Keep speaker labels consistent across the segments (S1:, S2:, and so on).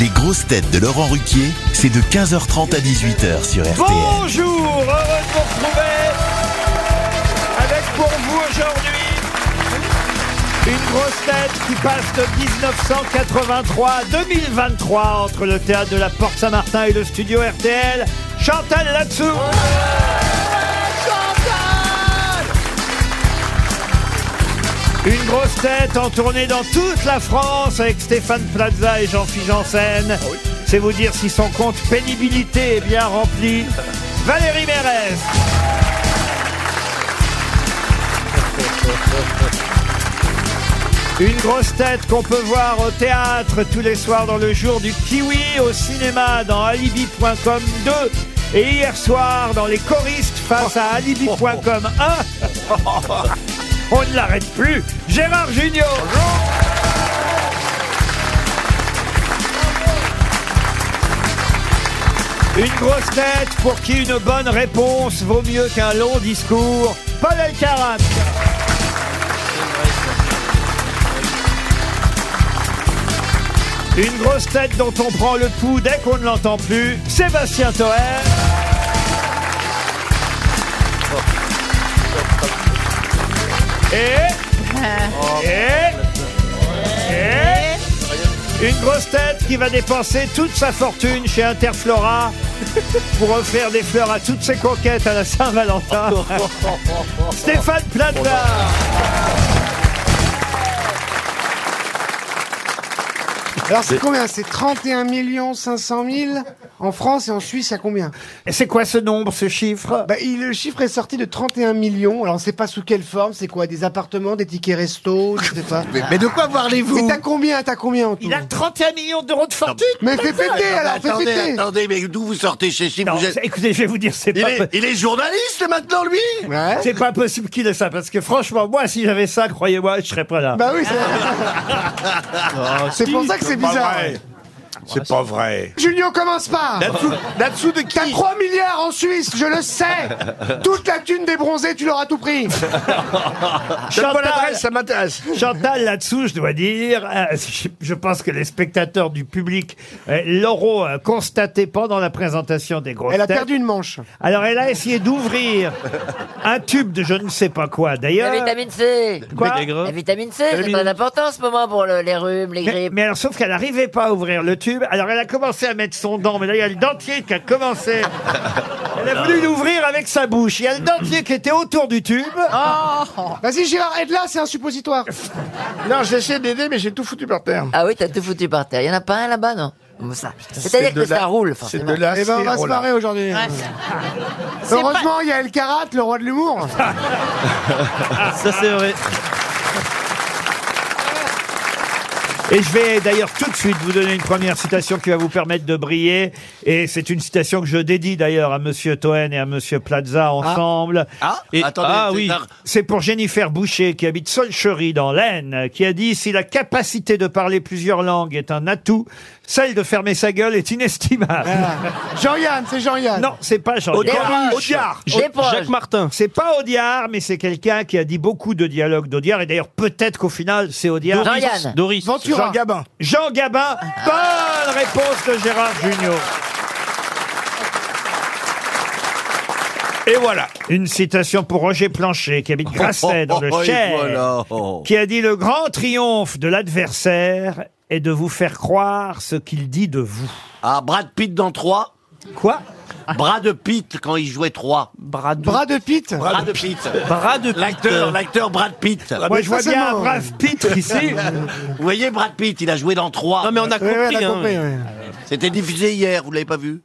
S1: Les grosses têtes de Laurent Ruquier, c'est de 15h30 à 18h sur RTL.
S2: Bonjour, heureux de vous retrouver avec pour vous aujourd'hui une grosse tête qui passe de 1983 à 2023 entre le théâtre de la Porte Saint-Martin et le studio RTL, Chantal Latsou. Une grosse tête en tournée dans toute la France avec Stéphane Plaza et Jean-Philippe Janssen. C'est vous dire si son compte pénibilité est bien rempli. Valérie Mérez. Une grosse tête qu'on peut voir au théâtre tous les soirs dans le jour du kiwi, au cinéma dans alibi.com 2 et hier soir dans les choristes face à alibi.com 1. On ne l'arrête plus. Gérard Junior. Une grosse tête pour qui une bonne réponse vaut mieux qu'un long discours. Paul Elkarat. Une grosse tête dont on prend le pouls dès qu'on ne l'entend plus, Sébastien Toer. Et... Et... Et... Une grosse tête qui va dépenser toute sa fortune chez Interflora pour offrir des fleurs à toutes ses conquêtes à la Saint-Valentin. Stéphane Plata.
S3: Oh
S4: Alors c'est combien C'est 31 500 000 en France et en Suisse, à combien
S2: Et c'est quoi ce nombre, ce chiffre
S4: bah, il- Le chiffre est sorti de 31 millions. Alors on sait pas sous quelle forme, c'est quoi Des appartements, des tickets resto, je sais pas. mais,
S3: de quoi parlez-vous
S4: t'as combien T'as combien en tout
S2: Il a 31 millions d'euros de fortune
S4: Mais fais péter
S3: Non, mais
S4: alors, fais
S3: attendez,
S4: péter
S3: attendez, mais d'où vous sortez chez si
S2: Non,
S3: vous êtes...
S2: c'est- écoutez, je vais vous dire, c'est
S3: il,
S2: pas...
S3: est, il est journaliste maintenant, lui
S4: Ouais.
S2: C'est pas possible qu'il ait ça, parce que franchement, moi, si j'avais ça, croyez-moi, je serais pas là.
S4: Bah oui, c'est C'est pour ça que c'est bizarre.
S5: C'est pas vrai.
S4: Julio, commence pas
S5: Là-dessous de
S4: T'as 3 milliards en Suisse, je le sais Toute la thune des bronzés, tu l'auras tout pris
S2: Chantal,
S5: ça m'intéresse.
S2: Chantal, là-dessous, je dois dire, euh, je- je pense que les spectateurs du public euh, l'auront euh, constaté pendant la présentation des grosses
S4: Elle a
S2: têtes.
S4: perdu une manche.
S2: Alors, elle a essayé d'ouvrir un tube de je ne sais pas quoi,
S6: La
S2: d'ailleurs.
S6: vitamine C
S2: Quoi
S6: La vitamine C, c'est très important en ce moment pour le- les rhumes, les
S2: mais,
S6: grippes.
S2: mais alors, sauf qu'elle n'arrivait pas à ouvrir le tube. Alors, elle a commencé à mettre son dent. Mais là, il y a le dentier qui a commencé. Elle a voulu l'ouvrir avec sa bouche. Il y a le dentier qui était autour du tube. Oh.
S4: Vas-y Gérard, aide-la, c'est un suppositoire
S5: Non, j'essaie d'aider, mais j'ai tout foutu par terre.
S6: Ah oui, t'as tout foutu par terre. Il y en a pas un là-bas, non Comme ça. C'est-à-dire que ça roule,
S5: C'est
S6: forcément.
S5: de la
S4: Eh ben, on va se
S5: sclérose.
S4: marrer aujourd'hui. Heureusement, il y a El Karat, le roi de l'humour.
S2: Et je vais d'ailleurs tout de suite vous donner une première citation qui va vous permettre de briller. Et c'est une citation que je dédie d'ailleurs à Monsieur Toen et à Monsieur Plaza ensemble.
S3: Ah, attendez,
S7: ah
S3: c'est
S7: oui.
S3: un-
S2: C'est pour Jennifer Boucher qui habite Solcherie dans l'Aisne, qui a dit si la capacité de parler plusieurs langues est un atout, celle de fermer sa gueule est inestimable.
S4: Jean-Yann, c'est Jean-Yann.
S2: Non, c'est pas Jean.
S6: Des proches.
S2: Audiard.
S6: Des proches.
S7: Jacques Martin.
S2: C'est pas Audiard, mais c'est quelqu'un qui a dit beaucoup de dialogues d'Audiard. Et d'ailleurs, peut-être qu'au final, c'est Audiard.
S6: Jean-Yann.
S7: Doris.
S4: Ventura.
S5: Gabin.
S2: Jean Gabin, bonne réponse de Gérard Junior.
S5: Et voilà.
S2: Une citation pour Roger Plancher, qui habite Grasset, dans le
S3: Oh, et
S2: Cher,
S3: voilà.
S2: qui a dit « Le grand triomphe de l'adversaire est de vous faire croire ce qu'il dit de vous.
S3: Ah, Brad Pitt dans 3 ».
S2: Quoi
S3: Brad Pitt quand il jouait 3.
S7: Bras de...
S4: Bras de Pete.
S3: Brad Pitt.
S7: Bras de
S3: L'acteur, l'acteur Brad Pitt.
S2: Moi, je vois
S4: ça,
S2: bien
S4: c'est
S2: un
S4: bon.
S2: brave Pitre ici.
S3: Vous voyez, Brad Pitt, il a joué dans 3.
S7: Non mais on a
S4: Ouais,
S7: compris.
S4: ouais, elle a
S7: hein,
S4: compris,
S7: mais-
S4: ouais.
S3: C'était diffusé hier, vous l'avez pas vu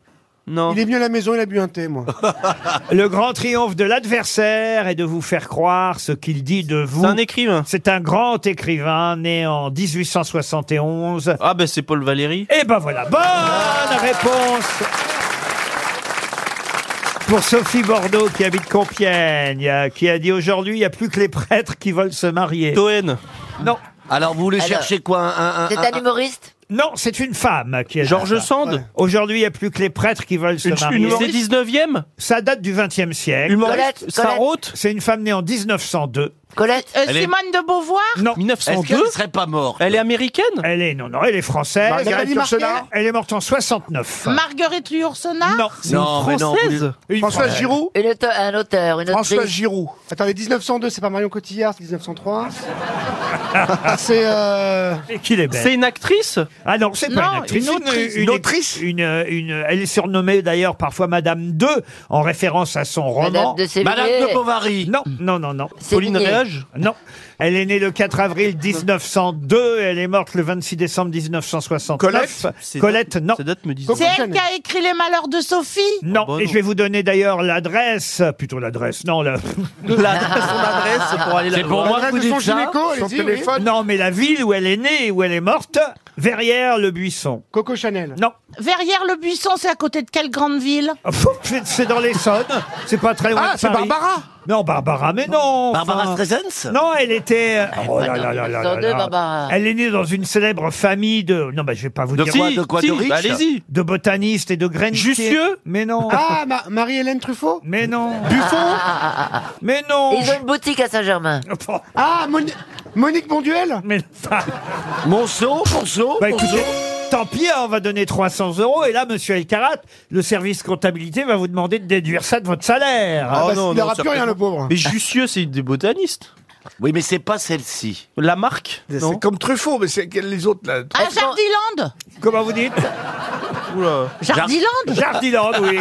S7: Non.
S4: Il est venu à la maison, il a bu un thé, moi.
S2: Le grand triomphe de l'adversaire est de vous faire croire ce qu'il dit de vous.
S7: C'est un écrivain.
S2: C'est un grand écrivain né en 1871.
S7: Ah ben c'est Paul Valéry.
S2: Et ben voilà, bonne réponse pour Sophie Bordeaux qui habite Compiègne, euh, qui a dit aujourd'hui il n'y a plus que les prêtres qui veulent se marier.
S7: Toen.
S2: Non,
S3: Alors, vous voulez
S6: Alors,
S3: chercher quoi un- un-
S6: C'est
S3: un-
S6: un humoriste
S2: non, c'est une femme qui a dit
S7: Georges
S2: ça.
S7: Sand.
S2: Aujourd'hui il n'y a plus que les prêtres qui veulent se marier.
S7: Humoriste. C'est 19 e
S2: Ça date du XXe siècle.
S7: Humoriste.
S6: Colette,
S7: Sarraute.
S2: C'est une femme née en 1902.
S6: Colette
S7: Euh,
S3: Elle est-
S7: Simone de Beauvoir
S2: Non.
S3: Est-ce qu'elle ne serait pas morte
S8: Elle est américaine
S2: Elle est, non, non, elle est française.
S5: Marguerite Ursena
S2: Elle est morte en 69.
S7: Marguerite Yourcenar
S2: Non.
S3: Non, mais non.
S8: Française
S2: Une
S5: Françoise
S2: Française.
S5: Giroud
S6: une auteur, un auteur, une
S5: Françoise
S6: autrice.
S5: Giroud.
S4: Attendez, 1902, c'est pas Marion Cotillard, c'est 1903. Ah, c'est. euh,
S2: Et qu'il est
S8: C'est
S2: belle.
S8: une actrice
S2: Ah non, c'est pas
S7: Non,
S2: une actrice.
S7: une autrice.
S2: Une,
S5: autrice
S2: une- euh, une- elle est surnommée d'ailleurs parfois Madame 2 en référence à son
S6: Madame
S2: roman.
S6: de
S3: Madame de
S6: Sévigné.
S3: Bovary.
S2: Non, non, non, non.
S8: Pauline
S6: Sévigné.
S8: Réage
S2: Non. Elle est née le 4 avril 1902. Elle est morte le 26 décembre 1969.
S8: C'est-
S2: Colette, non.
S8: Ces dates me disent.
S7: C'est elle qui a écrit Les Malheurs de Sophie
S2: Non,
S8: bah
S2: et
S8: non.
S2: je vais vous donner d'ailleurs l'adresse, plutôt l'adresse, non, la-
S8: La, son adresse
S9: Oh,
S8: pour aller la
S3: C'est pour
S8: voir.
S3: moi que
S5: Adresse
S3: vous
S5: de son
S3: dites ça
S5: gynéco,
S4: Son
S5: allez-y. oui.
S4: téléphone.
S2: non, mais la ville où elle est née, où elle est morte, Verrières-le-Buisson.
S4: Coco Chanel.
S2: Non,
S7: Verrières-le-Buisson, c'est à côté de quelle grande ville
S2: C'est- c'est dans l'Essonne, c'est pas très loin
S5: Ah,
S2: de
S5: c'est
S2: Paris.
S5: Barbara
S2: Non, Barbara, mais non
S3: Barbara
S2: enfin.
S3: Streisand
S2: Non, elle était. Oh là
S6: bah non,
S2: là là là
S6: 1902,
S2: là là.
S6: Barbara.
S2: Elle est née dans une célèbre famille de. Non, bah, je vais pas vous
S3: De
S2: dire.
S3: quoi, de quoi, de riche
S8: bah Allez-y.
S2: De botanistes et de graines.
S8: Jussieu
S2: Mais non.
S4: Ah, Ma- Marie-Hélène Truffaut
S2: Mais non.
S6: Ah,
S2: Buffon Mais non.
S6: Et Ils ont une boutique à Saint-Germain.
S2: Enfin,
S4: Ah, Moni- Monique Bonduel
S2: Mais.
S3: Monceau, Monceau,
S2: Bah écoutez,
S3: Monceau.
S2: tant pis, hein, on va donner 300 euros. Et là, monsieur Elkarat, le service comptabilité va vous demander de déduire ça de votre salaire.
S8: Ah,
S3: Oh
S4: bah,
S8: non,
S4: Il
S8: non,
S4: n'aura
S8: ça
S4: plus rien,
S8: peut-
S4: le pauvre.
S8: Mais Jussieu, c'est des botanistes.
S3: Oui, mais c'est pas celle-ci.
S8: La marque Non.
S5: C'est comme Truffaut, mais c'est quels les autres là
S7: Ah,
S6: Est-ce qu'on-
S7: Jardiland
S2: Comment vous dites
S8: Oula.
S7: Jardiland
S2: Jardiland, oui.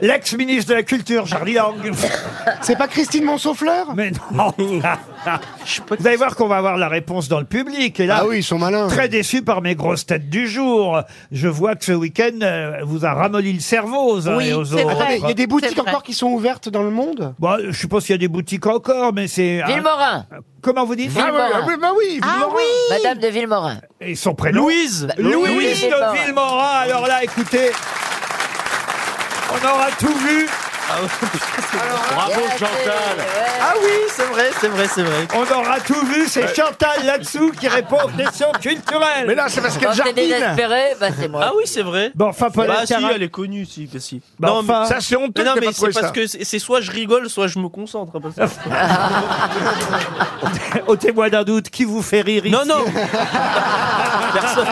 S2: L'ex-ministre de la Culture, Jardiland.
S4: C'est pas Christine Monceau-Fleur
S2: Mais non. Vous allez voir qu'on va avoir la réponse dans le public. Et là,
S4: Ah oui, ils sont malins.
S2: Très déçu par mes grosses têtes du jour. Je vois que ce week-end euh, vous a ramolli le cerveau aux uns
S7: Oui,
S2: et aux
S7: c'est
S2: autres.
S7: vrai.
S4: Attendez, Ah, il y a des boutiques
S7: C'est vrai.
S4: encore qui sont ouvertes dans le monde
S2: Bon, je suppose qu'il y a des boutiques encore, mais c'est.
S6: Villemorin.
S2: Comment vous dites
S5: Ah oui, ah oui, bah oui,
S7: Ah
S5: Laurent.
S7: oui
S6: Madame de Villemorin.
S2: Et son prénom Bah,
S8: Bah, Louise.
S2: Louise,
S6: Louise Morin.
S2: de Villemorin. Alors là, écoutez, on aura tout vu.
S3: Ah Bravo
S6: Yeah,
S3: Chantal.
S6: c'est- ouais.
S8: Ah oui, c'est vrai, c'est vrai, c'est vrai.
S2: On aura tout vu. C'est Chantal là-dessous qui répond aux questions culturelles.
S5: Mais là, c'est parce qu'elle
S6: Quand t'es
S5: jardine.
S6: désespéré, bah c'est moi.
S8: Ah oui, c'est vrai.
S2: Bon, enfin, Paul
S8: Bah si,
S2: Alcarat-
S8: elle est connue, si, que si.
S2: Bah,
S8: non,
S2: enfin,
S5: Ça, c'est honteux
S8: mais,
S5: de
S8: non,
S5: pas
S8: mais c'est
S5: trouvé
S8: parce
S5: ça.
S8: que c'est c'est soit je rigole, soit je me concentre. parce que-
S2: au témoin Ah, d'un doute, qui vous fait rire
S8: non, non. Personne.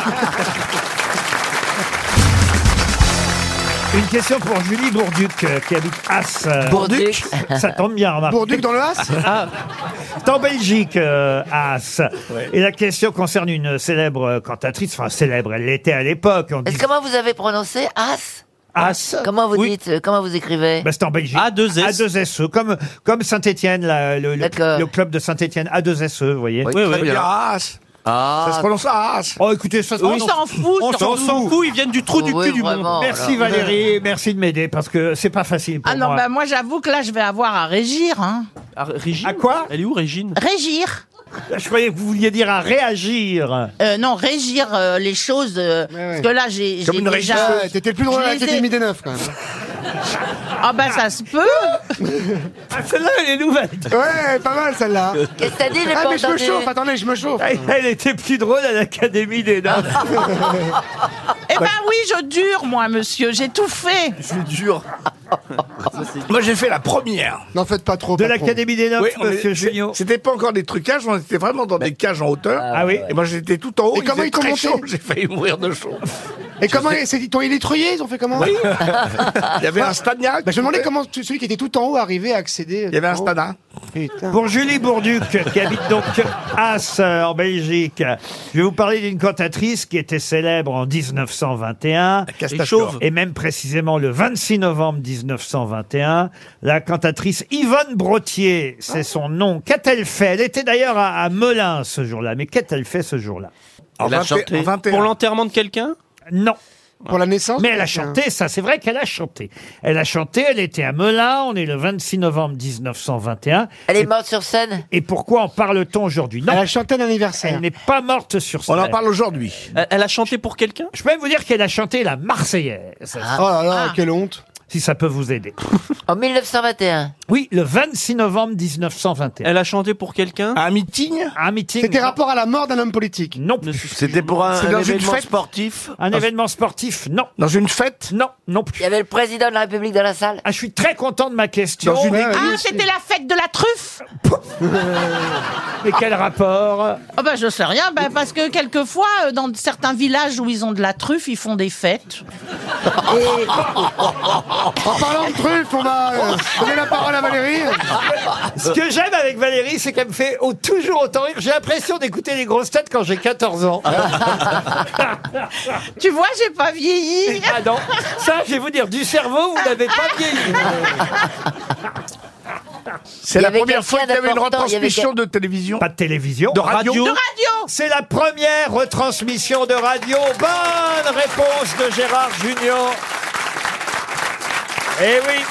S2: Une question pour Julie Bourduc, euh, qui habite As. euh,
S6: Bourduc.
S2: Ça tombe bien, remarque. Ah,
S4: Bourduc dans le Haas
S2: C'est en Belgique, euh, à As. Et la question concerne une célèbre euh, cantatrice, enfin célèbre, elle l'était à l'époque. On dit
S6: Est-ce comment vous avez prononcé As
S2: As.
S6: Comment vous
S8: Oui.
S6: dites euh, Comment vous écrivez
S2: Bah, c'est en Belgique.
S8: A2S.
S2: A2SE. E, Comme, comme Saint-Etienne, le, le-
S6: D'accord.
S2: le club de Saint-Etienne. A2SE, E, vous voyez.
S8: Oui, oui.
S5: Arras.
S3: Ah,
S5: Ça se prononce Arras.
S2: Oh, écoutez, ça se-
S8: Oui,
S2: Oh, non.
S8: s'en fout,
S2: on s'en
S8: on s'en
S2: fout.
S8: fout, ils viennent du trou
S6: Oh,
S8: du
S6: oui,
S8: cul du
S6: vraiment,
S8: monde.
S6: là.
S2: Merci Valérie, merci de m'aider parce que c'est pas facile pour
S7: Ah non,
S2: moi.
S7: bah moi j'avoue que là je vais avoir à régir. Hein.
S8: Ah, Régine
S2: À quoi
S8: Elle est où Régine
S7: Régir
S2: Je croyais que vous vouliez dire à réagir.
S7: Euh, Non, régir euh, les choses. euh,
S4: Ouais, ouais.
S7: Parce que là j'ai j'ai
S5: Comme une
S7: déjà...
S4: Ouais, T'étais le plus drôle
S7: Je
S4: à
S7: les ai-
S4: l'Académie des Neufs, quand même.
S7: Ah bah ça se peut
S2: Ah, celle-là, elle est nouvelle.
S4: Ouais, pas mal celle-là.
S6: Qu'est-ce que t'as dit J'ai
S4: Ah,
S6: pas
S4: mais je me
S6: entendu.
S4: chauffe, attendez, je me chauffe.
S2: Elle, elle était plus drôle à l'Académie des Nains.
S7: Eh ben oui, je dure moi monsieur, j'ai tout fait
S5: Moi, j'ai fait la première.
S4: N'en faites pas trop.
S2: De
S4: pas trop.
S2: l'Académie des Nains,
S5: Oui, on est-
S2: monsieur
S5: c'est-
S2: Junio.
S5: C'était pas encore des trucages, on était vraiment dans des cages en hauteur.
S2: Ah oui.
S5: Et moi, j'étais tout en haut.
S4: Et comment
S5: faisait
S4: ils t'ont
S5: très
S4: monté
S5: chaud, J'ai failli mourir de chaud.
S4: Et comment c'est ils t'ont électroyé Ils ont fait comment bah,
S5: Il y avait un stagnac.
S4: Je me demandais comment tu- celui qui était tout en haut arrivait à accéder. euh,
S5: Il y avait un hein. stana.
S4: Putain.
S2: Pour Julie Bourduc, qui habite donc As euh, en Belgique, je vais vous parler d'une cantatrice qui était célèbre en 1921.
S5: Castafiore.
S2: Et même précisément le 26 novembre 1921, la cantatrice Yvonne Brottier, c'est son nom. Qu'a-t-elle fait Elle était d'ailleurs à, à Melun ce jour-là, mais qu'a-t-elle fait ce jour-là
S5: En
S3: Elle a
S5: 20
S3: chanté.
S5: en 21.
S8: Pour l'enterrement de quelqu'un
S2: Non.
S4: Pour la naissance
S2: Mais elle a
S4: quelqu'un.
S2: chanté, ça, c'est vrai qu'elle a chanté. Elle a chanté, elle était à Melun, on est le 26 novembre 1921.
S6: Elle est morte sur scène
S2: Et pourquoi en parle-t-on aujourd'hui
S4: Elle
S2: Non,
S4: a chanté un
S2: elle
S4: anniversaire.
S2: n'est pas morte sur scène.
S5: On en parle aujourd'hui.
S8: elle, elle a chanté pour quelqu'un
S2: Je peux même vous dire qu'elle a chanté la Marseillaise.
S4: Ah.
S6: Ah.
S4: Oh là là, quelle honte.
S2: si ça peut vous aider.
S6: En 1921.
S2: Oui, le 26 novembre 1921.
S8: Elle a chanté pour quelqu'un
S5: Un meeting
S2: Un meeting.
S4: C'était rapport à la mort d'un homme politique.
S2: Non.
S8: Ne se-
S3: C'était pour un,
S5: C'est
S3: un
S5: dans une
S3: événement
S5: fête.
S3: sportif
S2: Un événement sportif Non.
S5: Dans une fête
S2: Non, non
S6: Il
S2: plus.
S6: y avait le président de la République dans la salle.
S2: Ah, je suis très content de ma question.
S5: Dans une
S4: Ouais,
S7: Ah,
S4: oui,
S7: c'était la fête de la truffe
S2: Mais quel rapport
S7: Ah bah je sais rien, bah, parce que quelquefois, euh, dans certains villages où ils ont de la truffe, ils font des fêtes.
S4: En parlant de truffes, on va euh, donner la parole à Valérie.
S2: Ce que j'aime avec Valérie, c'est qu'elle me fait au- toujours autant rire. J'ai l'impression d'écouter les grosses têtes quand j'ai 14 ans.
S7: Tu vois, j'ai pas vieilli.
S2: Ah non, ça, je vais vous dire, du cerveau, vous n'avez pas vieilli.
S5: C'est
S6: Il y
S5: la
S6: avait
S5: première fois
S6: quelqu'un
S5: qu'il y avait une
S6: d'important, il y avait
S5: retransmission de télévision.
S2: Pas de télévision.
S5: De radio.
S7: De radio
S2: C'est la première retransmission de radio. Bonne réponse de Gérard Junior. Eh oui.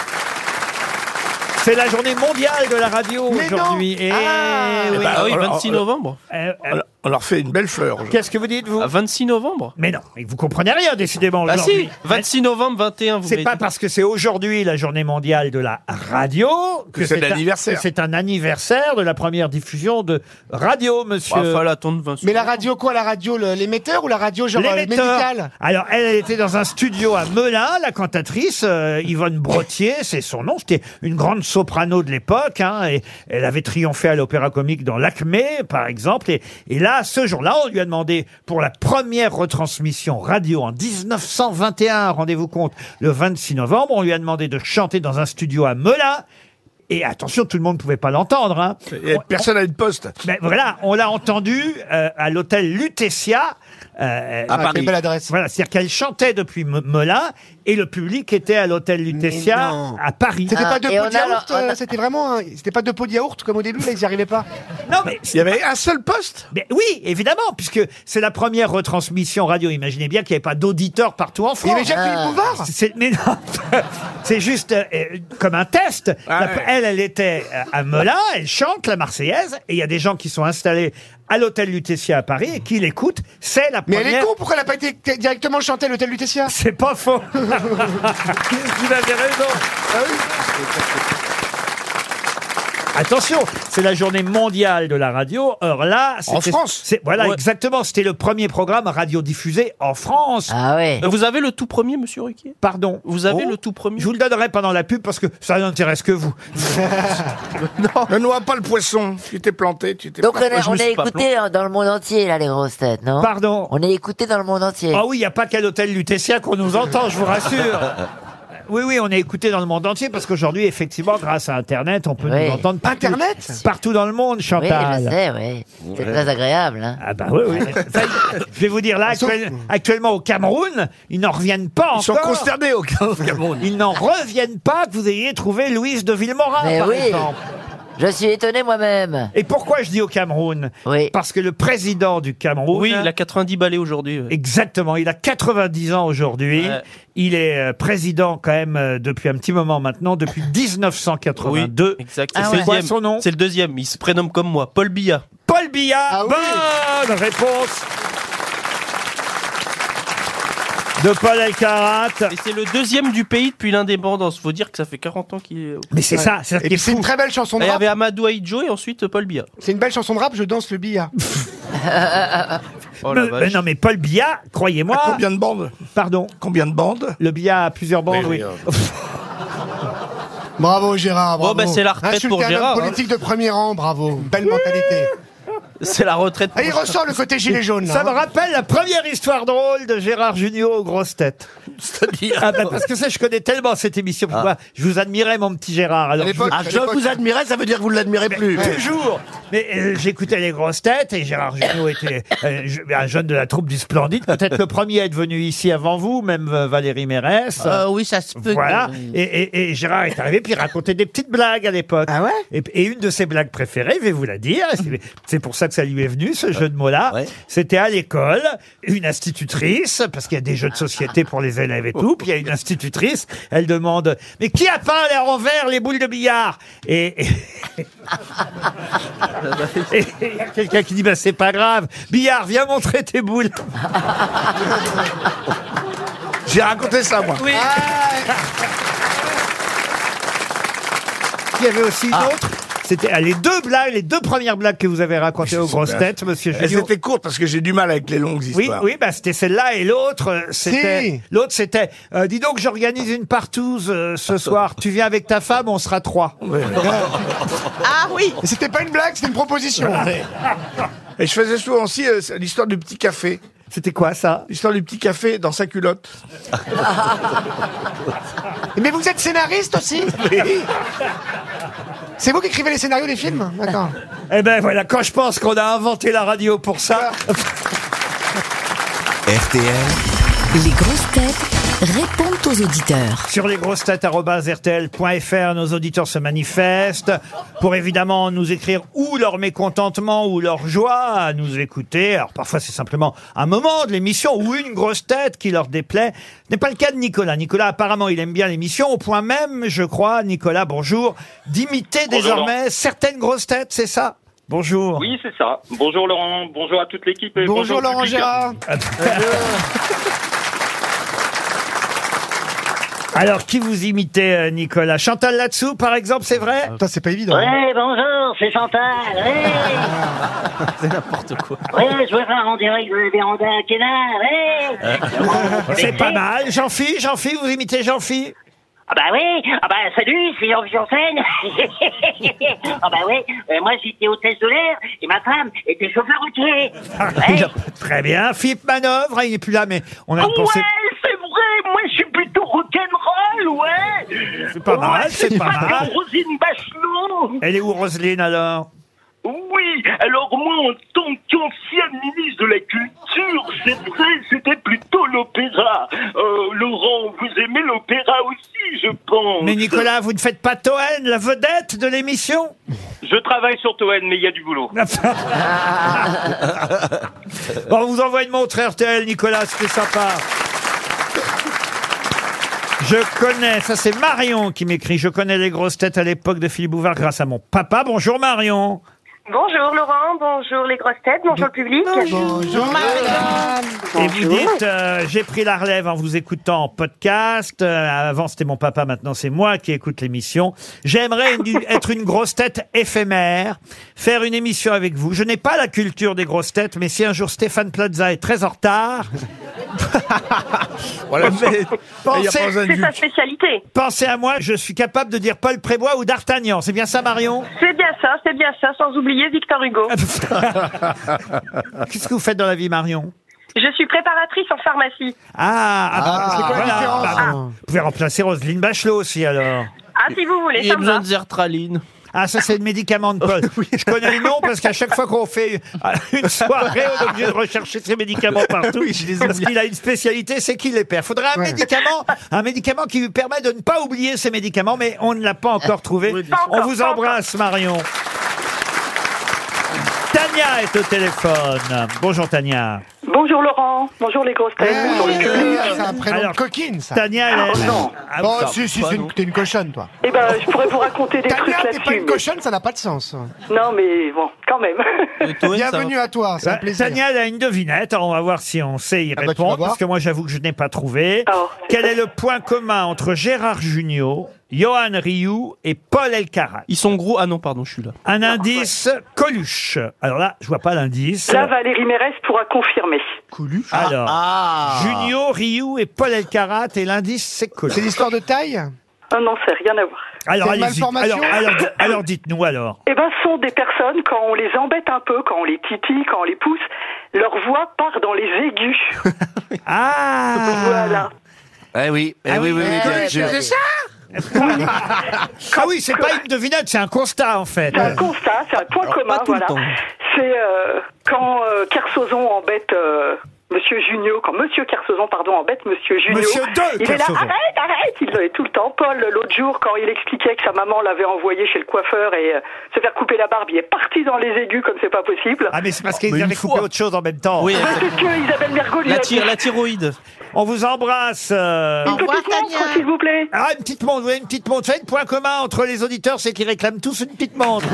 S2: C'est la journée mondiale de la radio
S4: Mais non.
S2: aujourd'hui.
S8: Ah,
S2: Eh oui.
S8: Bah oui,
S5: alors,
S8: 26
S5: alors,
S8: novembre.
S2: Euh, euh,
S5: On leur- On leur fait une belle fleur.
S2: Qu'est-ce que vous dites, vous
S8: Ah, 26 novembre
S2: Mais non, mais vous comprenez rien, décidément,
S8: Bah
S2: aujourd'hui.
S8: si 26 novembre, 21, vous
S2: C'est
S8: m'avez
S2: pas
S8: dit.
S2: parce que c'est aujourd'hui la journée mondiale de la radio que
S5: Que c'est
S2: un-
S5: l'anniversaire.
S2: que C'est un anniversaire de la première diffusion de radio, monsieur.
S8: Ah, fallait attendre 26
S4: Mais la radio quoi La radio, le- l'émetteur ou la radio genre euh, médicale
S2: Alors, elle était dans un studio à Melun, la cantatrice euh, Yvonne Brottier, c'est son nom. C'était une grande soprano de l'époque. hein, et elle avait triomphé à l'Opéra Comique dans l'Acmé, par exemple. Et, et là, ce jour-là, on lui a demandé pour la première retransmission radio en 1921. Rendez-vous compte, le 26 novembre, on lui a demandé de chanter dans un studio à Melun. Et attention, tout le monde ne pouvait pas l'entendre. hein.
S5: Et personne n'a une poste.
S2: Mais Ben, voilà, on l'a entendu euh, à l'hôtel Lutetia. euh,
S5: À Paris.
S4: Quelle belle adresse.
S2: voilà, c'est-à-dire qu'elle chantait depuis M- Melun et le public était à l'hôtel Lutetia à Paris.
S4: C'était
S6: Ah,
S4: pas deux
S6: et
S4: pots
S6: on
S4: de
S6: a
S4: yaourt,
S6: le- on a-
S4: euh, c'était vraiment. un- C'était pas deux pots de yaourt comme au début, là, ils y arrivaient pas.
S2: Non mais,
S5: Il y avait un seul poste
S2: mais oui, évidemment, puisque c'est la première retransmission radio. Imaginez bien qu'il n'y avait pas d'auditeurs partout
S4: Il
S2: en
S4: y
S2: France.
S4: avait Jacques-Philippe Bouvard
S2: C'est mais non, c'est juste euh, euh, comme un test.
S5: Ah
S2: La-
S5: ouais.
S2: Elle, elle était euh, à Melun, elle chante la Marseillaise, et il y a des gens qui sont installés à l'hôtel Lutetia à Paris et qui l'écoutent. C'est la
S4: Mais
S2: première.
S4: elle est con, pourquoi elle a pas été t- directement chantée à l'hôtel Lutetia
S2: C'est pas faux. Vous avez raison.
S4: Ah
S2: Attention, c'est la journée mondiale de la radio. Or là,
S5: En
S2: c'était-
S5: France.
S2: c'est- voilà
S8: Ouais.
S2: exactement. C'était le premier programme radio diffusé en France.
S6: Ah ouais.
S8: Euh, Vous avez le tout premier, monsieur Ruquier
S2: Eh. Pardon.
S8: Vous avez
S2: Oh.
S8: le tout premier
S2: Je vous le donnerai pendant la pub parce que ça n'intéresse que vous.
S5: Ne noie pas le poisson. Tu t'es planté. Tu t'es
S6: Donc on,
S5: planté.
S6: a- on est écouté euh, dans le monde entier, là, les grosses têtes, non
S2: Pardon.
S6: On est écouté dans le monde entier.
S2: Ah oui, il n'y a pas qu'à l'hôtel Lutetia qu'on nous entend, je vous rassure. Oui, oui, on est écouté dans le monde entier parce qu'aujourd'hui, effectivement, grâce à Internet, on peut
S6: Oui.
S2: nous entendre partout,
S4: Internet
S2: partout dans le monde,
S6: oui, je
S2: Chantal.
S6: sais, oui. C'est très agréable. hein.
S2: Ah bah oui, oui. Ça, je vais vous dire là, actuel- actuellement au Cameroun, ils n'en reviennent pas
S5: Ils sont
S2: encore.
S5: consternés au Cameroun.
S2: Ils n'en reviennent pas que vous ayez trouvé Louise de Villemorin,
S6: Mais
S2: par
S6: oui.
S2: exemple.
S6: Je suis étonné moi-même.
S2: Et pourquoi je dis au Cameroun
S6: Oui.
S2: Parce que le président du Cameroun...
S8: Oui, il a 90 balais aujourd'hui. ouais.
S2: Exactement, il a 90 ans aujourd'hui.
S8: Ouais.
S2: Il est euh, président quand même euh, depuis un petit moment maintenant, depuis 1982.
S8: Exact.
S2: Et
S8: c'est
S2: c'est
S8: le
S2: Ah quoi
S8: deuxième.
S2: son nom
S8: C'est le deuxième. Il se prénomme comme moi, Paul Biya.
S2: Paul Biya.
S4: Ah oui.
S2: Bonne réponse de Paul Elkarat.
S8: Et c'est le deuxième du pays depuis l'indépendance. Faut dire que ça fait 40 ans qu'il est.
S2: Mais c'est ça, c'est ça
S4: Et
S2: qui est
S4: puis c'est
S2: fou.
S4: une très belle chanson
S8: Ah,
S4: de
S8: Il y
S4: rap.
S8: avait Amadou Aïdjo et ensuite Paul Biya.
S4: C'est une belle chanson de rap, je danse le billard.
S8: Oh la
S2: Mais-
S8: Oh vache.
S2: mais non, mais Paul Biya, croyez-moi.
S5: Combien de bandes
S2: Pardon.
S5: Combien de bandes
S2: Le Biya a plusieurs
S3: Oh,
S2: bandes, oui.
S5: Oui,
S4: Bravo Gérard, bravo.
S8: Bon, bah, c'est la retraite
S4: Insulter
S8: pour
S4: un homme
S8: Gérard, hein.
S4: politique de premier rang, bravo. Belle mentalité.
S8: C'est la retraite.
S4: Et il ressort le côté gilet jaune. là,
S2: Ça me
S4: hein.
S2: rappelle la première histoire drôle de Gérard Junior aux grosses têtes. Ah bah, parce que ça, je connais tellement cette émission. Pourquoi
S8: Ah.
S2: Je vous admirais, mon petit Gérard. Alors,
S4: À
S2: je vous-
S4: l'époque,
S3: Ah, je vous admirais, ça veut dire que vous ne l'admirez plus.
S2: Toujours. Mais euh, j'écoutais les grosses têtes et Gérard Jugnot était euh, je- un jeune de la troupe du Splendide, peut-être le premier à être venu ici avant vous, même euh, Valérie Mérès.
S7: Euh, Oui, ça se peut.
S2: Voilà, et, et- et Gérard est arrivé, puis il racontait des petites blagues à l'époque.
S4: Ah ouais
S2: et, et une de ses blagues préférées, je vais vous la dire, c'est- c'est pour ça que ça lui est venu, ce jeu de mots-là.
S3: Ouais.
S2: C'était à l'école, une institutrice, parce qu'il y a des jeux de société pour les élèves et tout, puis il y a une institutrice, elle demande « Mais qui a peint à l'envers les boules de billard ?» Et et- et il y a quelqu'un qui dit « Bah c'est pas grave, billard, viens montrer tes boules !»
S5: J'ai raconté ça, moi.
S6: Ah.
S2: Oui. il y avait aussi une autre. C'était ah, les deux blagues, les deux premières blagues que vous avez racontées aux grosses têtes, monsieur
S9: Elles
S2: Julio.
S9: étaient courtes parce que j'ai du mal avec les longues
S2: Oui,
S9: histoires.
S2: oui, bah c'était celle-là et l'autre, euh, c'était
S5: Si.
S2: l'autre, c'était. euh, dis donc, j'organise une partouze euh,
S9: Ah,
S2: ce soir. Tu viens avec ta femme, on sera trois.
S10: Ah oui
S5: Et C'était pas une blague, c'était une proposition.
S9: Et je faisais souvent aussi euh, c'est l'histoire du petit café.
S2: C'était quoi ça
S9: L'histoire du petit café dans sa culotte.
S5: Mais vous êtes scénariste aussi C'est vous qui écrivez les scénarios des films D'accord.
S2: Eh ben voilà, quand je pense qu'on a inventé la radio pour ça.
S11: RTL,
S1: Les grosses têtes répondent aux auditeurs.
S2: Sur lesgrossetêtes.rtl.fr, nos auditeurs se manifestent pour évidemment nous écrire ou leur mécontentement ou leur joie à nous écouter. Alors parfois c'est simplement un moment de l'émission ou une grosse tête qui leur déplaît. Ce n'est pas le cas de Nicolas. Nicolas apparemment il aime bien l'émission au point même, je crois, Nicolas, bonjour, d'imiter désormais certaines grosses têtes, c'est ça Bonjour.
S4: Oui, c'est ça. Bonjour Laurent, bonjour à toute l'équipe. et
S5: Bonjour
S4: au
S5: Laurent
S4: public. Euh,
S5: Gérard.
S2: Ah, Alors qui vous imitez, euh, Nicolas Chantal là-dessous, par exemple, c'est vrai
S5: Putain, c'est pas évident. hein.
S4: Ouais, bonjour, c'est Chantal. Ouais.
S8: C'est n'importe quoi.
S4: ouais, je veux faire en direct de la véranda à Kénard. Ouais.
S2: Euh, C'est pas mal. Jean-Phi, Jean-Phi, vous imitez Jean-Phi
S4: Ah bah oui, ah bah salut, c'est Jean Janssen. ah bah oui, euh, moi j'étais hôtesse de l'air et ma femme était chauffeur routier. Ouais.
S2: Très bien. Philippe Manœuvre, il n'est plus là, mais on a pensé.
S4: Oh, Ouais, c'est vrai, moi je suis plutôt rock'n'roll, ouais.
S2: C'est pas mal,
S4: Ouais,
S2: c'est pas mal.
S4: Rosine Bachelot.
S2: Elle est où, Roselyne, alors
S4: Oui, alors moi, en tant qu'ancien ministre de la Culture, c'est vrai, c'était plutôt l'opéra. Euh, Laurent, vous aimez l'opéra aussi, je pense.
S2: Mais Nicolas, vous ne faites pas Toen, la vedette de l'émission
S4: Je travaille sur Toen, mais il y a du boulot.
S2: Bon, on vous envoie une montre RTL, Nicolas, c'était sympa. Je connais, ça c'est Marion qui m'écrit. Je connais les grosses têtes à l'époque de Philippe Bouvard grâce à mon papa. Bonjour Marion.
S4: Bonjour Laurent, bonjour les grosses têtes, bonjour le public.
S5: Bonjour.
S2: Et vous dites, euh, j'ai pris la relève en vous écoutant en podcast. Euh, avant, c'était mon papa, maintenant c'est moi qui écoute l'émission. J'aimerais une- être une grosse tête éphémère, faire une émission avec vous. Je n'ai pas la culture des grosses têtes, mais si un jour Stéphane Plaza est très en retard,
S9: Voilà, mais-
S2: pensez-
S9: il y a pas besoin de
S4: sa
S9: juge.
S4: spécialité.
S2: pensez à moi, je suis capable de dire Paul Prébois ou D'Artagnan. C'est bien ça, Marion
S4: C'est bien ça, c'est bien ça, sans oublier Victor Hugo.
S2: Qu'est-ce que vous faites dans la vie, Marion
S4: Je suis préparatrice en pharmacie.
S2: ah, ah, bah,
S5: c'est quoi la
S2: voilà,
S5: différence,
S2: bah,
S5: hein
S2: Vous pouvez remplacer Roselyne Bachelot aussi alors.
S4: Ah, si vous voulez,
S8: Il y a besoin de zertraline.
S2: Ah, ça, c'est le médicament de Paul. Je connais le nom parce qu'à chaque fois qu'on fait une soirée, on est obligé de rechercher ces médicaments partout. parce qu'il a une spécialité, c'est qu'il les perd. Faudrait un médicament, un médicament qui lui permet de ne pas oublier ces médicaments, mais on ne l'a pas encore trouvé.
S4: Pas
S2: on
S4: encore,
S2: vous
S4: pas
S2: embrasse, Marion. Tania est au téléphone. Bonjour, Tania.
S4: Bonjour Laurent, bonjour les grosses
S5: Ah,
S4: têtes, bonjour le public.
S5: C'est un prénom
S2: Alors-
S5: de coquine, ça.
S2: Tania, elle est... Ah,
S5: Oh,
S8: ça,
S5: si, si,
S8: pas,
S5: c'est
S8: non.
S5: une, t'es une cochonne, toi.
S4: Eh ben, je pourrais vous raconter des trucs
S5: Tania, t'es pas
S4: là-dessus.
S5: une cochonne, ça n'a pas de sens.
S4: mais- Non, mais bon, quand même.
S8: Le Toen, ça va.
S5: Bienvenue à toi, c'est un
S2: Bah,
S5: plaisir.
S2: Tania, elle a une devinette. Alors, on va voir si on sait y
S5: Ah bah, tu vas
S2: répondre.
S5: voir.
S2: parce que moi, j'avoue que je n'ai pas trouvé.
S4: Alors, c'est
S2: Quel est le point commun entre Gérard Jugnot, Johan Rioux et Paul Elkarat
S8: Ils sont gros. Ah non, pardon, je suis là.
S2: Un indice, Coluche. Alors là, je vois pas l'indice.
S4: Là, Valérie Mérès pourra confirmer.
S8: Coluche.
S2: Alors,
S3: Ah
S2: Jugnot, Rioux et Paul Elkarat. Et l'indice, c'est
S5: C'est
S2: Coluche.
S5: l'histoire de taille
S4: Ah non, c'est rien à voir.
S2: Alors,
S5: c'est une
S2: allez-y.
S5: malformation
S2: Alors, alors, di- alors, dites-nous alors.
S4: Eh ben, ce sont des personnes, quand on les embête un peu, quand on les titille, quand on les pousse, leur voix part dans les aigus.
S2: Ah
S4: Voilà.
S3: Eh oui, eh oui, oui, oui, bien sûr.
S2: Ah oui, c'est pas une devinette, c'est un constat en fait.
S4: C'est un constat, c'est un point commun,
S8: pas tout le
S4: voilà.
S8: temps.
S4: C'est euh, quand euh, Kersozon embête euh, Monsieur Junio, quand Monsieur Kersozon, pardon, embête Monsieur Junio.
S2: Monsieur deux
S4: il est là,
S2: Kersozon.
S4: arrête, arrête Il est tout le temps. Paul, l'autre jour, quand il expliquait que sa maman l'avait envoyé chez le coiffeur et euh, se faire couper la barbe, il est parti dans les aigus comme c'est pas possible.
S2: Ah mais c'est parce
S8: Mais
S2: qu'ils
S8: une
S2: avaient coupé
S8: fois.
S2: autre chose en même temps.
S8: Oui,
S4: Parce Ah, que Isabelle Mergo lui a
S8: la,
S4: dit,
S8: tire, la thyroïde.
S2: On vous embrasse. euh,
S10: Au
S4: une
S10: revoir,
S4: petite montre,
S10: Tania.
S4: s'il vous plaît.
S2: Ah, une petite montre, oui, une petite montre. Vous savez, le point commun entre les auditeurs, c'est qu'ils réclament tous une petite montre.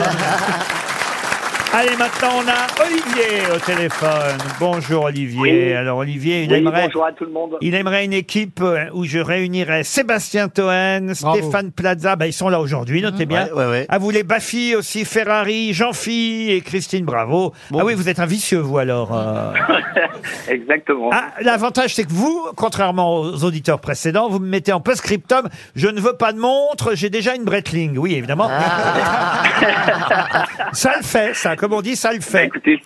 S2: Allez, maintenant, on a Olivier au téléphone. Bonjour, Olivier. Alors, Olivier, il aimerait...
S12: bonjour à tout le monde.
S2: Il aimerait une équipe euh, où je réunirais Sébastien Toen, Stéphane Plaza, bah, ils sont là aujourd'hui, notez bien.
S3: Ouais, ouais, ouais.
S2: Ah, vous les Baffy aussi, Ferrari, jean phi et Christine Bravo. Ah oui, vous êtes un vicieux, vous alors. euh.
S12: Exactement.
S2: Ah, l'avantage, c'est que vous, contrairement aux auditeurs précédents, vous me mettez en post-scriptum, je ne veux pas de montre, j'ai déjà une Bretling. Oui, évidemment.
S3: Ah.
S2: ça le fait, ça, comme on dit, ça le
S12: Bah,
S2: fait.
S12: écoutez,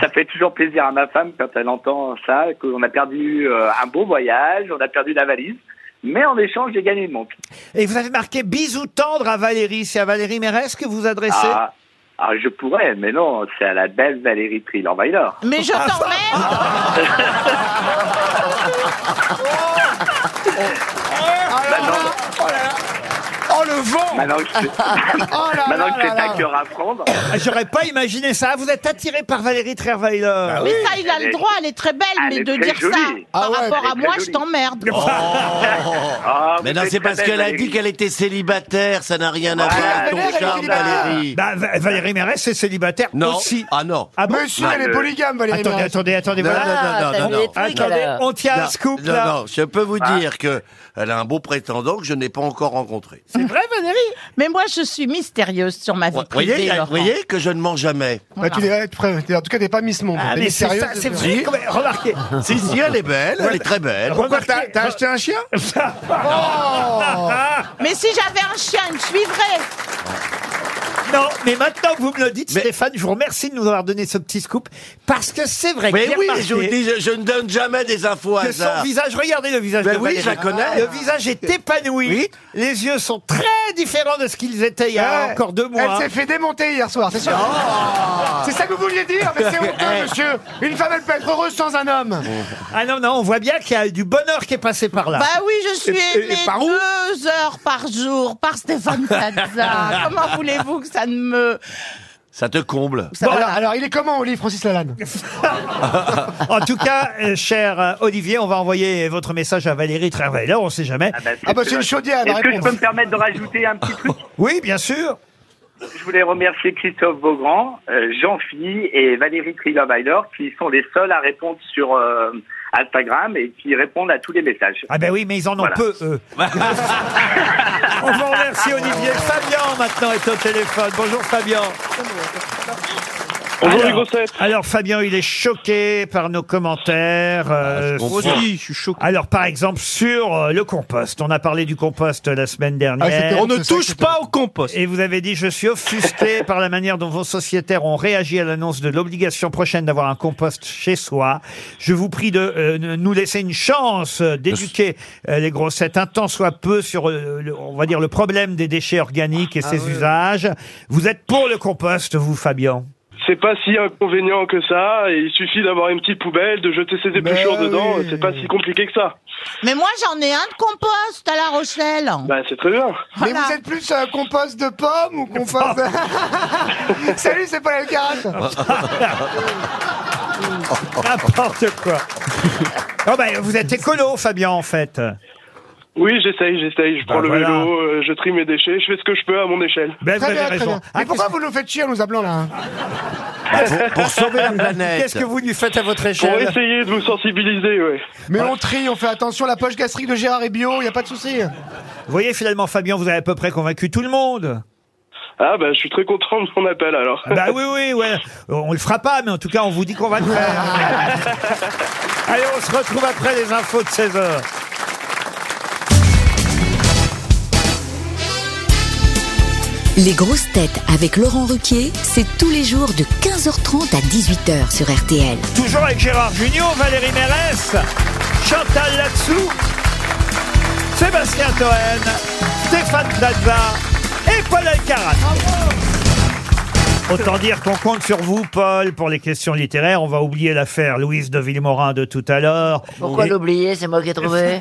S12: ça fait toujours plaisir à ma femme quand elle entend ça, qu'on a perdu euh, un beau voyage, on a perdu la valise, mais en échange, j'ai gagné une montre.
S2: Et vous avez marqué bisous tendre à Valérie. C'est à Valérie Mérès que vous vous adressez
S12: Ah, ah, je pourrais, mais non, c'est à la belle Valérie Trill-Enweiler.
S7: Mais je t'emmerde
S2: Oh
S5: Oh le vent
S12: Maintenant que c'est
S5: Oh
S12: maintenant que c'est un cœur à prendre,
S2: Ah, J'aurais pas imaginé ça. Vous êtes attiré par Valérie Trierweiler.
S3: Bah
S7: Ah Mais ça, il a le droit, elle est très belle,
S12: Elle
S7: mais
S12: est
S7: de
S12: très
S7: dire ça
S12: jolie.
S7: par
S12: Ah ouais, elle
S7: rapport
S12: est
S7: à
S12: très
S7: moi, je
S12: jolie.
S7: t'emmerde.
S12: Ah,
S3: Mais
S12: vous
S3: non,
S12: êtes
S3: c'est
S12: très
S3: parce
S12: belle,
S3: qu'elle a
S12: Valérie.
S3: dit qu'elle était célibataire, ça n'a rien à voir
S12: Voilà.
S3: avec
S9: Elle est
S3: ton charme,
S9: célibataire.
S3: Ah, Valérie.
S2: Bah, Va- Valérie Mérès est célibataire
S3: Non.
S2: aussi.
S3: Ah non.
S2: Ah bon
S5: Monsieur, elle est
S12: euh,
S5: polygame, Valérie
S2: Attendez,
S5: Mérès.
S2: attendez, attendez,
S3: Non,
S2: voilà.
S3: Ah, non, non, non,
S6: t'as
S3: non.
S6: mis les trucs,
S2: Attendez,
S6: alors.
S2: on tient un scoop
S3: non,
S2: là.
S3: non, je peux vous dire que elle a un beau prétendant que je n'ai pas encore rencontré.
S7: C'est vrai, Valérie Mais moi, je suis mystérieuse sur ma vie
S3: Vous
S7: privée,
S3: voyez, vous
S7: Laurent.
S3: voyez que je ne mens jamais.
S5: Bah, tu l'es- tu pré- t'es- en tout cas, t'es pas Miss Monde.
S2: Ah,
S5: T'es
S2: mais
S5: Miss
S2: c'est
S5: Sérieuse.
S2: ça, c'est vrai. quand même. Remarquez.
S3: Si, si, elle est belle, elle est très belle.
S5: Pourquoi
S2: Remarquez. Oh.
S5: t'as t'as acheté un chien
S7: Oh. Mais si j'avais un chien, il me suivrait.
S2: Non, mais maintenant que vous me le dites,
S3: Mais-
S2: Stéphane, je vous remercie de nous avoir donné ce petit scoop parce que c'est vrai que
S3: Mais
S2: j'ai
S3: oui,
S2: remarqué
S3: je vous dis, je, je ne donne jamais des infos au
S2: que son
S3: hasard.
S2: visage, regardez le visage
S3: Ben
S2: de
S3: oui,
S2: Valérie.
S3: je la connais.
S2: Le visage est épanoui. Les yeux sont très différents de ce qu'ils étaient il y a
S5: Ouais.
S2: encore deux
S5: Elle
S2: mois.
S5: s'est fait démonter hier soir, c'est sûr.
S10: Oh.
S5: C'est ça que vous vouliez dire Mais c'est honteux, monsieur. Une femme, elle peut être heureuse sans un homme.
S2: Eh. Ah non, non, on voit bien qu'il y a du bonheur qui est passé par là.
S7: Bah oui, je suis
S5: Et- et- et
S7: aimée
S5: par où
S7: deux heures par jour par Stéphane Plaza. Comment voulez-vous que ça ne me...
S3: Ça te comble. Bah,
S7: Ça-
S5: alors,
S7: voilà.
S5: alors, il est comment au livre, Francis Lalanne
S2: En tout cas, euh, cher euh, Olivier, on va envoyer votre message à Valérie Travailler. on sait jamais.
S12: Ah, bah,
S5: Ah bah, c'est une
S12: vrai.
S5: chaudière, la
S12: Est-ce que je
S5: réponse.
S12: peux me permettre de rajouter un petit truc
S2: Oui, bien sûr.
S12: Je voulais remercier Christophe Beaugrand, euh, Jean Phi et Valérie Trierweiler qui sont les seuls à répondre sur euh, Instagram et qui répondent à tous les messages.
S2: Ah ben oui, mais ils en ont
S12: Voilà.
S2: peu, eux.
S12: Bah,
S2: on vous remercie, Olivier. Fabien, maintenant, est au téléphone. Bonjour, Fabien.
S13: Bonjour
S2: Alors-
S13: les grossettes.
S2: Alors, Fabien, il est choqué par nos commentaires. euh,
S3: Ah, je comprends.
S8: Moi aussi, je suis choqué.
S2: alors, par exemple, sur euh, le compost. On a parlé du compost la semaine dernière.
S5: Ah, c'était
S8: On ne
S5: C'est ça
S8: touche
S5: que-
S8: pas au compost.
S2: Et vous avez dit, je suis offusqué par la manière dont vos sociétaires ont réagi à l'annonce de l'obligation prochaine d'avoir un compost chez soi. Je vous prie de euh, ne- nous laisser une chance euh, d'éduquer euh, les grossettes un tant soit peu sur, euh, le- on va dire, le problème des déchets organiques et ses usages. Vous êtes pour le compost, vous, Fabien
S13: C'est pas si inconvénient que ça. et Il suffit d'avoir une petite poubelle, de jeter ses épluchures
S5: Mais
S13: dedans.
S5: oui.
S13: C'est pas si compliqué que ça.
S7: Mais moi, j'en ai un de compost à La Rochelle.
S13: Bah, c'est très bien.
S5: Mais
S7: Voilà.
S5: vous êtes plus euh, compost de pommes ou compost de... Salut, c'est pas la carotte
S2: N'importe quoi. Oh ben, vous êtes écolo, Fabien, en fait.
S13: Oui, j'essaye, j'essaye. Je prends le
S2: Bah voilà.
S13: vélo, euh, je trie mes déchets, je fais ce que je peux à mon échelle.
S2: Ben, vous
S5: Très
S2: avez
S5: bien, très
S2: raison.
S5: bien.
S2: Ah,
S5: Mais pourquoi vous nous faites chier en nous appelant là hein
S13: Ah,
S3: Pour, pour sauver la planète.
S2: Qu'est-ce que vous lui faites à votre
S13: Pour
S2: échelle
S13: essayer de vous sensibiliser, ouais.
S5: Mais on trie, on fait attention, la poche gastrique de Gérard est bio, y a pas de souci.
S2: Vous voyez, finalement, Fabien, vous avez à peu près convaincu tout le monde.
S13: Ah, bah, je suis très content de mon appel alors.
S2: Ah Bah oui, oui, ouais. On le fera pas, mais en tout cas, on vous dit qu'on va le faire. Allez, on se retrouve après les infos de 16h.
S10: Les grosses têtes avec Laurent Ruquier, c'est tous les jours de 15h30 à 18h sur RTL.
S2: Toujours avec Gérard Junior, Valérie Mérès, Chantal Latsou, Sébastien Toen, Stéphane Plaza et Paul Alcarat. Autant dire qu'on compte sur vous, Paul, pour les questions littéraires. On va oublier l'affaire Louise de Villemorin de tout à l'heure.
S6: Pourquoi
S2: Et-
S6: l'oublier C'est moi qui ai trouvé.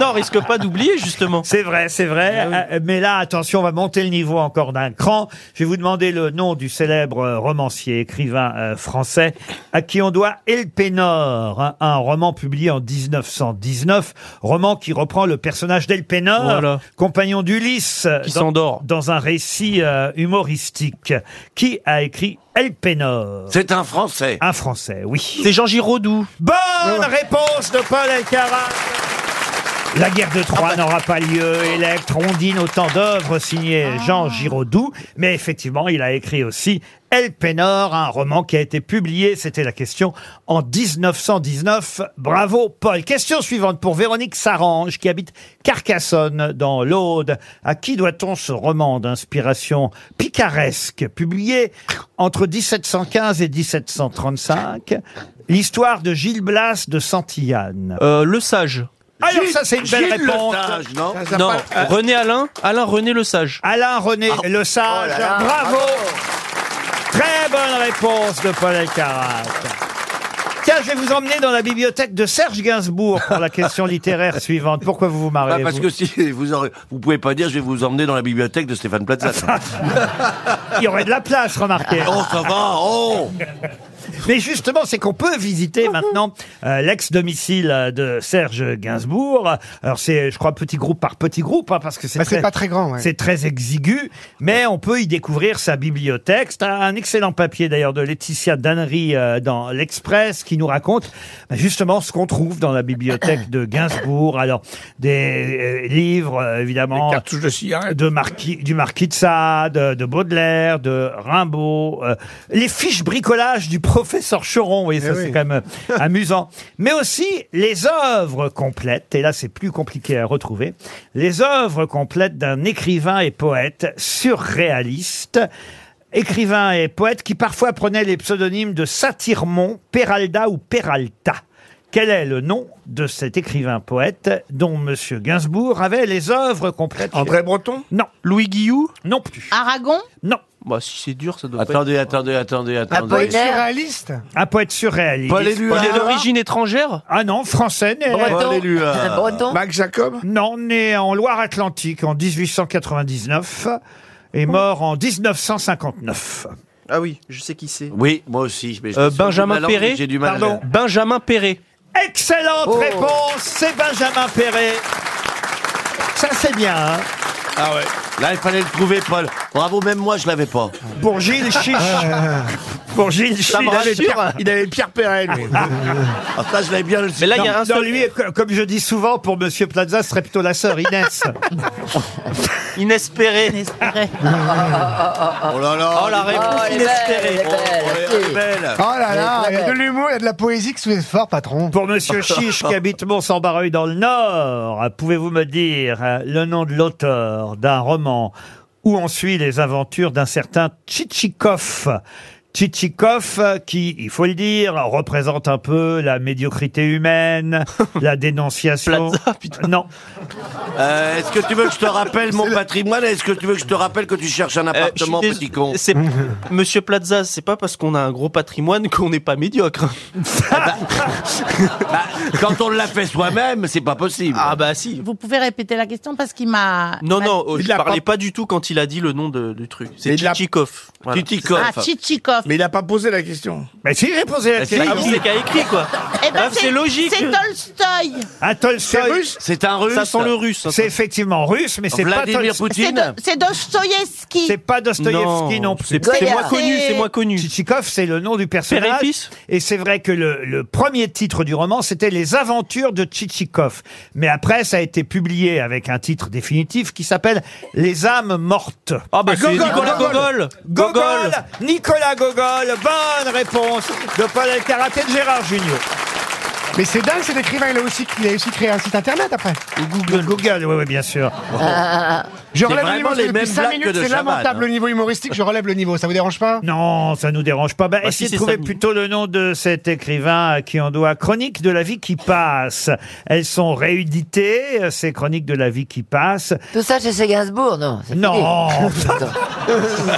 S8: Non, on risque pas d'oublier, justement. Ah
S2: C'est vrai, c'est vrai. Euh, Mais là, attention, on va monter le niveau encore d'un cran. Je vais vous demander le nom du célèbre euh, romancier, écrivain euh, français, à qui on doit El Pénor, hein, un roman publié en 1919, roman qui reprend le personnage d'El Pénor,
S8: Voilà.
S2: compagnon d'Ulysse,
S8: Qui
S2: dans,
S8: s'endort.
S2: dans un récit euh, humoristique. qui a écrit El Pénor.
S3: C'est un Français.
S2: Un Français, oui.
S8: C'est Jean Giraudoux.
S2: Bonne réponse de Paul Elkarat. La guerre de
S8: Ah
S2: Troie
S8: bah.
S2: n'aura pas lieu, Electre, Ondine, autant d'œuvres signées Jean Giraudoux. Mais effectivement, il a écrit aussi El Pénor, un roman qui a été publié, c'était la question, en 1919. Bravo, Paul. Question suivante pour Véronique Sarange, qui habite Carcassonne, dans l'Aude. À qui doit-on ce roman d'inspiration picaresque, publié entre 1715 et 1735 L'histoire de Gilles Blas de Santillane.
S8: Euh, le Sage.
S2: Alors ça c'est une belle
S3: Gilles Le
S2: réponse.
S3: Sage, non
S8: Non,
S3: euh,
S8: René Alain, Alain René le Sage.
S2: Alain René
S3: Ah.
S2: Le Sage,
S3: Oh
S2: bravo. Très bonne réponse de Paul Elkarat. Tiens, je vais vous emmener dans la bibliothèque de Serge Gainsbourg pour la question littéraire suivante. Pourquoi vous vous marrez
S3: Bah, parce
S2: vous
S3: que si vous aurez- vous pouvez pas dire, je vais vous emmener dans la bibliothèque de Stéphane Plaza.
S2: Il y aurait de la place, remarquez.
S3: oh, ça va, oh
S2: Mais justement, c'est qu'on peut visiter maintenant euh, l'ex-domicile euh, de Serge Gainsbourg. Alors c'est, je crois, petit groupe par petit groupe, hein, parce que c'est
S4: Bah, c'est
S2: très,
S4: pas très grand, ouais.
S2: c'est très exigu, mais on peut y découvrir sa bibliothèque. C'est un excellent papier d'ailleurs de Laetitia Dannery euh, dans l'Express qui nous raconte bah, justement ce qu'on trouve dans la bibliothèque de Gainsbourg. Alors des euh, livres, euh, évidemment,
S5: de cigarette.
S2: de marquis, du marquis de Sade, de, de Baudelaire, de Rimbaud, euh, les fiches bricolage du professeur Choron, oui, ça c'est quand même euh, amusant, mais aussi les œuvres complètes, et là c'est plus compliqué à retrouver, les œuvres complètes d'un écrivain et poète surréaliste, écrivain et poète qui parfois prenait les pseudonymes de Satirmon, Peralda ou Peralta. Quel est le nom de cet écrivain-poète dont Monsieur Gainsbourg avait les œuvres complètes chez
S5: André Breton
S2: non,
S8: Louis Guillou
S2: non plus.
S7: Aragon
S2: Non,
S8: Bah si c'est dur, ça doit pas être...
S3: Attendez, attendez, attendez,
S2: Ah.
S3: attendez.
S6: Apollinaire.
S5: Surréaliste
S2: un poète Ah, surréaliste.
S3: Paul Éluard.
S8: Il est d'origine étrangère
S2: Ah non, français, né.
S3: Paul
S6: Breton.
S3: Éluard.
S6: Breton.
S5: Mac Jacob
S2: Non, né en Loire-Atlantique en 1899 et mort en 1959.
S8: Ah oui, je sais qui c'est.
S3: Oui, moi aussi. mais je
S8: Euh,
S3: suis
S8: Benjamin
S3: sur ma langue,
S8: Perret
S3: J'ai du mal. à-
S8: Pardon. Benjamin Perret.
S2: Excellente
S5: Oh,
S2: réponse, c'est Benjamin Perret. Ça c'est bien. hein.
S3: Ah ouais. Là, il fallait le trouver, Paul. Bravo, même moi, je l'avais pas.
S2: Pour Gilles Chiche. Pour Gilles Chiche.
S8: me rassure.
S5: Il avait Pierre Perret, lui.
S3: Ah, ça, je l'avais bien le
S8: Mais là, il y a
S2: Non,
S8: un seul...
S2: non, lui, co- comme je dis souvent, pour Monsieur Plaza, ce serait plutôt la sœur Inès.
S8: Inespéré.
S7: Inespéré.
S3: Oh là là.
S8: Oh, la réponse
S6: elle est
S8: inespérée.
S6: belle, elle est belle.
S3: Oh, elle est belle.
S5: Oh là là,
S6: Il y a de
S5: l'humour, il y a de la poésie que vous êtes fort, patron.
S2: pour Monsieur Chiche, qui habite Mont-Saint-Barreuil dans le Nord, pouvez-vous me dire euh, le nom de l'auteur d'un roman où on suit les aventures d'un certain Tchitchikov Tchitchikov, euh, qui, il faut le dire, représente un peu la médiocrité humaine, la dénonciation.
S8: Plaza, putain.
S2: Non,
S3: Euh, Est-ce que tu veux que je te rappelle mon patrimoine Est-ce que tu veux que je te rappelle que tu cherches un
S8: Euh, je suis
S3: appartement,
S8: dés-
S3: petit con
S8: c'est- Monsieur Plaza, c'est pas parce qu'on a un gros patrimoine qu'on n'est pas médiocre.
S3: Eh ben, Bah, Quand on l'a fait soi-même, c'est pas possible.
S8: Ah bah si.
S7: Vous pouvez répéter la question parce qu'il m'a.
S8: Non,
S7: m'a-
S8: non, euh,
S5: Il
S8: je
S5: l'a
S8: parlais
S5: pas-
S8: pas du tout quand il a dit le nom de- du truc. C'est
S5: il l'a-
S8: Tchitchikov. Voilà.
S3: Titikov.
S7: Ah, Tchitchikov.
S5: Mais il n'a pas posé la question.
S2: mais si, répondez la
S3: Bah, si.
S8: Bah,
S2: question. Ah
S8: il sait qu'à écrit, quoi.
S7: Eh ben,
S8: Bref, c'est logique.
S7: C'est Tolstoy.
S2: Un
S5: C'est
S2: Tolstoï,
S5: russe
S3: C'est un russe.
S8: Ça sent le russe. hein,
S2: c'est effectivement russe, mais c'est pas
S3: Vladimir
S2: Tolstoï.
S7: C'est
S3: Poutine.
S7: Do- C'est Dostoïevski.
S2: C'est pas Dostoïevski non, plus.
S8: c'est c'est
S7: Goya.
S8: moins connu, c'est moins connu.
S2: Tchitchikov, c'est le nom du
S8: Père et
S2: personnage.
S8: fils
S2: Et c'est vrai que le, le premier titre du roman, c'était Les Aventures de Tchitchikov. Mais après, ça a été publié avec un titre définitif qui s'appelle Les âmes mortes.
S8: Ah bah
S5: Ah,
S8: c'est
S5: Gogol,
S8: Nicolas Gogol.
S2: Gogol, Nicolas Gogol, bonne réponse de Paul Elkarat et de Gérard Junior.
S5: Mais c'est dingue, cet écrivain, il a aussi, il a aussi créé un site internet après.
S2: Google. Google, oui, oui, bien sûr.
S5: Je
S3: C'est
S5: relève le
S3: vraiment
S5: niveau parce
S3: les
S5: que depuis
S3: mêmes
S5: 5
S3: blagues
S5: minutes,
S3: que de
S5: c'est
S3: Chavannes,
S5: lamentable
S3: hein.
S5: le niveau humoristique, je relève le niveau, ça vous dérange pas
S2: Non, ça nous dérange pas. Bah,
S8: Bah, si,
S2: essayez de
S8: c'est
S2: trouver
S8: samedi.
S2: plutôt le nom de cet écrivain à qui on doit Chroniques de la vie qui passe. Elles sont rééditées, euh, ces Chroniques de la vie qui passe.
S6: Tout ça chez chez Gainsbourg, non c'est
S2: Non.
S6: fini. Attends.
S2: Oh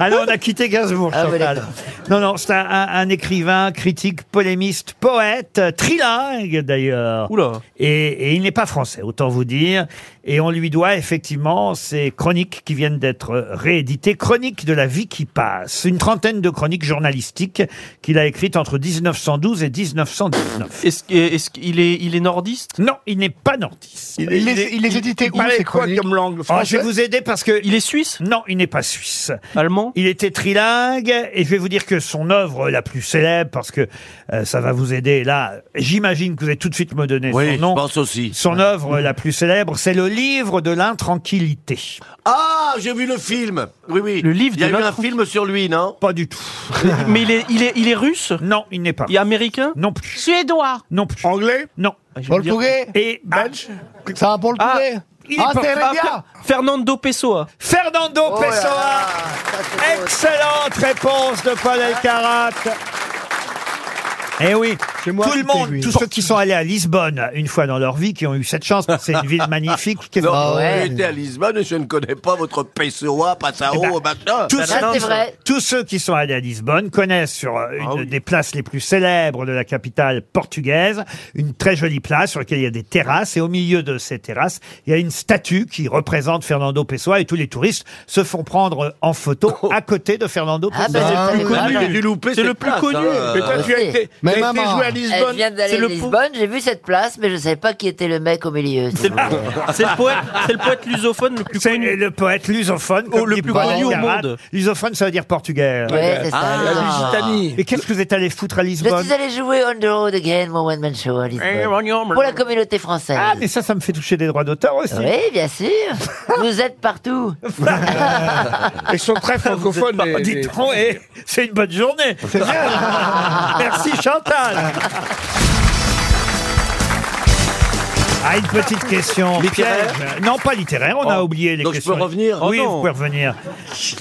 S2: Ah non, on a quitté Gainsbourg,
S6: Ah,
S2: Chantal.
S6: ouais, d'accord.
S2: non, non, c'est un, un- un écrivain, critique, polémiste, poète, euh, trilingue d'ailleurs.
S8: Oula.
S2: Et, et il n'est pas français, autant vous dire. Et on lui doit effectivement ces chroniques qui viennent d'être rééditées, chroniques de la vie qui passe. Une trentaine de chroniques journalistiques qu'il a écrites entre 1912 et 1919.
S8: Est-ce est qu'il est, il est nordiste
S2: Non, il n'est pas nordiste.
S9: Il est- il est- il est édité où,
S2: parlait
S9: ces
S2: quoi
S9: chroniques
S2: comme langue
S9: Français
S2: Ah, Je vais vous aider parce que... Il est suisse Non, il n'est pas suisse. Allemand Il était trilingue et je vais vous dire que son œuvre la plus célèbre, parce que euh, ça va vous aider là, j'imagine que vous allez tout de suite me donner
S3: Oui,
S2: son nom.
S3: je pense aussi.
S2: Son œuvre la plus célèbre, c'est le livre de l'intranquillité.
S3: Ah, j'ai vu le film. Oui, oui. Le livre. Il y a eu un film sur lui, non
S2: Pas du tout.
S8: Mais il est, il est, il est russe
S2: Non, il n'est pas.
S8: Il est américain Ah,
S2: Non plus.
S7: Suédois
S2: Non plus.
S9: Anglais
S2: Non.
S9: Portugais
S2: Et ah.
S9: Belge Ça va portugais
S2: il est
S9: Ah,
S2: pas-
S9: c'est Oh
S2: Ah,
S9: bien
S8: Fernando Pessoa.
S2: Fernando Pessoa Excellente réponse de Paul Elkarat eh oui, tout le monde, tous ceux qui sont allés à Lisbonne une fois dans leur vie, qui ont eu cette chance, parce que c'est une ville magnifique. qu'est-ce
S3: Non,
S2: que-
S3: j'ai été à Lisbonne et je ne connais pas votre Pessoa, Passaro,
S2: Eh ben,
S3: machin.
S2: tous, ceux- tous ceux qui sont allés à Lisbonne connaissent sur euh,
S3: Ah
S2: une des places les plus célèbres de la capitale portugaise, une très jolie place sur laquelle il y a des terrasses et au milieu de ces terrasses, il y a une statue qui représente Fernando Pessoa et tous les touristes se font prendre en photo
S3: Oh.
S2: à côté de Fernando Pessoa.
S6: Ah,
S3: bah,
S6: ben, je savais pas, moi.
S3: C'est le plus connu. Ah,
S9: Mais toi, tu as été,
S6: hein. Mais
S9: tu as été
S6: maman,
S9: joué à
S6: Elle
S9: Lisbonne.
S6: vient d'aller à
S9: le pou-
S6: Lisbonne, j'ai vu cette place, mais je savais pas qui était le mec au milieu.
S8: C'est le, c'est le poète, c'est le poète lusophone le plus Oh,
S2: connu. le poète lusophone.
S8: le
S2: dit
S8: plus
S2: Paul
S8: connu au
S2: Elkarat.
S8: monde.
S2: Lusophone, ça veut dire portugais.
S6: Ouais, c'est ça. Ah, la Lusitanie.
S2: Et qu'est-ce que vous êtes allé foutre à
S6: Je
S2: Lisbonne
S6: suis allé jouer On the Road Again, mon one-man show à
S2: Eh,
S6: Lisbonne. Pour la communauté française.
S2: Ah, mais ça, ça me fait toucher des droits d'auteur aussi.
S6: oui, bien sûr. Vous êtes partout.
S9: Ils sont très francophones.
S2: Bah,
S9: les-
S2: dites
S9: les-
S2: donc, eh, c'est une bonne journée.
S9: C'est bien.
S2: Merci Chantal. Ah, une petite question.
S3: Littéraire
S2: piège. Non, pas littéraire, on a oublié les
S3: Oh. Donc je
S2: questions.
S3: peux revenir
S2: Oui,
S3: Oh non.
S2: vous pouvez revenir.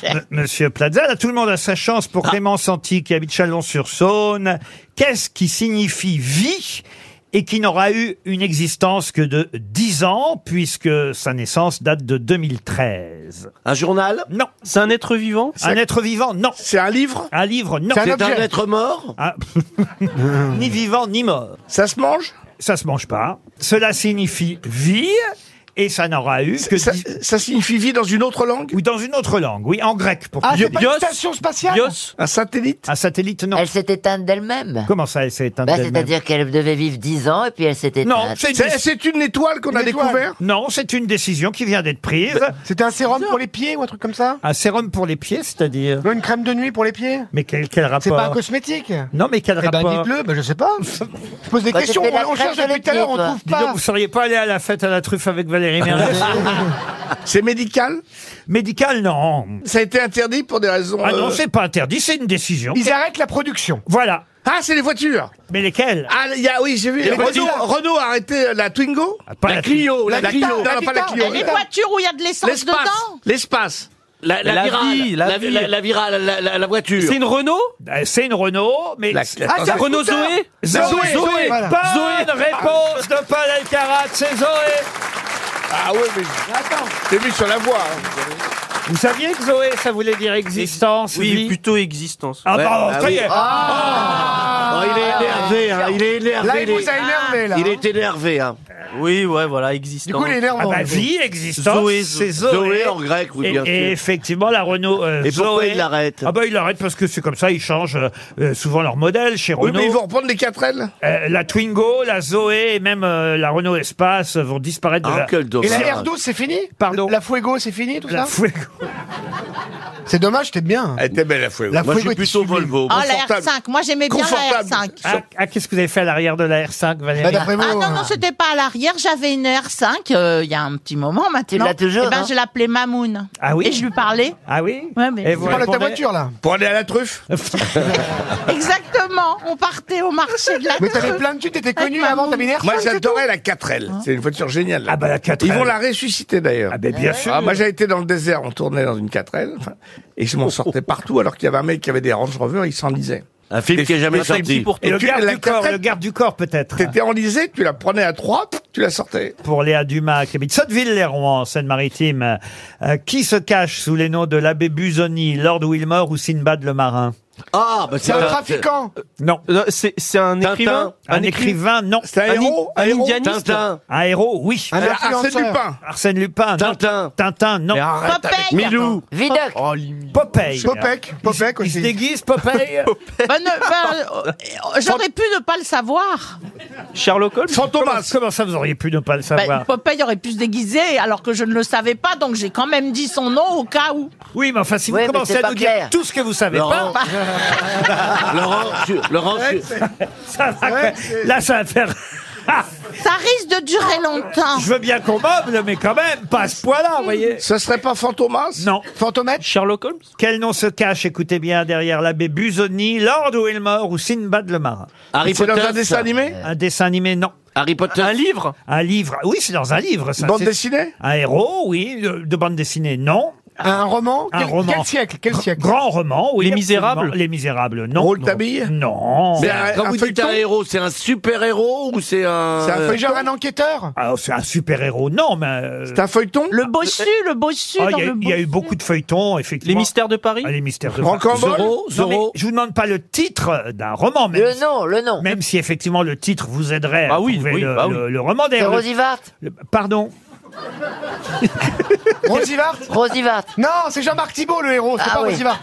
S2: M- Monsieur Plaza, là, tout le monde a sa chance
S3: Ah.
S2: pour Clément Santi qui habite Chalon-sur-Saône. Qu'est-ce qui signifie vie et qui n'aura eu une existence que de 10 ans puisque sa naissance date de 2013
S3: Un journal
S2: Non.
S8: C'est un être vivant
S2: Un être vivant, non.
S9: C'est un livre
S2: Un livre, non.
S9: C'est un C'est un objet.
S3: être mort
S2: Ah. Ni vivant, ni mort.
S9: Ça se mange
S2: Ça se mange pas. Cela signifie vie, et ça n'aura eu que...
S9: ça,
S2: dix-
S9: ça signifie vie dans une autre langue
S2: Ou dans une autre langue, oui, en grec. Pour
S9: Ah,
S2: tout
S9: c'est
S2: dire.
S9: pas une station spatiale
S8: Bios
S9: Un satellite
S2: Un satellite, non.
S6: Elle s'est éteinte d'elle-même.
S2: Comment ça, elle s'est éteinte
S6: Bah,
S2: d'elle-même
S6: C'est-à-dire qu'elle devait vivre 10 ans et puis elle s'est éteinte.
S2: Non, c'est une,
S9: C'est- C'est une étoile qu'on a découvert
S2: non, c'est une décision qui vient d'être prise.
S5: Bah, C'était un sérum pour les pieds ou un truc comme ça
S2: Un sérum pour les pieds, c'est-à-dire...
S5: Non, une crème de nuit pour les pieds
S2: Mais quel, quel rapport
S5: C'est pas un cosmétique
S2: Non, mais quel
S5: Eh ben,
S2: rapport
S5: dites-le, ben, je sais pas. Je pose des
S6: Bah,
S5: questions,
S6: tu fais la
S5: on, on
S6: crème
S5: cherche
S6: sur les
S5: depuis tout à l'heure, on
S6: pieds,
S5: trouve
S2: Dis donc,
S5: pas.
S2: vous seriez pas allé à la fête à la truffe avec Valérie Mérès
S9: C'est médical
S2: Médical, non.
S9: Ça a été interdit pour des raisons.
S2: Ah
S9: euh,
S2: non, c'est pas interdit, c'est une décision.
S5: Ils arrêtent la production.
S2: Voilà.
S9: Ah, c'est les voitures
S2: Mais lesquels
S9: Ah, il y a, oui, j'ai vu.
S2: Les
S9: Renault,
S2: voitures.
S9: Renault a arrêté la Twingo
S2: Ah, pas la
S9: Clio. La,
S5: la
S9: Clio.
S5: Vita,
S9: Non,
S5: la
S9: pas la
S5: Vita.
S9: Clio.
S7: Les voitures où il y a de l'essence dedans
S9: L'espace.
S3: La, la,
S8: La
S3: virale,
S8: vie, la vie.
S3: La, la virale, la, la- la voiture.
S8: C'est une Renault
S2: Euh, C'est une Renault, mais...
S9: La- la- Ah, c'est un
S8: Renault
S9: scooter.
S8: Zoé
S2: Zoé,
S9: Zoé, Zoé,
S5: voilà.
S2: Bonne réponse de Paul Elkarat, c'est Zoé.
S9: Ah ouais, mais j'ai vu sur la voie. hein.
S2: Vous saviez que Zoé, ça voulait dire existence,
S8: Oui,
S2: vie
S8: plutôt existence.
S2: Ah bah,
S3: bah
S2: ça y est.
S9: Ah.
S3: Oh, il est énervé, hein, il est énervé.
S5: Ah. Là, il
S3: il, est...
S5: vous a énervé, là.
S9: Ah.
S3: il est énervé. Hein.
S8: Oui, ouais, voilà,
S5: Du
S8: existence.
S5: coup, il est énervant.
S2: Ah bah, vie, existence,
S8: Zoé,
S2: c'est Zoé.
S3: Zoé en grec, oui,
S2: Et,
S3: bien
S2: et
S3: sûr.
S2: effectivement, la Renault. euh,
S3: Et pourquoi
S2: Zoé-
S3: il l'arrête
S2: Ah bah il l'arrête parce que c'est comme ça, ils changent euh, euh, souvent leur modèle chez
S9: Oui,
S2: Renault.
S9: mais ils vont reprendre les 4L
S2: Euh, la Twingo, la Zoé et même euh, la Renault Espace vont disparaître de
S3: Ah,
S2: la...
S3: quel
S5: Et la
S3: dommage.
S5: R12, c'est fini
S2: euh, Pardon.
S5: La Fuego, c'est fini, tout ça
S2: la Fuego.
S5: C'est dommage, t'es bien.
S9: Elle était belle, la fouille.
S5: La
S3: Moi, je
S5: Fuego
S3: suis
S5: est
S3: plutôt
S5: sublime.
S3: Volvo.
S7: Ah, la
S9: Confortable.
S7: R5. Moi, j'aimais bien la
S9: Confortable.
S7: R5.
S2: Ah, ah, qu'est-ce que vous avez fait à l'arrière de la R5,
S5: Bah,
S2: Valérie
S5: d'après vous,
S7: Ah non,
S5: euh,
S7: non, c'était pas à l'arrière, j'avais une R5 euh, il y a un petit moment maintenant.
S6: l'as toujours,
S7: Eh ben,
S6: hein
S7: je l'appelais Mamoun.
S2: Ah oui
S7: Et je lui parlais.
S2: Ah oui
S7: Ouais, mais-
S2: Et vous
S5: tu parles à ta
S2: répondez-
S5: voiture, là.
S9: Pour aller à la truffe
S7: Exactement, on partait au marché de la
S5: Mais t'avais
S7: truffe.
S5: plein de tu t'étais connu
S7: Avec
S5: avant,
S7: ma
S5: t'avais une
S9: Moi,
S5: R5, c'est tout.
S9: j'adorais la 4L. C'est une voiture géniale. là.
S2: Hein Ah bah la 4L.
S9: Ils vont la ressusciter, d'ailleurs.
S2: Ah ben bien sûr.
S9: Ah, moi, j'ai été dans le désert, on tournait dans une 4L, enfin, et je m'en sortais partout, alors qu'il y avait un mec qui avait des Range Rover, il s'enlisait.
S3: Un film qui est jamais sorti.
S8: pour
S2: et le
S9: tu-
S2: garde
S9: la
S2: du corps,
S9: 4L
S2: le garde du corps peut-être.
S9: T'étais enlisé, tu la prenais à 3, tu la sortais.
S2: pour Léa Dumas, qui habite Sotteville-les-Rouen, en Seine-Maritime. Euh, qui se cache sous les noms de l'abbé Busoni, Lord Wilmore ou Sinbad le marin
S3: Ah, bah
S5: C'est un trafiquant.
S2: euh, Non.
S8: C'est c'est un écrivain
S2: Un écrivain, non.
S8: C'est un héros Un indianiste
S2: Tintin. Un héros, oui.
S8: Un influenceur. Arsène Lupin.
S2: Arsène Lupin. non.
S3: Tintin.
S2: Tintin, non.
S5: arrête Popeye. avec Milou. Vidocq.
S2: Oh, Popeye.
S5: Popec, Popec
S2: Il se déguise, Popeye.
S7: Ben, ne- ben, euh, J'aurais pu ne pas le savoir.
S8: Sherlock Holmes.
S2: Fantomas. Comment ça, vous auriez pu ne pas le
S7: Ben,
S2: savoir
S7: Popeye aurait pu se déguiser alors que je ne le savais pas, donc j'ai quand même dit son nom au cas où.
S2: Oui, mais enfin, si vous
S7: Ouais, mais
S2: commencez
S7: c'est
S2: à
S7: pas
S2: nous dire
S7: clair.
S2: tout ce que vous savez
S7: Laurent.
S2: pas.
S3: Laurent, sur- Laurent, sur-
S2: ça va faire- là, ça va faire.
S7: Ça risque de durer longtemps.
S2: Je veux bien qu'on meuble, mais quand même, Ah, pas à ce point-là, vous voyez.
S5: Ce serait pas Fantomas
S2: Non.
S5: Fantomètre
S8: Sherlock Holmes.
S2: Quel nom se cache, écoutez bien, derrière l'abbé Busoni, Lord Wilmore ou Sinbad le marin Euh,
S3: Harry
S5: C'est dans
S3: Potter,
S5: un dessin
S3: ça.
S5: animé
S2: Un dessin animé, non.
S3: Harry Potter.
S8: Un livre.
S2: Un livre, oui, c'est dans un livre, ça.
S5: Bande
S2: C'est-
S5: dessinée
S2: Un héros, oui, de, de bande dessinée, non.
S5: Un roman
S2: Un
S5: Quel-
S2: roman.
S5: Quel siècle Quel siècle
S2: Grand roman, oui.
S8: Les Misérables
S2: absolument. Les Misérables, non.
S5: Rôle d'habille
S2: Non.
S3: Mais
S5: C'est un- un
S3: quand vous dites
S5: feuilleton
S3: un héros, c'est un super héros ou c'est un.
S5: C'est un
S3: euh,
S5: feuilleton un enquêteur
S2: Alors, Ah, c'est un super héros, non, mais. euh,
S5: C'est un feuilleton
S7: Le bossu, le bossu
S2: ah,
S7: dans
S2: Il y a-
S7: le
S2: il y, a eu
S7: bossu.
S2: beaucoup de feuilletons,
S8: Les
S2: effectivement.
S8: mystères de Paris.
S2: Ah, les mystères de
S5: Rancambole
S3: Zorro,
S2: Non, mais
S3: Zorro.
S2: je vous demande pas le titre d'un roman, même,
S6: Le nom, le nom.
S2: même si effectivement le titre vous aiderait à
S8: Ah oui,
S2: trouver
S8: oui,
S2: le,
S8: bah oui.
S2: le- le roman.
S6: C'est
S2: D'ailleurs, le-
S6: Rosivart
S2: le- pardon.
S5: Rosivart
S6: Rosivart.
S5: Non, c'est Jean-Marc Thibault le héros, c'est
S6: Ah
S5: pas
S6: oui.
S5: Rosivart.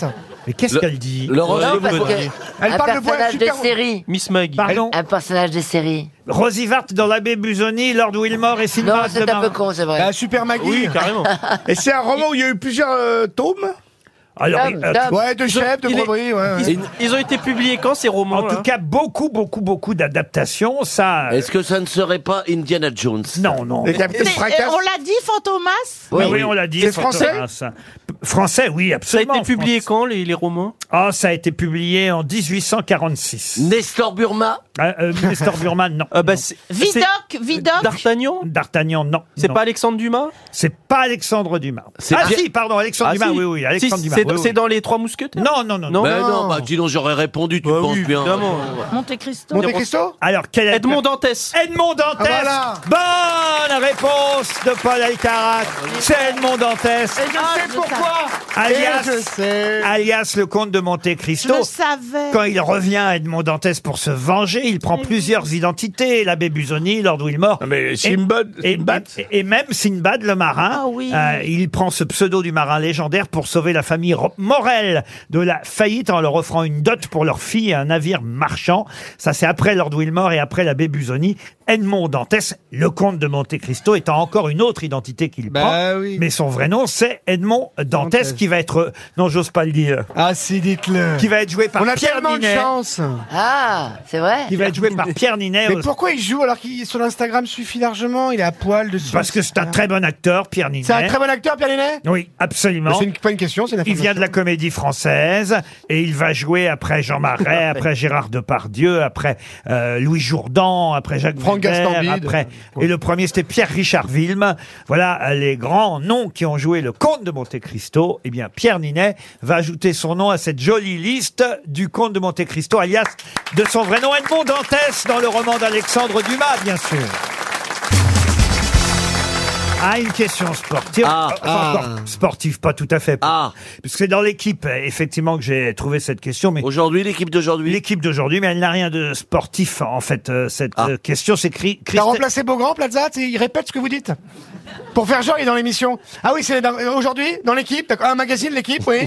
S2: Mais qu'est-ce
S3: Le-
S2: qu'elle dit
S3: Laurent,
S6: Non,
S3: je
S6: parce
S3: vous le
S6: que
S3: dis.
S5: Elle
S6: un
S5: parle de voix
S6: personnage de
S5: super-
S6: série.
S8: Miss Maggie.
S2: Pardon.
S6: Un personnage de série.
S2: Rosivart dans l'abbé Busoni, Lord Wilmore et
S6: Non,
S2: Sinbad
S6: c'est
S2: le
S6: un peu
S2: marin.
S6: con, c'est vrai.
S5: Bah, Super Maggie.
S8: Oui, carrément.
S5: Et c'est un
S2: Ah
S5: roman où il y a eu plusieurs euh, tomes
S2: Alors,
S6: Dame,
S2: euh,
S6: dame.
S5: Ouais, de chef, de
S8: il est-
S5: broderie, ouais. ouais.
S8: Ils, ils ont été publiés quand ces romans
S2: en tout cas, beaucoup, beaucoup, beaucoup d'adaptations. Ça, euh,
S3: Est-ce que ça ne serait pas Indiana Jones
S2: non, non.
S5: Et Capitaine
S7: C'est-
S5: Fracas.
S7: euh, On l'a dit, Fantomas
S2: Mais
S3: Oui,
S2: Ah oui,
S3: oui.
S2: on l'a dit.
S5: C'est
S2: Fantomas. Français, oui,
S8: Ça a
S2: absolument.
S8: été publié
S2: Français.
S8: quand les, les romans
S2: Ah, ça a été publié en 1846.
S3: Nestor Burma
S2: Ah, euh, Nestor Burman, non.
S8: Euh, bah, c'est- c'est
S7: Vidocq, Vidocq.
S8: D'Artagnan.
S2: D'Artagnan, non.
S8: C'est
S2: non.
S8: pas Alexandre Dumas
S2: C'est pas Alexandre Dumas.
S3: C'est
S2: ah
S3: Pierre-
S2: si, pardon, Alexandre
S8: Ah,
S2: Dumas,
S8: si.
S2: oui, oui,
S8: Si,
S2: Alexandre Dumas.
S8: C'est
S2: oui, oui.
S8: c'est dans les Trois Mousquetaires
S2: Non, non, non, non.
S8: Non.
S3: Ben non, bah, sinon j'aurais répondu, tu
S8: Bah
S3: penses
S8: oui,
S3: bien.
S8: évidemment.
S7: Monte Cristo.
S5: Monte Cristo
S2: Alors, quel est...
S8: Edmond Dantès.
S2: Edmond Dantès
S5: Ah,
S2: Bonne réponse de Paul Alcarat
S8: Ah,
S2: C'est Edmond Dantès,
S5: Et je
S7: Ah,
S5: sais pourquoi
S2: alias,
S5: Et je sais
S2: alias le comte de Monte
S7: Je
S2: Cristo.
S7: le savais.
S2: Quand il revient Edmond Dantès pour se venger, il
S7: Eh
S2: prend plusieurs identités, l'abbé Busoni, Lord Wilmore.
S12: mais
S2: Et, et- et même Sinbad le marin,
S7: Ah oui.
S2: euh, il prend ce pseudo du marin légendaire pour sauver la famille Ro- Morel de la faillite en leur offrant une dot pour leur fille et un navire marchand. Ça c'est après Lord Wilmore et après l'abbé Busoni. Edmond Dantès, le comte de Monte Cristo, étant encore une autre identité qu'il prend.
S5: Bah oui.
S2: Mais son vrai nom c'est Edmond Dantès qui va être, euh, non j'ose pas le dire,
S5: Ah si, dites-le
S2: qui va être joué par
S5: On a
S2: Pierre
S5: tellement
S2: Ninet.
S5: de chance
S6: Ah, c'est vrai
S2: Qui va être joué par Pierre Ninet.
S5: Mais
S2: au-
S5: pourquoi il joue alors qu'il sur l'Instagram suffit largement Il est à poil dessus.
S2: Parce que c'est un très bon acteur, Pierre Ninet.
S5: hein C'est un très bon acteur, Pierre Lenné
S2: Oui, absolument.
S5: C'est une, pas une question, c'est une
S2: Il vient de la comédie française et il va jouer après Jean Marais, après Gérard Depardieu, après euh, Louis Jourdan, après Jacques
S5: Franck
S2: Weber,
S5: Gastambide. Euh,
S2: après et le premier c'était Pierre Richard Wilm. Voilà euh, les grands noms qui ont joué le comte de Monte Cristo. Eh bien Pierre Ninet va ajouter son nom à cette jolie liste du comte de Monte Cristo alias de son vrai nom Edmond Dantès dans le roman d'Alexandre Dumas bien sûr. Ah, une question sportive.
S3: Ah,
S2: Enfin, encore sportive, pas tout à fait.
S3: Ah.
S2: Parce que c'est dans l'équipe, euh, effectivement, que j'ai trouvé cette question, mais
S3: Aujourd'hui, l'équipe d'aujourd'hui.
S2: l'équipe d'aujourd'hui, mais elle n'a rien de sportif, en fait, euh, cette
S3: Ah.
S2: euh, question. C'est cri-
S5: T'as
S2: Christelle-
S5: remplacé Beaugrand, Plaza t'sais, Il répète ce que vous dites Pour faire genre, il est dans l'émission. Ah oui, c'est dans- euh, aujourd'hui, dans l'équipe, d'accord. un magazine, l'équipe, oui.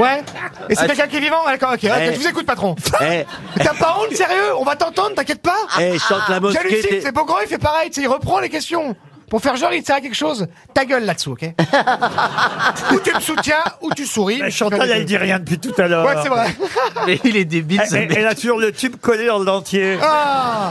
S5: Ouais. Et c'est quelqu'un qui est vivant D'accord, ok. ok, Je vous écoute, patron.
S3: Ah, Eh,
S5: Mais T'as pas honte, sérieux On va t'entendre, t'inquiète pas
S3: eh, chante la mosquée.
S5: J'hallucine,
S3: t'es-
S5: c'est Beaugrand, il fait pareil, t'sais, il reprend les questions. Pour faire genre, il sert à quelque chose. Ta gueule là-dessous, ok Ou tu me soutiens, ou tu souris.
S2: Mais
S5: mais tu fais
S2: Chantal,
S5: les
S2: elle
S5: deux.
S2: dit rien depuis tout à l'heure.
S5: Ouais, c'est vrai.
S8: Mais il est débile.
S2: Elle-
S8: ce
S2: Elle,
S8: mec.
S2: elle a toujours le tube collé dans le dentier.
S5: Ah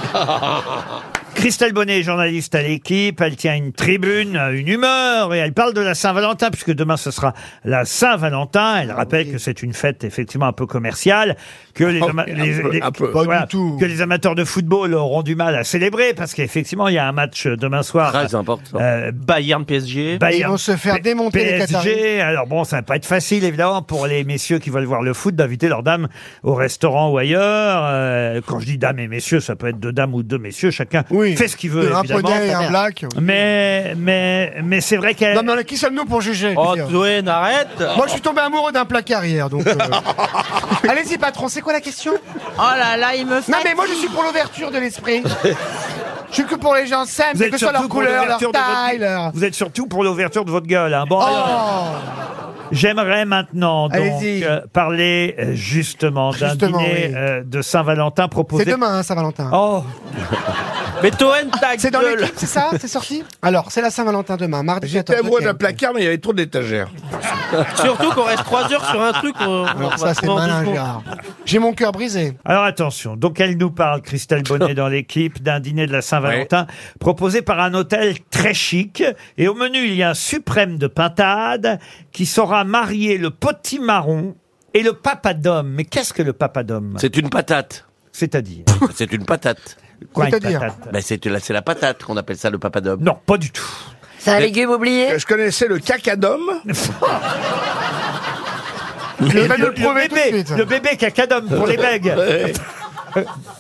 S2: Christelle Bonnet est journaliste à l'équipe. Elle tient une tribune, euh, une humeur, et elle parle de la Saint-Valentin, puisque demain ce sera la Saint-Valentin. Elle rappelle que c'est une fête effectivement un peu commerciale, que les, ama- les- les- voilà, que les amateurs de football auront du mal à célébrer, parce qu'effectivement il y a un match euh, demain soir.
S3: Très important.
S2: euh,
S8: Bayern PSG.
S2: Bayern-
S5: Ils vont se faire
S2: P-
S5: démonter, les
S2: PSG.
S5: Qataris.
S2: Alors bon, ça va pas être facile évidemment pour les messieurs qui veulent voir le foot d'inviter leurs dames au restaurant ou ailleurs. Euh, quand je dis dames et messieurs, ça peut être deux dames ou deux messieurs, chacun Il fait ce qu'il veut,
S5: Un
S2: évidemment.
S5: poney et un black.
S2: Mais, mais, mais c'est vrai qu'elle...
S5: Non, mais qui sommes-nous pour juger
S8: Oh,
S5: je veux dire
S8: Toen, arrête
S5: Moi, je suis tombé amoureux d'un placard hier, donc. euh, Allez-y, patron, c'est quoi la question
S7: Oh là là, il me fait.
S5: Non, mais moi, je suis pour l'ouverture de l'esprit. Je suis que pour les gens simples,
S2: Vous
S5: quelle
S2: êtes,
S5: que soit leur
S2: surtout pour
S5: couleur, leur
S2: l'ouverture de
S5: taille, leur.
S2: votre... vous êtes surtout pour l'ouverture de votre gueule. hein. Bon, alors,
S5: Oh
S2: j'aimerais maintenant donc
S5: Allez-y.
S2: euh, parler euh, justement d'un
S5: Justement,
S2: dîner
S5: oui.
S2: euh, de Saint-Valentin proposé.
S5: C'est demain, hein, Saint-Valentin.
S2: Oh,
S8: Mais Toen, ta
S5: C'est dans
S8: gueule.
S5: l'équipe, c'est ça C'est sorti Alors, c'est la Saint-Valentin demain, mardi 14
S9: J'étais amoureux d'un
S5: lequel
S9: placard, mais il y avait trop d'étagères.
S8: Surtout qu'on reste 3 heures sur un truc. on- on
S5: Ah, Alors,
S8: va
S5: ça, c'est
S8: prendre
S5: malin,
S8: doucement.
S5: Gérard. J'ai mon cœur brisé.
S2: alors attention. Donc elle nous parle, Christelle Bonnet dans l'équipe, d'un dîner de la Saint-Valentin proposé par un hôtel très chic. Et au menu, il y a un suprême de pintade qui saura marier le potimarron et le papadum. Mais qu'est-ce que le papadum
S3: Ah. C'est une patate.
S2: C'est-à-dire
S3: C'est une patate.
S2: quoi une
S5: C'est-à-dire
S2: patate
S3: Bah, c'est là, c'est la patate qu'on appelle ça le papadum.
S2: Non, pas du tout.
S6: C'est un légume oublié
S9: Je connaissais le cacadum.
S5: Il va
S2: le,
S5: nous le prouver tout de
S2: bébé,
S5: suite.
S2: le bébé cacadum pour les bègues.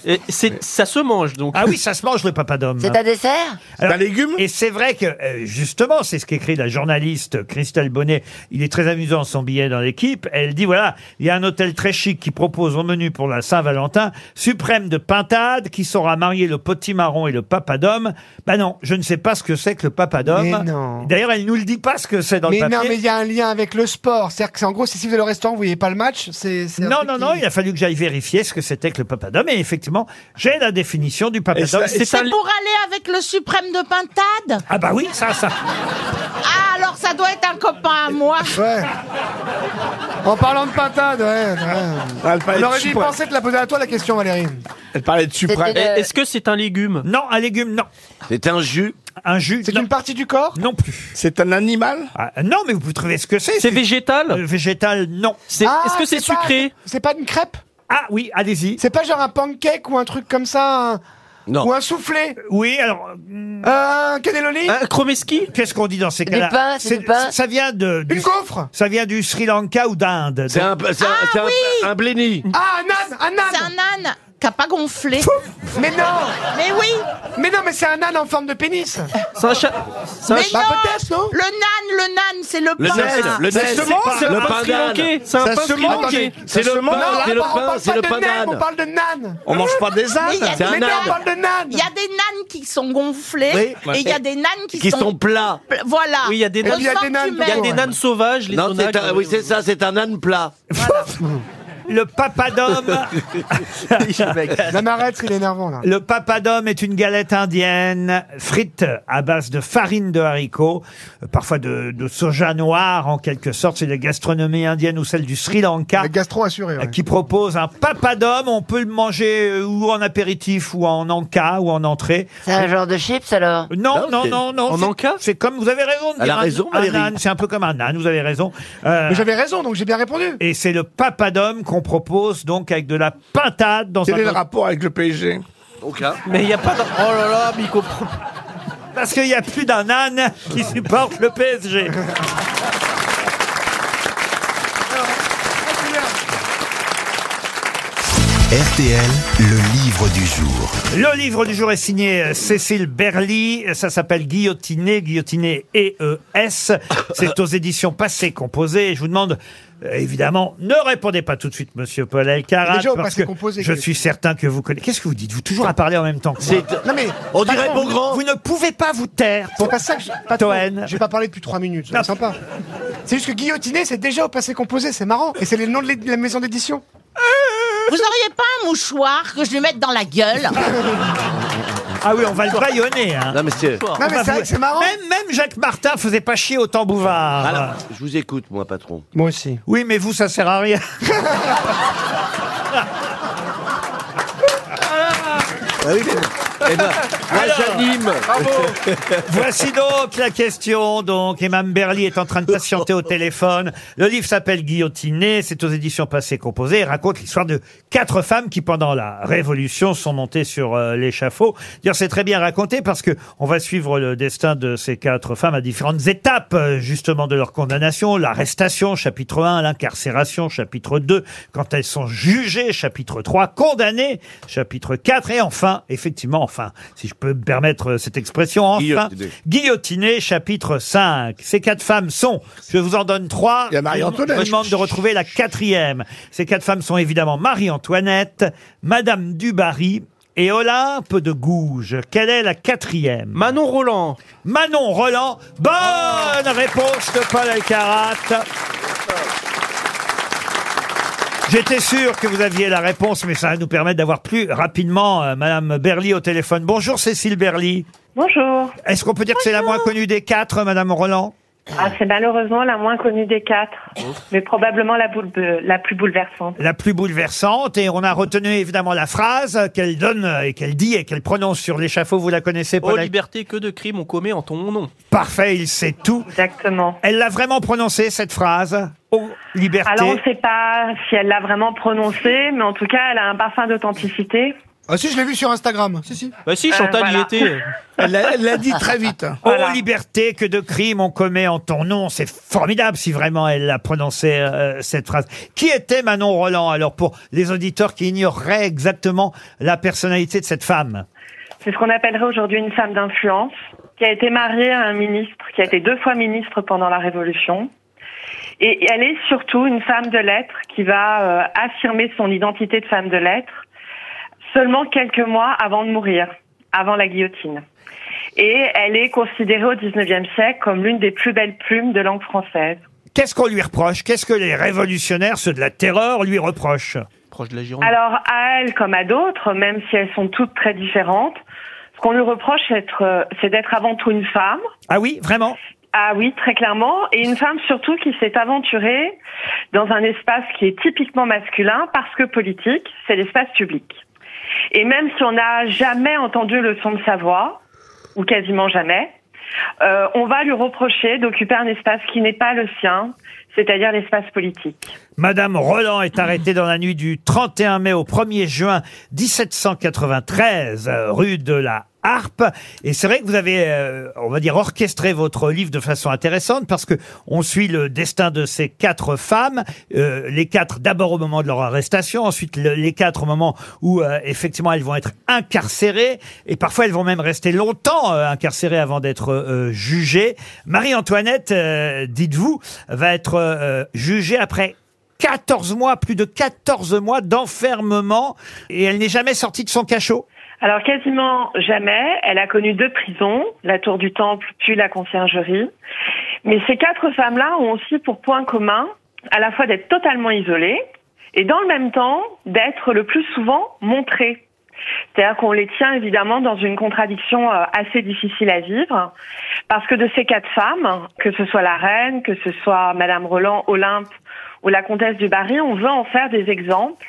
S8: Et c'est- ça se mange donc.
S2: Ah oui, ça se mange le papadum.
S6: C'est un dessert
S9: C'est un légume
S2: Et c'est vrai que, euh, justement, c'est ce qu'écrit la journaliste Christelle Bonnet. Il est très amusant son billet dans l'équipe. Elle dit, voilà, il y a un hôtel très chic qui propose au menu pour la Saint-Valentin, suprême de pintade, qui saura marier le potimarron et le papadum. Bah non, je ne sais pas ce que c'est que le papadum.
S5: Mais non.
S2: D'ailleurs, elle nous le dit pas ce que c'est dans
S5: Mais
S2: le papier.
S5: non, mais il y a un lien avec le sport. C'est-à-dire que c'est en gros, si si vous êtes au restaurant, vous voyez pas le match, c'est. c'est un
S2: Non,
S5: truc
S2: non,
S5: qui-
S2: non, il a fallu que j'aille vérifier ce que c'était que le papadum. Et effectivement, j'ai la définition du
S9: Et
S2: papadum.
S9: ça-
S2: C'est-
S7: C'est pour aller avec le suprême de pintade
S2: Ah bah oui, ça, ça.
S7: Ah, alors ça doit être un copain à moi.
S5: Ouais. En parlant de pintade, ouais. ouais.
S9: Elle parlait,
S5: On
S9: de
S5: aurait dû y
S9: suprême.
S5: penser de la poser à toi la question, Valérie.
S9: Elle parlait de Eh, suprême.
S6: C'était
S5: euh,
S8: Est-ce que c'est un légume
S2: Non, un légume, non.
S3: C'est un jus.
S2: Un jus,
S5: C'est
S2: non.
S5: une partie du corps
S2: Non plus.
S9: C'est un animal
S2: Ah, non, mais vous pouvez trouver ce que c'est.
S8: C'est végétal
S2: Euh, végétal, non.
S8: C'est-
S5: Ah,
S8: Est-ce que c'est
S5: pas-
S8: sucré
S5: C'est pas une crêpe
S2: Ah oui, allez-y.
S5: C'est pas genre un pancake ou un truc comme ça un-
S3: Non.
S5: Ou un soufflé
S2: Oui, alors, hum,
S5: Euh, Un cannelloni
S8: Un Kromeski
S2: qu'est-ce qu'on dit dans ces
S6: Du
S2: cas-là
S6: pain, c'est du pain.
S2: Ça vient de... du-
S5: Une gaufre
S2: ça vient du Sri Lanka ou d'Inde. Ah
S3: C'est un, c'est un, c'est un- un bléni.
S5: Ah, un âne Un
S7: C'est
S5: âne
S7: un âne qui a pas gonflé.
S5: Mais non
S7: Mais oui
S5: Mais non, mais c'est un âne en forme de pénis
S8: C'est un chat. C'est un
S7: Mais
S8: chat.
S5: Bah
S7: non
S5: peut-être, non
S7: Le nan, le nan, c'est le
S3: Le
S7: pain.
S3: nez, le nez,
S5: semence,
S8: C'est un
S3: le
S8: pain
S3: pain
S8: Sri
S3: d'âne.
S8: Lankais. C'est un
S9: Ça
S8: pain
S9: se
S8: Sri
S9: mange.
S8: Lankais.
S3: C'est
S9: Ça se
S3: le
S9: mange.
S3: pain, c'est
S5: on
S3: le
S5: parle- on
S3: pain,
S5: parle
S3: c'est le
S5: pas
S3: pain
S5: de naine, on
S3: d'âne.
S5: parle de nan
S9: On mange pas
S7: Mais
S9: des
S7: il y a
S9: ânes.
S7: des-
S3: C'est un
S5: Mais non, on
S3: âne.
S5: parle de nan
S7: Il y a des nanes qui sont gonflées
S3: Oui, ouais.
S7: et il y a des nanes qui,
S3: Qui sont plats.
S7: pl- Ah, Voilà.
S8: Oui, il y a des
S7: Aux
S8: nanes- il
S5: y a des
S7: formes
S5: nanes
S7: humaines.
S8: Il y a des
S5: Ouais.
S8: nanes sauvages, les
S3: Non, c'est
S8: onagres.
S3: un, oui, c'est ça, c'est un âne plat.
S2: Le papadum,
S5: La m'arrête, il est énervant, là
S2: le papadum est une galette indienne frite à base de farine de haricots, euh, parfois de, de soja noir en quelque sorte. C'est la gastronomie indienne ou celle du Sri Lanka.
S5: Le gastro assuré,
S2: Euh,
S5: ouais.
S2: qui propose un papadum. On peut le manger euh, ou en apéritif, ou en encas, ou en entrée.
S6: C'est un genre de chips alors
S2: Non,
S3: Non,
S2: non,
S3: c'est-
S2: non, non.
S8: en
S2: c'est-
S8: encas
S2: C'est comme vous avez raison. De
S3: Elle
S2: dire
S3: a
S2: un-
S3: raison,
S2: un
S3: Valérie.
S2: âne, C'est un peu comme un âne. Vous avez raison. Euh,
S5: Mais j'avais raison, donc j'ai bien répondu
S2: et c'est le papadum qu'on propose donc avec de la pintade dans
S9: Quel est le
S2: un
S9: rapport avec le PSG
S3: Aucun.
S8: Mais il n'y a pas. de- Oh là là, mais il comprend.
S2: parce qu'il n'y a plus d'un âne qui supporte le PSG.
S1: RTL, le livre du jour.
S2: Le livre du jour est signé euh, Cécile Berly. Ça s'appelle Guillotiné, Guillotiné E-E-S. C'est aux éditions Passé Composé. Et je vous demande, euh, évidemment, ne répondez pas tout de suite, monsieur Paul Elkarat.
S5: Déjà au
S2: parce
S5: Passé
S2: que
S5: Composé,
S2: je
S5: que-
S2: suis certain que vous connaissez. Qu'est-ce que vous dites Vous toujours à parler en même temps que moi.
S3: C'est-
S5: Non mais,
S3: On dirait mon grand.
S2: Vous ne pouvez pas vous taire.
S5: c'est pas ça que je... patron,
S2: Toen.
S5: J'ai pas parlé depuis 3 minutes,
S2: Non.
S5: c'est sympa C'est juste que guillotiner, c'est déjà au passé composé, c'est marrant Et c'est le nom de l'é- de la maison d'édition
S7: Vous auriez pas un mouchoir que je lui mette dans la gueule
S2: Ah oui, on va le baïonner. hein.
S3: Non, mais c'est.
S5: Non mais c'est vrai que c'est marrant
S2: Même, même Jacques Martin faisait pas chier autant Bouvard.
S3: Alors, je vous écoute, moi, patron.
S5: Moi aussi
S2: Oui, mais vous, ça sert à rien.
S3: Eh ben, moi, j'anime.
S2: Voici donc la question. Donc, et Mme Berly est en train de patienter au téléphone. Le livre s'appelle Guillotiné. C'est aux éditions Passé Composé. Il raconte l'histoire de quatre femmes qui, pendant la Révolution, sont montées sur euh, l'échafaud. D'ailleurs, c'est très bien raconté parce que on va suivre le destin de ces quatre femmes à différentes étapes, euh, justement, de leur condamnation. L'arrestation, chapitre 1, l'incarcération, chapitre 2, quand elles sont jugées, chapitre 3, condamnées, chapitre 4, et enfin, effectivement, enfin, si je peux peux me permettre euh, cette expression, enfin,
S9: Guillotiné.
S2: Guillotiné, chapitre 5. Ces quatre femmes sont, je vous en donne trois,
S9: Il y a Marie-Antoinette.
S2: je vous demande de retrouver la quatrième. Ces quatre femmes sont évidemment Marie-Antoinette, Madame Dubarry, et Olympe de Gouges, quelle est la quatrième Manon Roland. Manon Roland. Bonne réponse de Paul Alcarat. J'étais sûr que vous aviez la réponse, mais ça va nous permettre d'avoir plus rapidement euh, Madame Berly au téléphone. Bonjour Cécile Berly.
S14: Bonjour.
S2: Est-ce qu'on peut dire que c'est la moins connue des quatre, Madame Roland
S14: Ah, c'est malheureusement la moins connue des quatre, mais probablement la, boule- la plus bouleversante.
S2: La plus bouleversante, et on a retenu évidemment la phrase qu'elle donne euh, et qu'elle dit et qu'elle prononce sur l'échafaud. Vous la connaissez,
S8: Oh,
S2: Paul Alcarat
S8: liberté, que de crimes on commet en ton nom.
S2: Parfait, il sait tout.
S14: Exactement.
S2: Elle l'a vraiment prononcé, cette phrase Oh, liberté.
S14: Alors, on ne sait pas si elle l'a vraiment prononcée, mais en tout cas, elle a un parfum d'authenticité.
S5: Ah si, je l'ai vu sur Instagram. Si, si.
S8: Bah si,
S14: Euh,
S8: Chantal
S14: voilà.
S8: y était.
S2: Oh, liberté, que de crimes on commet en ton nom. C'est formidable si vraiment elle a prononcé euh, cette phrase. Qui était Manon Roland, alors, pour les auditeurs qui ignoreraient exactement la personnalité de cette femme
S14: C'est ce qu'on appellerait aujourd'hui une femme d'influence, qui a été mariée à un ministre, qui a été deux fois ministre pendant la Révolution. Et elle est surtout une femme de lettres qui va euh, affirmer son identité de femme de lettres seulement quelques mois avant de mourir, avant la guillotine. Et elle est considérée au XIXe siècle comme l'une des plus belles plumes de langue française.
S2: Qu'est-ce qu'on lui reproche Qu'est-ce que les révolutionnaires, ceux de la terreur, lui reprochent
S8: Proche de la Gironde.
S14: Alors à elle comme à d'autres, même si elles sont toutes très différentes, ce qu'on lui reproche, c'est être- euh, c'est d'être avant tout une femme.
S2: Ah oui, vraiment
S14: Ah oui, très clairement. Et une femme surtout qui s'est aventurée dans un espace qui est typiquement masculin parce que politique, c'est l'espace public. Et même si on n'a jamais entendu le son de sa voix, ou quasiment jamais, euh, on va lui reprocher d'occuper un espace qui n'est pas le sien, c'est-à-dire l'espace politique.
S2: Madame Roland est arrêtée dans la nuit du 31 mai au 1er juin 1793, euh, rue de la Harpe. Et c'est vrai que vous avez, euh, on va dire, orchestré votre livre de façon intéressante parce que on suit le destin de ces quatre femmes, euh, les quatre d'abord au moment de leur arrestation, ensuite le- les quatre au moment où euh, effectivement elles vont être incarcérées et parfois elles vont même rester longtemps euh, incarcérées avant d'être euh, jugées. Marie-Antoinette, euh, dites-vous, va être euh, jugée après 14 mois, plus de 14 mois d'enfermement et elle n'est jamais sortie de son cachot.
S14: Alors quasiment jamais. Elle a connu deux prisons, la Tour du Temple puis la Conciergerie. Mais ces quatre femmes-là ont aussi pour point commun à la fois d'être totalement isolées et dans le même temps d'être le plus souvent montrées. C'est-à-dire qu'on les tient évidemment dans une contradiction euh, assez difficile à vivre, parce que de ces quatre femmes, que ce soit la reine, que ce soit Madame Roland, Olympe ou la comtesse du Barry, on veut en faire des exemples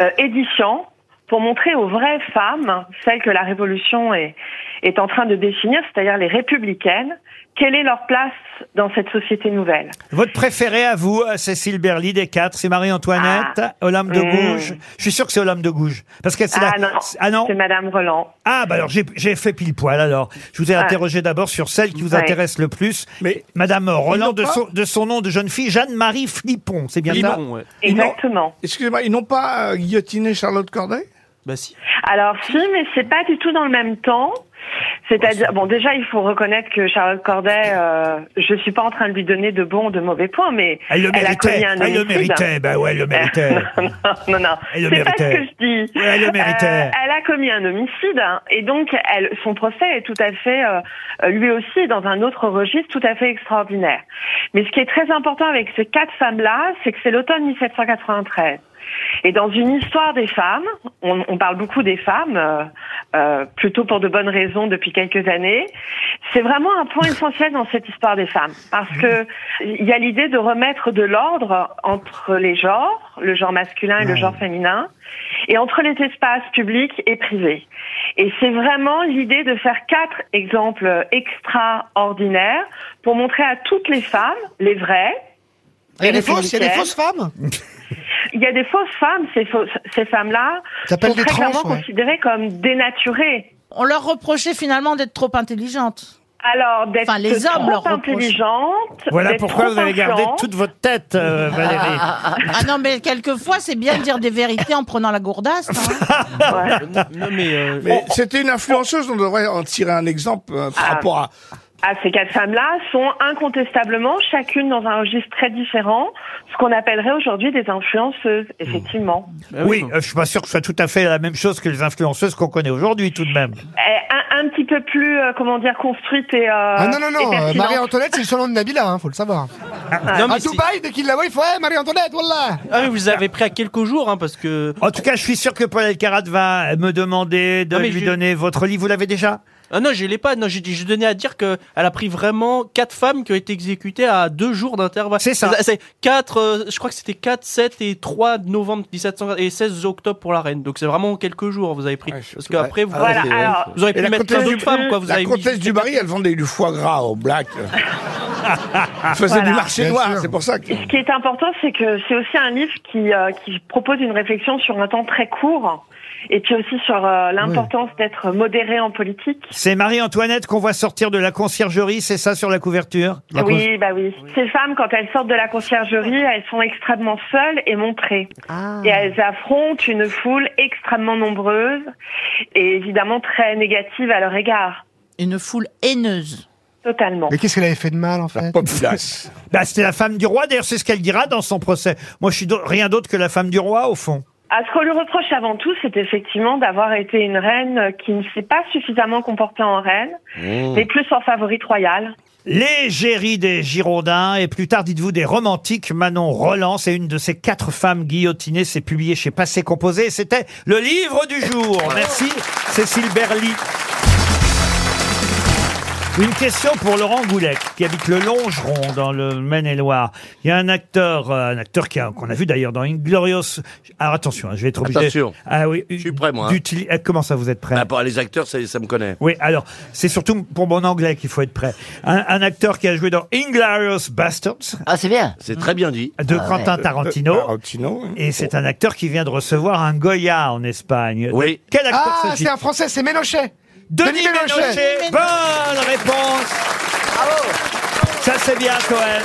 S14: euh, édifiants pour montrer aux vraies femmes, celles que la Révolution est, est en train de définir, c'est-à-dire les républicaines, quelle est leur place dans cette société nouvelle.
S2: Votre préférée à vous, euh, Cécile Berly des quatre, c'est Marie-Antoinette, Olympe de
S14: Mm.
S2: Gouges. Je suis sûr que c'est Olympe de Gouges. Parce que c'est
S14: Ah
S2: la-
S14: non, c'est Madame Roland.
S2: Ah, bah alors j'ai- j'ai fait pile poil alors. Je vous ai
S14: Ah.
S2: interrogé d'abord sur celle qui vous
S14: Ouais.
S2: intéresse le plus. Mais Madame Roland,
S9: n'ont
S2: de
S9: pas-
S2: son, de son nom de jeune fille, Jeanne-Marie Flippon, c'est bien
S9: Ils
S2: ça
S9: n'ont- ils n'ont-
S14: Exactement.
S9: Excusez-moi, ils n'ont pas euh, guillotiné Charlotte Corday
S8: Bah si.
S14: Alors si, mais c'est pas du tout dans le même temps. C'est-à-dire, bon, déjà, il faut reconnaître que Charlotte Corday, euh, je suis pas en train de lui donner de bons ou de mauvais points, mais
S2: Elle Ah, le
S14: a commis
S2: méritait,
S14: un
S2: elle le
S14: homicide.
S2: méritait, bah ouais, elle le méritait.
S14: non, non, non,
S2: Elle le
S14: c'est pas ce
S2: méritait.
S14: que je dis.
S2: Ouais, elle le méritait.
S14: elle a commis un homicide, hein, et donc elle, son procès est tout à fait, euh, euh, lui aussi, dans un autre registre tout à fait extraordinaire. Mais ce qui est très important avec ces quatre femmes-là, c'est que c'est l'automne 1793. Et dans une histoire des femmes, on, on parle beaucoup des femmes, euh, euh, plutôt pour de bonnes raisons depuis quelques années. C'est vraiment un point essentiel dans cette histoire des femmes, parce que il y a l'idée de remettre de l'ordre entre les genres, le genre masculin et le genre féminin, et entre les espaces publics et privés. Et c'est vraiment l'idée de faire quatre exemples extraordinaires pour montrer à toutes les femmes, les vraies.
S5: Il y a
S14: les
S5: des fausses, il y a des
S14: républicaines,
S5: fausses femmes.
S14: il y a des fausses femmes, ces, fausses- ces femmes-là sont
S5: S'appellent
S14: très
S5: des trans,
S14: clairement
S5: ouais.
S14: considérées comme dénaturées.
S7: On leur reprochait finalement d'être trop intelligente.
S14: Alors, d'être
S7: Enfin, les hommes
S14: trop
S7: leur reprochent.
S14: intelligente.
S2: Voilà
S14: d'être
S2: pourquoi
S14: trop
S2: vous avez gardé
S14: influente.
S2: toute votre tête, euh, Valérie.
S7: Ah non, mais quelquefois, c'est bien de dire des vérités en prenant la gourdasse. hein.
S8: Euh,
S9: Non, mais c'était une influenceuse, on devrait en tirer un exemple euh, par
S14: Ah.
S9: rapport à.
S14: Ah, ces quatre femmes-là sont incontestablement chacune dans un registre très différent, ce qu'on appellerait aujourd'hui des influenceuses, effectivement.
S2: Oui, euh, je suis pas sûr que ce soit tout à fait la même chose que les influenceuses qu'on connaît aujourd'hui, tout de même.
S14: Eh, Un, un petit peu plus, euh, comment dire, construite et. euh,
S5: Ah non, non,
S14: et
S5: non, euh,
S14: pertinente.
S5: Marie-Antoinette, c'est le surnom de Nabila, hein, faut le savoir.
S2: Ah,
S8: Non, mais
S5: à
S8: c'est-
S5: Dubaï, dès qu'il la voit, il faut Eh, Marie-Antoinette, voilà
S8: Ah oui, vous avez pris à quelques jours, hein, parce que...
S2: En tout cas, je suis sûr que Paul Elkarat va me demander de
S8: Ah, mais
S2: lui
S8: je-
S2: donner votre livre. Vous l'avez déjà
S8: Ah non, je l'ai pas. Non, j'ai dit- je tenais à dire que elle a pris vraiment quatre femmes qui ont été exécutées à deux jours d'intervalle. C'est
S2: ça.
S8: C'est quatre. euh, je crois que c'était 4, 7 et 3 novembre 1700 et 16 octobre pour la reine. Donc c'est vraiment quelques jours. Vous avez pris. Parce qu'après
S5: Ah
S8: vous,
S14: Voilà,
S8: vous,
S14: alors-
S8: aurez
S9: Et
S8: pu
S9: la
S8: mettre plein
S9: comtesse
S8: d'autres femmes. Quoi. Vous
S9: la
S8: avez mis-
S9: comtesse du Barry, elle vendait du foie gras au black. Elle faisait
S14: Voilà.
S9: du marché
S14: Ah. Bien
S9: noir,
S14: sûr.
S9: c'est pour ça que.
S14: Ce qui est important, c'est que c'est aussi un livre qui, euh, qui propose une réflexion sur un temps très court, et puis aussi sur euh, l'importance d'être modéré en politique.
S2: C'est Marie-Antoinette qu'on voit sortir de la conciergerie, c'est ça sur la
S5: Ah
S2: couverture La cons-
S14: Oui, bah oui. Ces femmes, quand elles sortent de la conciergerie, elles sont extrêmement seules et montrées.
S7: Ah.
S14: Et elles affrontent une foule extrêmement nombreuse et évidemment très négative à leur égard.
S7: Une foule haineuse.
S14: Totalement.
S5: Mais qu'est-ce qu'elle avait fait de mal, en fait
S2: Bah, C'était la femme du roi, d'ailleurs, c'est ce qu'elle dira dans son procès. Moi, je suis do- rien d'autre que la femme du roi, au fond.
S14: Ah, ce qu'on lui reproche avant tout, c'est effectivement d'avoir été une reine qui ne s'est pas suffisamment comportée en reine,
S2: Mmh.
S14: mais plus en favorite royale.
S2: L'égérie des Girondins, et plus tard, dites-vous, des romantiques, Manon Roland, c'est une de ces quatre femmes guillotinées, c'est publié chez Passé Composé, et c'était le livre du jour. Merci, Cécile Berly. Une question pour Laurent Goulec, qui habite le Longeron, dans le Maine-et-Loire. Il y a un acteur, euh, un acteur qui a- qu'on a, vu d'ailleurs dans Inglorious. Alors attention, hein, je vais être obligé.
S3: Attention.
S2: Ah oui.
S3: Je suis prêt, moi. hein.
S2: d'utili- euh, Comment ça, vous êtes prêt
S3: Par rapport à Ah, les acteurs, ça, ça me connaît.
S2: oui, alors, c'est surtout pour mon anglais qu'il faut être prêt. Un, un acteur qui a joué dans Inglorious Bastards.
S6: Ah, c'est bien.
S3: C'est très bien dit.
S2: De
S3: Ah ouais.
S2: Quentin Tarantino.
S9: Euh, Tarantino, oui.
S2: Et c'est un acteur qui vient de recevoir un Goya en Espagne.
S3: Oui.
S2: Quel acteur
S5: Ah,
S2: s'agit
S5: c'est un français, c'est Ménochet
S2: Denis, Ménochet. Bonne réponse. Ça, c'est bien, Cohen.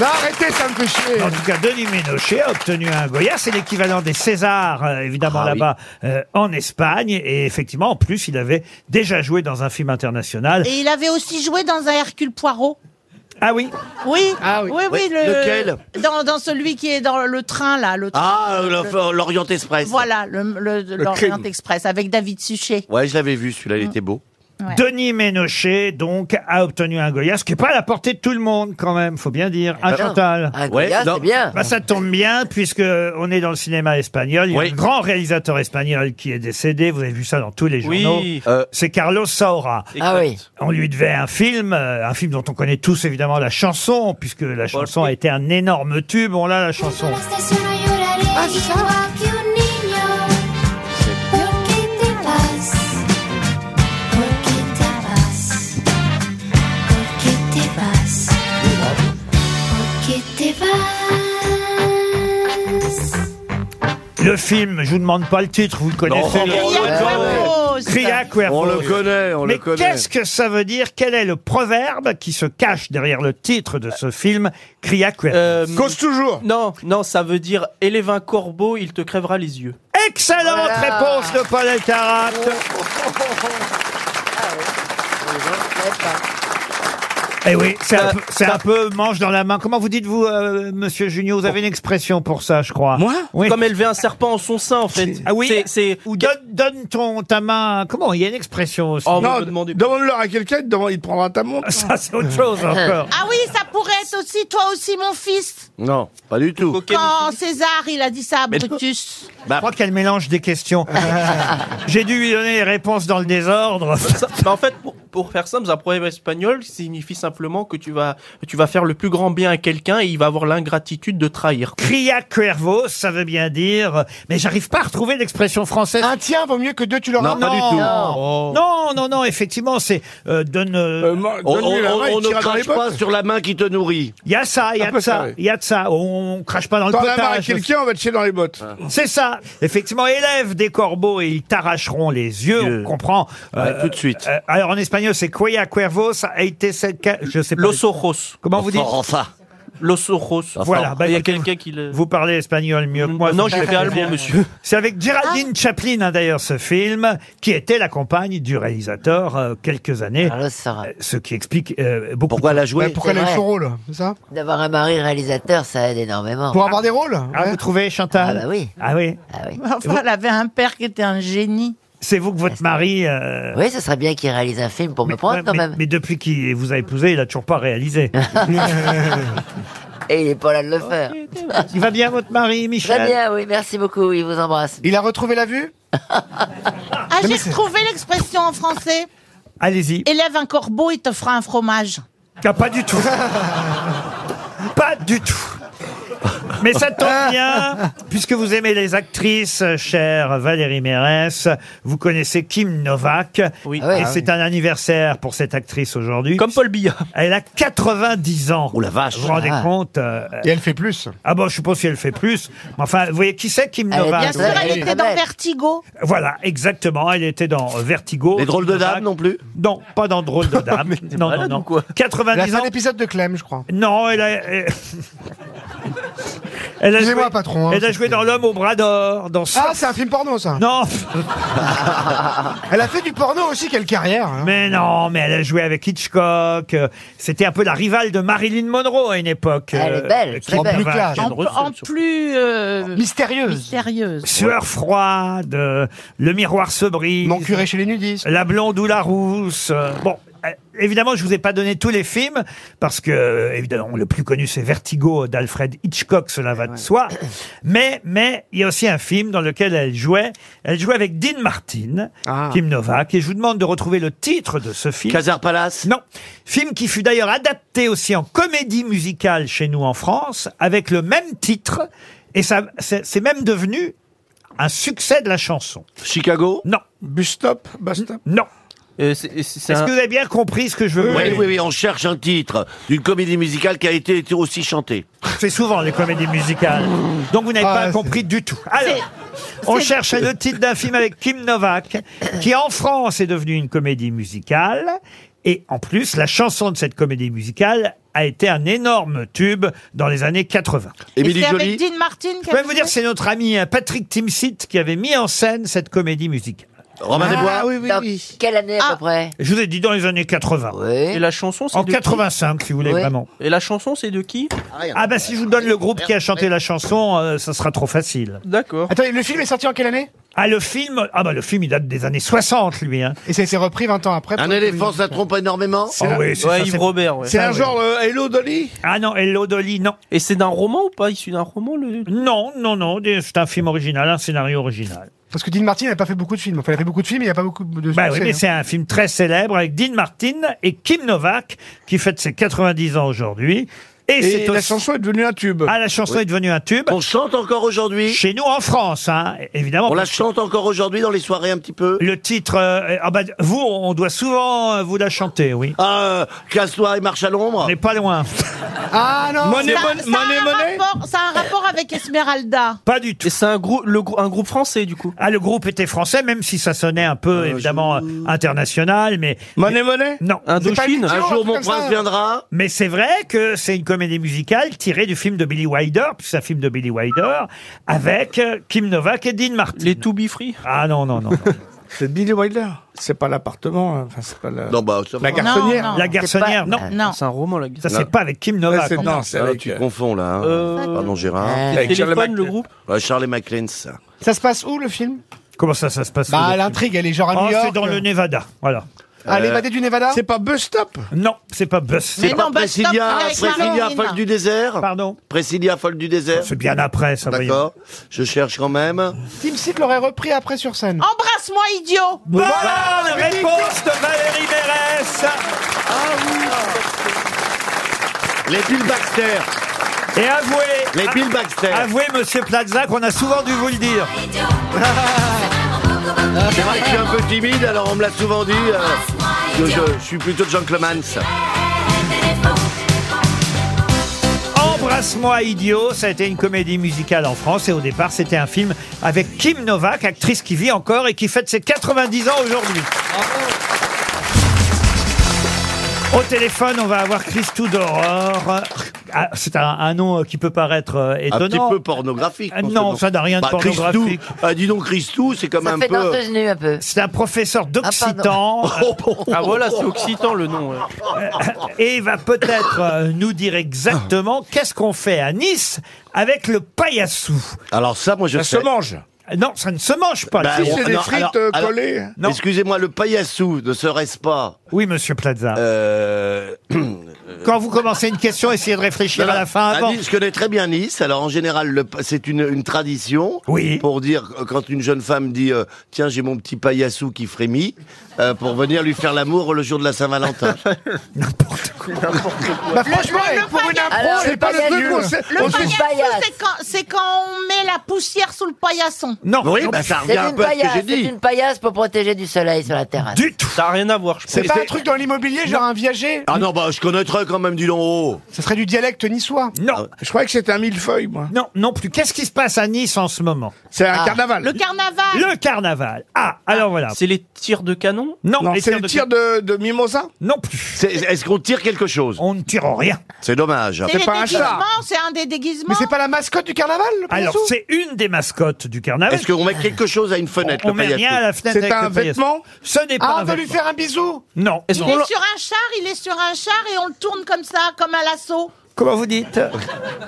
S5: Non, arrêtez, ça me fait chier
S2: En tout cas, Denis Ménochet a obtenu un Goya. C'est l'équivalent des Césars, euh, évidemment,
S5: Ah
S2: là-bas, euh, en Espagne. Et effectivement, en plus, il avait déjà joué dans un film international.
S7: Et il avait aussi joué dans un Hercule Poirot.
S2: Ah oui
S7: Oui, oui, oui.
S3: Oui,
S7: le-
S3: lequel
S7: dans, dans celui qui est dans le train, là. Le train.
S3: Ah, l'Or- l'Orient Express.
S7: Voilà, le, le- l'Orient
S3: crime.
S7: Express, avec David Suchet.
S3: Ouais, je l'avais vu, celui-là, il était beau.
S2: Denis Ménochet, donc, a obtenu un Goya, ce qui n'est pas à la portée de tout le monde, quand même, faut bien dire. Un
S6: bien.
S2: Chantal.
S6: Ah Un Goya, Ouais, non. c'est bien.
S2: Bah, ça tombe bien, puisque euh, on est dans le cinéma espagnol. Il y a un grand réalisateur espagnol qui est décédé. Vous avez vu ça dans tous les
S8: Oui.
S2: journaux. C'est Carlos Saura.
S6: Ah oui.
S2: On lui devait un film, euh, un film dont on connaît tous évidemment la chanson, puisque la chanson a été un énorme tube. On l'a la chanson. Le film, je vous demande pas le titre, vous le connaissez.
S3: Non,
S2: le-
S3: on le
S7: connaît.
S2: Cria Cuervos.
S3: On le connaît, on
S2: Mais
S3: le connaît.
S2: qu'est-ce que ça veut dire Quel est le proverbe qui se cache derrière le titre de ce film, Cria Cuervos
S8: Euh,
S9: Cause toujours
S8: Non, non, ça veut dire élève un corbeau, il te crèvera les yeux.
S2: Excellente réponse de Paul Elkarat.
S3: Oh.
S2: Eh oui, c'est
S3: Euh,
S2: un, peu- c'est un peu manche dans la main. Comment vous dites-vous, euh, monsieur Junio Vous avez une expression pour ça, je crois. Moi oui.
S8: Comme élever un serpent en son sein, en fait.
S2: Ah oui
S8: C'est- C'est.
S2: Ou donne, donne ton, ta main. Comment Il y a une expression aussi. Ah,
S8: Oh, vous
S9: Non,
S8: me demandez-
S9: demande-leur à quelqu'un, demande- il te prendra ta montre.
S2: Ça, c'est autre chose encore.
S7: Ah oui, ça pourrait être aussi, toi aussi, mon fils.
S3: Non, pas du tout.
S7: Quand César, il a dit ça à Brutus.
S2: Je crois qu'elle mélange des questions. J'ai dû lui donner les réponses dans le désordre.
S8: Ça- bah, en fait, pour, pour faire simple, un proverbe espagnol signifie simplement que tu vas, tu vas faire le plus grand bien à quelqu'un et il va avoir l'ingratitude de trahir.
S2: Cria Cuervos, ça veut bien dire. Mais j'arrive pas à retrouver l'expression française.
S9: Ah,
S5: Un tien vaut mieux que deux, tu l'auras.
S3: Non, pas du tout.
S2: Non, non, non, non, effectivement, c'est euh, donne. euh,
S9: Euh, moi,
S3: On,
S9: donne-lui
S3: on-
S9: la main,
S3: on
S9: il
S3: ne
S9: tirera dans les
S3: crache pas
S9: bottes.
S3: sur la main qui te nourrit.
S2: Il y a ça, il y a
S9: Un
S2: de
S9: peu
S2: ça,
S9: ça, oui.
S2: il y a de ça. On crache pas dans le
S9: Dans la main à
S2: potage.
S9: quelqu'un, on va te chier dans les bottes.
S3: Ah.
S2: C'est ça. Effectivement, élève des corbeaux et ils t'arracheront les yeux.
S3: Yeux.
S2: On comprend.
S3: Ouais, tout de suite.
S2: euh, alors en espagnol, mieux, c'est Coya Cuervos, Aite Selka, je sais pas. Los
S8: Ojos.
S2: Comment vous dites
S8: Los Ojos.
S2: Voilà, bah,
S8: il y a
S2: écoutez,
S8: quelqu'un qui le.
S2: Vous parlez espagnol mieux que moi.
S8: non,
S2: c'est
S8: je
S2: très
S8: fais allemand,
S2: bien.
S8: monsieur.
S2: C'est avec Géraldine
S6: Ah.
S2: Chaplin, hein, d'ailleurs, ce film, qui était la compagne du réalisateur euh, quelques années.
S6: Ah,
S2: Euh, Ce qui explique euh, beaucoup. Pourquoi elle a
S6: joué
S5: Bah, Pourquoi elle a eu
S6: C'est
S5: son
S6: vrai.
S5: rôle C'est ça
S6: D'avoir un mari réalisateur, ça aide énormément.
S5: Pour avoir des rôles
S2: Ah, vous trouvez, Chantal
S6: Ah bah oui. Ah,
S2: Ah oui.
S7: Enfin, elle avait un père qui était un génie.
S2: C'est vous que votre mari.
S6: Oui, ce serait bien qu'il réalise un film pour me prendre
S2: Ouais,
S6: quand
S2: mais,
S6: même.
S2: mais depuis qu'il vous a épousé, il a toujours pas réalisé.
S6: Et il est pas là de le faire.
S2: Oh, Il va bien, votre mari, Michel
S6: Très bien, oui, merci beaucoup, il vous embrasse.
S5: Il a retrouvé la vue
S7: Ah, j'ai retrouvé l'expression en français.
S2: Allez-y.
S7: Élève un corbeau, il te fera un fromage.
S2: Ah, pas du tout. pas du tout. Mais ça tombe bien, puisque vous aimez les actrices, euh, chère Valérie Mérès, vous connaissez Kim Novak, et
S8: Ah oui.
S2: c'est un anniversaire pour cette actrice aujourd'hui. Comme
S8: Paul Billard.
S2: Elle a 90 ans. Oh la vache Vous vous rendez
S8: Ah.
S2: compte Et elle fait plus Ah bon, je suppose qu'elle fait plus. Mais enfin, vous voyez, qui c'est Kim
S7: Elle est
S2: Novak
S7: bien sûr, elle était dans Vertigo.
S2: Voilà, exactement. Elle était dans Vertigo. Les drôles de dames non plus Non, pas dans drôles de dames. non, non, non. 90
S5: Elle a fait
S2: ans.
S5: un épisode de Clem, je crois.
S2: Non, elle a. elle- Elle a
S5: Excusez-moi,
S2: joué,
S5: patron, hein,
S2: elle a joué dans L'homme au bras d'or. Dans
S5: Ah, c'est un film porno, ça
S2: Non
S5: Elle a fait du porno aussi, quelle carrière hein.
S2: Mais non, mais elle a joué avec Hitchcock. euh, C'était un peu la rivale de Marilyn Monroe à une époque.
S7: Elle est
S2: euh,
S7: belle,
S2: qui-
S7: très belle.
S2: Enfin, qui-
S7: En, en plus... mystérieuse. Mystérieuse.
S2: Sueur froide, euh, le miroir se brise. Mon curé chez les nudistes. La blonde ou la rousse. euh, bon. euh, Évidemment, je vous ai pas donné tous les films parce que euh, évidemment le plus connu c'est Vertigo d'Alfred Hitchcock, cela va de soi. Mais mais il y a aussi un film dans lequel elle jouait. Elle jouait avec Dean Martin, Kim Novak. Et je vous demande de retrouver le titre de ce film. Casar Palace. Non, film qui fut d'ailleurs adapté aussi en comédie musicale chez nous en France avec le même titre. Et ça c'est c'est même devenu un succès de la chanson. Chicago Non. Bustop Bustop Non.
S3: Est-ce
S2: Est-ce que vous avez bien compris ce que je veux vous
S3: Oui,
S2: dire
S3: oui, oui, on cherche un titre d'une comédie musicale qui a été aussi chantée.
S2: C'est souvent les comédies musicales. Donc vous n'avez
S3: Ah,
S2: pas compris du tout. Alors, on
S8: c'est-
S2: cherche le titre d'un film avec Kim Novak, qui en France est devenu une comédie musicale. Et en plus, la chanson de cette comédie musicale a été un énorme tube dans les années 80.
S7: Et c'est avec Dean Martin
S2: Je peux vous dire, c'est notre ami hein, Patrick Timsit qui avait mis en scène cette comédie musicale.
S6: Ah, dans Quelle année à
S2: Ah.
S6: peu près
S2: Je vous ai dit dans les années 80.
S8: Et la chanson, c'est
S2: En
S8: de qui
S2: 85, si vous voulez,
S8: Oui.
S2: vraiment.
S8: Et la chanson, c'est de qui
S2: Ah bah si je vous donne le groupe qui a chanté la chanson, euh, ça sera trop facile.
S8: D'accord.
S5: Attendez, le film est sorti en quelle année
S2: Ah le film, ah bah le film il date des années 60 lui. Hein.
S5: Et ça a été repris 20 ans après.
S3: Un éléphant, ça trompe énormément
S2: Ah oui, c'est ça, c'est-
S3: C'est un genre.
S2: Hello Dolly Ah non, Hello Dolly, non.
S8: Et c'est d'un roman ou pas Issu d'un roman le...
S2: Non, non, non, des- c'est un film original, un scénario original.
S5: Parce que Dean Martin n'a pas fait beaucoup de films. Enfin, il a fait beaucoup de films, mais il n'a pas beaucoup de
S2: Bah oui,
S5: succès,
S2: mais
S5: hein.
S2: c'est un film très célèbre avec Dean Martin et Kim Novak qui fête ses 90 ans aujourd'hui. Et,
S9: Et
S2: c'est
S9: la
S2: aussi-
S9: chanson est devenue un tube.
S2: Ah, la chanson
S9: Oui.
S2: est devenue un tube.
S3: On chante encore aujourd'hui.
S2: Chez nous en France, hein, évidemment.
S3: On la
S2: parce que
S3: chante encore aujourd'hui dans les soirées un petit peu.
S2: Le titre, euh, ah bah, vous, on doit souvent euh, vous la chanter, oui.
S3: Ah, euh, casse-toi et marche à l'ombre.
S2: On n'est pas loin.
S7: Ah
S2: non. Money,
S7: ça,
S2: mon-
S7: ça
S2: money,
S7: a un
S2: money.
S7: rapport, ça a un rapport avec Esmeralda.
S2: Pas du tout.
S8: Et c'est un, grou- le grou- un groupe français, du coup.
S2: Ah, le groupe était français, même si ça sonnait un
S9: Ah,
S2: peu, évidemment, euh, international, mais...
S8: Monet,
S2: Monet Non.
S8: Indochine Un jour, mon prince
S3: viendra.
S2: Mais c'est vrai que c'est une comédie musicale tirée du film de Billy Wilder, puis c'est un film de Billy Wilder, avec euh, Kim Novak et Dean Martin. Les
S8: To Be Free
S2: Ah non, non, non.
S9: C'est Billy Wilder. C'est pas
S5: hein.
S9: l'appartement. Enfin, c'est pas la.
S3: Non, bah, ça
S9: la
S3: va.
S9: garçonnière.
S2: La garçonnière, non.
S8: Euh, C'est un roman, la
S2: Ça,
S8: garçonnière.
S2: c'est pas avec Kim Novak.
S9: Ouais, c'est-
S2: en
S9: non,
S2: plus.
S9: c'est avec-
S3: Ah, Tu confonds là. hein.
S8: Euh,
S3: Pardon Gérard.
S8: Euh, Avec Téléphone, Charlie Mac- le groupe
S3: Ouais, Charlie McLean, ça.
S5: Ça se passe où, le film
S2: Comment ça, ça se passe
S5: Bah,
S2: le-
S5: l'intrigue, elle est genre à
S2: Oh,
S5: New York.
S2: c'est dans le Nevada, voilà.
S5: Ah, l'évadé du Nevada
S9: Euh, C'est pas Bus Stop
S2: Non, bah, c'est pas Buzz.
S3: C'est pas Priscilla, Priscilla, folle du désert
S2: Pardon
S3: Priscilla, folle du désert
S2: C'est bien après, ça, voyons.
S3: D'accord, je cherche quand même.
S5: Tim Seed l'aurait repris après sur scène.
S7: Embrasse-moi, idiot
S2: Bonne réponse de Valérie Mérès
S5: Bah,
S3: Les Bill Baxter
S2: Et avouez
S3: Les Bill Baxter
S2: Avouez, monsieur Plaza, qu'on a souvent dû vous le dire.
S3: C'est vrai que je suis un peu timide, alors on me l'a souvent dit. euh, que je, je suis plutôt gentleman. ça.
S2: Embrasse-moi idiot, ça a été une comédie musicale en France et au départ c'était un film avec Kim Novak, actrice qui vit encore et qui fête ses 90 ans aujourd'hui. Au téléphone, on va avoir Christou d'Aurore. Ah, c'est un, un nom euh, qui peut paraître euh,
S3: Un
S2: étonnant.
S3: petit peu pornographique. Bah,
S2: Ah, non, ça n'a rien de pornographique.
S3: Christou, ah, dis donc, Christou, c'est comme
S2: Ça
S3: un
S2: fait
S3: peu.
S2: danseuse nue,
S6: un peu.
S2: C'est un professeur d'occitan.
S5: Oh,
S8: Ah voilà, c'est Occitan le nom. ouais.
S2: Euh, Et il va peut-être euh, nous dire exactement qu'est-ce qu'on fait à Nice avec le paillassou.
S3: Alors ça, moi je
S2: Ça
S3: sais.
S2: se mange. Non, ça ne se mange pas.
S3: Bah, on- non, alors-
S5: euh,
S3: alors,
S2: euh, Non.
S3: Excusez-moi, le paillassou ne serait-ce pas.
S2: Oui, monsieur Plaza.
S3: Euh.
S2: Quand vous commencez une question, essayez de réfléchir à la fin avant.
S3: À Ah, Nice, je connais très bien Nice. Alors en général, le pa- c'est une, une tradition pour dire euh, quand une jeune femme dit euh, tiens j'ai mon petit paillassou qui frémit euh, pour venir lui faire l'amour le jour de la Saint-Valentin.
S5: Bah, franchement, pour une impro,
S7: Alors,
S5: c'est pas le truc. où on sait-
S7: Le
S5: on sait-
S7: paillasson, c'est quand, c'est quand on met la poussière sous le paillasson.
S2: Non.
S3: Oui, bah, ça
S6: C'est
S3: revient un
S6: une
S3: peu à ce que
S6: paillasse,
S3: j'ai
S6: c'est
S3: dit.
S6: une paillasse pour protéger du soleil sur la terrasse.
S2: Du tout.
S8: Ça n'a rien à voir. Je
S5: C'est
S3: Mais
S5: pas
S3: c'est-
S5: un truc dans l'immobilier, genre un viager
S3: Ah non bah je connaîtrais quand même du long haut.
S5: Ça serait du dialecte niçois.
S2: oh. Non.
S9: Je croyais que c'était un millefeuille, moi.
S2: Non, non plus. Qu'est-ce qui se passe à Nice en ce moment
S9: C'est
S8: un Ah. carnaval.
S7: Le carnaval.
S2: Le carnaval. Ah, alors voilà.
S8: C'est les tirs de canon
S2: Non,
S9: Non, c'est le tir de, de Mimosa
S2: Non plus.
S3: C'est- Est-ce qu'on tire quelque chose
S2: On ne tire rien.
S3: C'est dommage.
S7: C'est les déguisements, c'est un des déguisements.
S5: Mais c'est pas la mascotte du carnaval le
S2: Alors,
S5: paillassou
S2: c'est une des mascottes du carnaval.
S3: Est-ce qu'on met quelque chose à une fenêtre
S2: On,
S3: le
S2: met rien
S3: paillassou
S2: à la fenêtre.
S3: C'est
S2: avec
S3: un
S2: le paillassou.
S3: vêtement
S2: Ce n'est pas
S5: Ah,
S2: un
S5: on veut lui
S2: vêtement.
S5: faire un bisou
S2: Non.
S7: Il est sur un char, il est sur un char et on le tourne comme ça, comme à l'assaut.
S2: Comment vous dites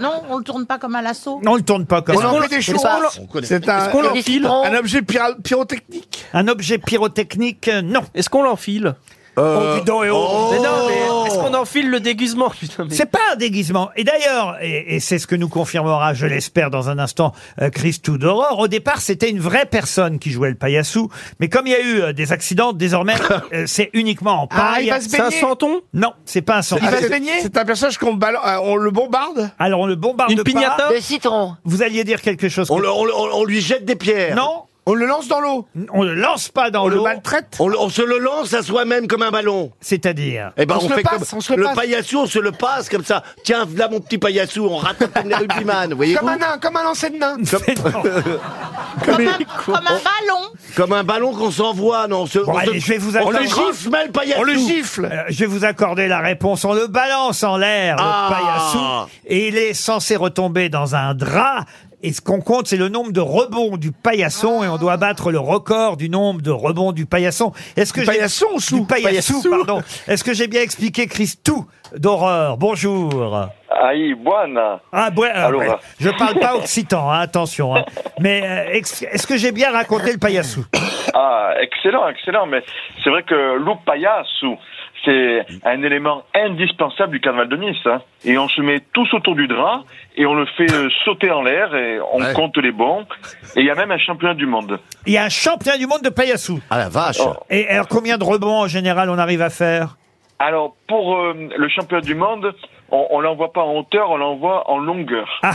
S7: Non, on le tourne pas comme à l'assaut.
S2: Non, on le tourne pas comme
S9: On en
S2: ça.
S9: fait des choses.
S3: On connaît.
S7: Ah,
S9: C'est un,
S2: Est-ce qu'on l'enfile
S9: un objet pyra- pyrotechnique.
S2: Un objet pyrotechnique, euh, non.
S8: Est-ce qu'on l'enfile Euh,
S2: Oh, dis donc, eh oh.
S8: Mais non, mais est-ce qu'on enfile le déguisement Putain, mais-
S2: C'est pas un déguisement. Et d'ailleurs, et, et c'est ce que nous confirmera, je l'espère, dans un instant, euh, Christou d'Aurore, au départ, c'était une vraie personne qui jouait le paillassou. Mais comme il y a eu euh, des accidents, désormais, euh, c'est uniquement en paille.
S5: Ah, il va se
S8: C'est un
S5: baigner
S8: santon
S2: Non, c'est pas un sang.
S5: Il va se
S9: Ah, c'est-
S5: baigner
S9: C'est un personnage qu'on balan- euh, on le bombarde
S2: Alors, on le bombarde
S8: Une
S2: pas.
S8: piñata
S6: Le citron.
S2: Vous alliez dire quelque chose.
S3: on,
S2: que-
S3: le- on le- on- on lui jette des pierres.
S2: Non,
S5: On le lance dans l'eau
S2: on le lance pas dans
S9: On le
S2: l'eau.
S9: maltraite
S3: On, le- on se le lance à soi-même comme un ballon.
S2: C'est-à-dire.
S3: Eh ben,
S5: On
S3: on,
S5: se le
S3: fait
S5: passe,
S3: comme
S5: on se le passe.
S3: paillassou, on se le passe comme ça. Tiens, là mon petit paillassou, on rattrape comme les rugbyman, voyez
S5: Comme un nain, comme un lancer de nain.
S7: Comme un, comme un ballon.
S3: Comme un ballon qu'on s'envoie, non on se-
S2: Bon,
S3: on se-
S2: allez, je vais vous
S3: on le
S2: accorder-
S3: gifle, mais le paillassou.
S9: On le gifle
S2: Euh, je vais vous accorder la réponse. On le balance en l'air,
S3: Ah.
S2: le paillassou, et il est censé retomber dans un drap. Et ce qu'on compte, c'est le nombre de rebonds du paillasson, et on doit battre le record du nombre de rebonds du paillasson. Est-ce que
S9: Du
S2: j'ai-
S9: paillasson ou sous
S2: Du paillassou,
S9: Paillassou.
S2: pardon. Est-ce que j'ai bien expliqué, Christou d'horreur Bonjour.
S13: Aïe, buona.
S2: Ah, ouais, euh,
S13: Alors,
S2: ouais.
S13: euh.
S2: je parle pas occitan, hein, attention. hein. Mais euh, ex- est-ce que j'ai bien raconté le paillassou
S13: Ah, excellent, excellent. Mais c'est vrai que le paillasso, c'est un élément indispensable du carnaval de Nice. hein. Et on se met tous autour du drap et on le fait euh, sauter en l'air et on
S3: Ouais.
S13: compte les bons. Et il y a même un championnat du monde.
S2: Il y a un championnat du monde de paillassou.
S3: Ah la vache.
S13: Oh.
S2: Et alors, combien de rebonds en général on arrive à faire
S13: Alors, pour euh, le championnat du monde, on, on l'envoie pas en hauteur, on l'envoie en longueur.
S2: Ah,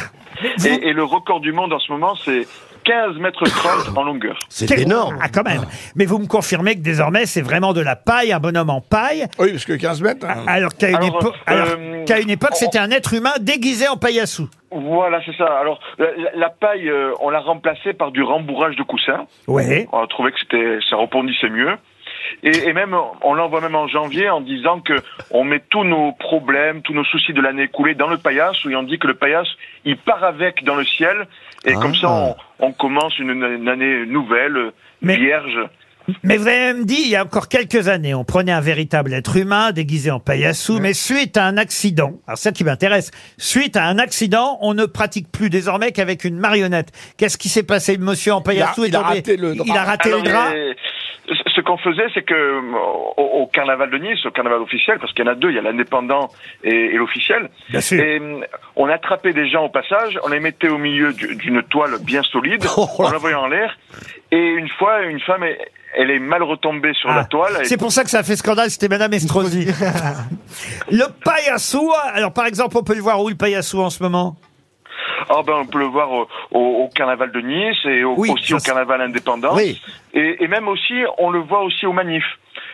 S13: Et, et le record du monde en ce moment, c'est 15 mètres 30 en longueur.
S3: C'est
S2: Quel-
S3: énorme.
S2: Ah, quand même. Mais vous me confirmez que désormais, c'est vraiment de la paille, un bonhomme en paille. Ah,
S9: Oui, parce que 15 mètres. hein.
S2: Alors qu'à une,
S13: Alors,
S2: épo-
S13: euh,
S2: alors qu'à une époque,
S13: on-
S2: c'était un être humain déguisé en paillassou.
S13: Voilà, c'est ça. Alors, la, la- la paille, euh, on l'a remplacée par du rembourrage de coussin.
S2: Oui.
S13: On a trouvé que c'était, ça rebondissait mieux. Et, et même, on l'envoie même en janvier en disant que on met tous nos problèmes, tous nos soucis de l'année écoulée dans le paillasse, où on dit que le paillasse, il part avec dans le ciel, et
S3: Ah.
S13: comme ça, on, on commence une, une année nouvelle, euh,
S2: Mais-
S13: vierge.
S2: Mais vous avez même dit, il y a encore quelques années, on prenait un véritable être humain déguisé en paillassou, mais suite à un accident, alors ça qui m'intéresse, suite à un accident, on ne pratique plus désormais qu'avec une marionnette. Qu'est-ce qui s'est passé Le monsieur en paillassou
S9: Il a- il a
S2: est tombé-
S9: raté le drap.
S2: Il a raté
S13: Alors,
S2: le drap.
S13: mais, ce- ce qu'on faisait, c'est que euh, au, au carnaval de Nice, au carnaval officiel, parce qu'il y en a deux, il y a l'indépendant et, et l'officiel.
S2: Bien sûr.
S13: Et euh, on attrapait des gens au passage, on les mettait au milieu du- d'une toile bien solide,
S2: Oh
S13: en la voyant en l'air. Et une fois, une femme, elle, elle est mal retombée sur
S2: Ah,
S13: la toile. et-
S2: C'est pour ça que ça a fait scandale, c'était Madame Estrosi. le paillassou, alors par exemple, on peut le voir où le paillassou en ce moment
S13: Ah ben, on peut le voir au, au- au carnaval de Nice et au-
S2: Oui,
S13: aussi
S2: ça,
S13: au
S2: c'est-
S13: carnaval indépendant.
S3: Oui.
S13: Et, et même aussi, on le voit aussi aux manifs.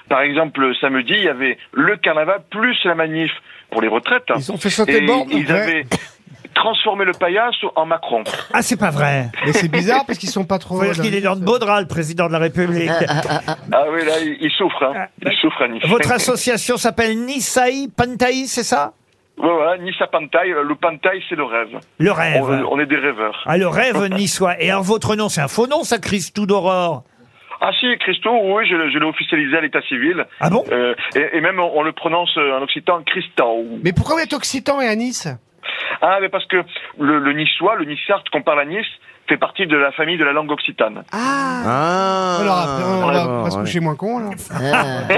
S13: Par exemple, samedi, il y avait le carnaval plus la manif pour les retraites.
S9: Ils ont fait sauter
S13: Et
S9: Borne,
S13: Ils
S9: ouais.
S13: avaient transformer le paillasse en Macron.
S2: Ah, c'est pas vrai.
S13: Mais c'est bizarre, parce
S2: qu'ils sont pas trop.
S13: là.
S2: qu'il est dans de beaux draps, le président de la République.
S13: Ah oui, là, il il souffre, hein. Il souffre, Annie.
S2: Votre association s'appelle Nisaï Pantaï, c'est ça
S13: Ouais, voilà, Nice à Pantaille. Le Pantaille, c'est le rêve.
S2: Le rêve.
S13: On, on est des rêveurs.
S2: Ah, le rêve niçois. Et alors, votre nom, c'est un faux nom, ça, Christou d'Aurore
S13: Ah si, Christo, oui, je, l'ai- je l'ai officialisé à l'état civil. Euh,
S2: Ah bon
S13: et, et même, on, on le prononce euh, en occitan, Christao.
S5: Mais pourquoi vous êtes occitan et à Nice
S13: Ah, mais parce que le, le niçois, le niçart qu'on parle à Nice, fait partie de la famille de la langue occitane.
S5: Ah Alors, après, on va- on va se
S13: ouais.
S5: coucher moins con, là.
S6: Ah.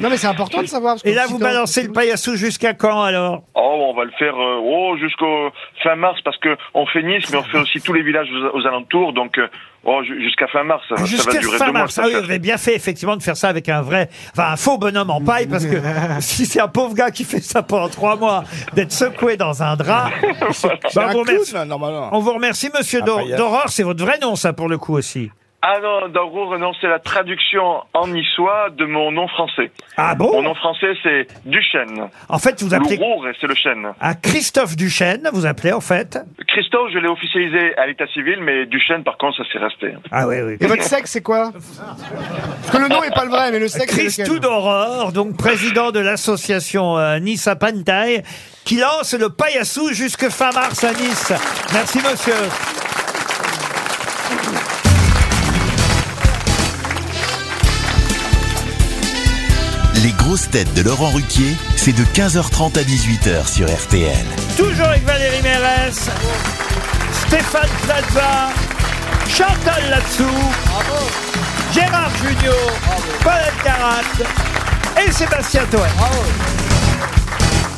S5: non, mais c'est important de savoir. parce que
S2: Et là, vous
S5: occitan-
S2: balancez le paillassou jusqu'à quand, alors
S13: Oh, on va le faire euh, oh, jusqu'au fin mars, parce que on fait Nice, mais on fait aussi tous les villages aux, aux alentours, donc euh, oh, ju- jusqu'à fin mars, ça, va- ça va
S2: Jusqu'à
S13: durer
S2: fin
S13: deux mois.
S2: mars.
S13: cette
S2: Ah oui,
S13: affaire.
S2: vous avez bien fait, effectivement, de faire ça avec un vrai, enfin, un faux bonhomme en paille, parce que si c'est un pauvre gars qui fait ça pendant trois mois, d'être secoué dans un drap.
S9: C'est un
S2: Bah, on, vous
S9: clown,
S2: remercie,
S9: là, normalement.
S2: on vous remercie, monsieur
S9: Un
S2: Dor-
S9: paillasse.
S2: Doror, c'est votre vrai nom, ça, pour le coup aussi.
S13: Ah non, Dauro, non, c'est la traduction en niçois de mon nom français.
S2: Ah bon
S13: Mon nom français, c'est Duchesne.
S2: En fait, vous appelez-
S13: L'Ourour, c'est le chêne.
S2: À Christophe Duchesne, vous appelez, en fait.
S13: Christophe, je l'ai officialisé à l'état civil, mais Duchesne, par contre, ça s'est resté.
S2: Ah oui, oui.
S5: Et votre sexe, c'est quoi Parce que le nom est pas le vrai, mais le sexe. c'est lequel
S2: Christou d'Aurore, donc président de l'association euh, Nice à Pantaille, qui lance le paillassou jusque fin mars à Nice. Merci monsieur.
S1: Les grosses têtes de Laurent Ruquier, c'est de 15h30 à 18h sur RTL.
S2: Toujours avec Valérie Mérès, Stéphane Plaza, Chantal Latsou, Gérard Junior, Paul Alcarat et Sébastien Toen.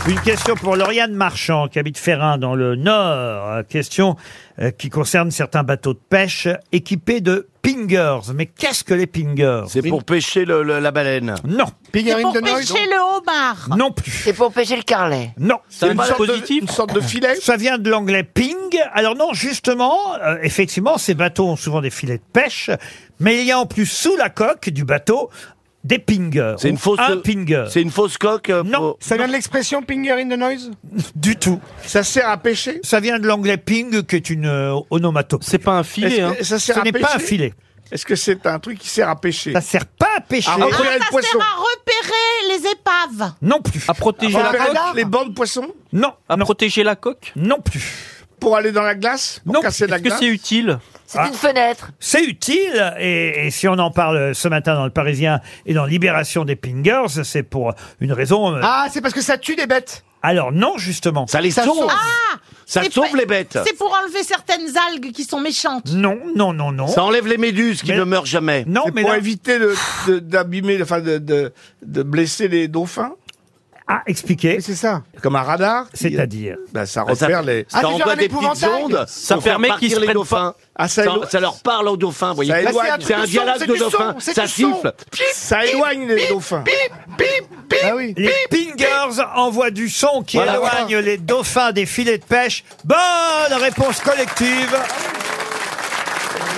S2: Une question pour Lauriane Marchand, qui habite Ferrin, dans le Nord. Euh, Question euh, qui concerne certains bateaux de pêche équipés de pingers. Mais qu'est-ce que les pingers
S3: C'est pour pêcher le- le- la baleine.
S2: Non.
S7: C'est pour pêcher le homard.
S2: Non plus.
S6: C'est pour pêcher le carlet.
S2: Non.
S6: C'est un dispositif
S2: une sorte de filet Ça vient de l'anglais ping. Alors non, justement, euh, effectivement, ces bateaux ont souvent des filets de pêche, mais il y a en plus sous la coque du bateau des pingers.
S3: C'est une
S2: Ou
S3: fausse-
S2: Un pinger.
S3: C'est une fausse coque euh, pour-
S5: Ça vient de l'expression pinger in the noise
S2: Du tout.
S5: Ça sert à pêcher
S2: Ça vient de l'anglais ping, qui est une euh, onomatopée. C'est pas un
S9: Est-ce que Ça sert
S2: Ce
S9: à
S2: n'est pas
S9: pêcher
S2: un filet.
S9: Est-ce que c'est un truc qui sert à pêcher
S2: Ça sert pas à pêcher.
S9: À
S7: Ah,
S9: repérer le
S7: ça
S9: poisson.
S7: sert à repérer les épaves.
S2: Non plus.
S8: À protéger
S9: À
S8: la
S9: repérer
S8: coque
S9: les bancs de poissons
S2: Non.
S8: À protéger la coque
S2: Non plus.
S9: Pour aller dans la glace Pour
S2: Non. Ah,
S9: casser de la
S2: Est-ce que
S9: glace
S2: c'est
S8: utile
S6: C'est une fenêtre.
S2: C'est utile, et, et si on en parle ce matin dans le Parisien et dans Libération des Pingers, c'est pour une raison... euh,
S5: Ah, c'est parce que ça tue des bêtes.
S2: Alors non, justement. Ça les
S7: Ah
S2: Ça
S7: C'est
S2: sauve
S7: pas-
S2: les bêtes.
S7: C'est pour enlever certaines algues qui sont méchantes.
S2: Non, non, non, non.
S3: Ça enlève les méduses qui ne meurent jamais.
S2: Non,
S9: C'est pour éviter de- de- d'abîmer, de, enfin de, de, de blesser les dauphins
S2: Ah, expliquez.
S5: C'est ça.
S9: Comme un radar
S2: C'est-à-dire
S9: Bah, Ça
S3: Bah, ça-
S9: repère les...
S3: ça Ah, c'est envoie genre un des petites épouvantail ondes
S9: Ça
S3: pour faire
S9: permet
S3: partir
S9: qu'ils se
S3: les
S9: prennent
S3: dauphins.
S9: pas. Ah, ça,
S3: Ça-
S9: éloigne-
S3: ça leur parle aux dauphins, vous voyez.
S9: Ça
S3: Là,
S9: éloigne.
S3: c'est un
S9: C'est du son,
S3: dialogue
S9: c'est
S3: de
S9: du son,
S3: dauphins.
S9: c'est
S3: Ça
S9: du son.
S3: siffle.
S9: Ça éloigne les dauphins.
S5: Ah oui.
S2: Les pingers envoient du son qui
S5: Voilà,
S2: éloigne les dauphins des filets de pêche. Bonne réponse collective.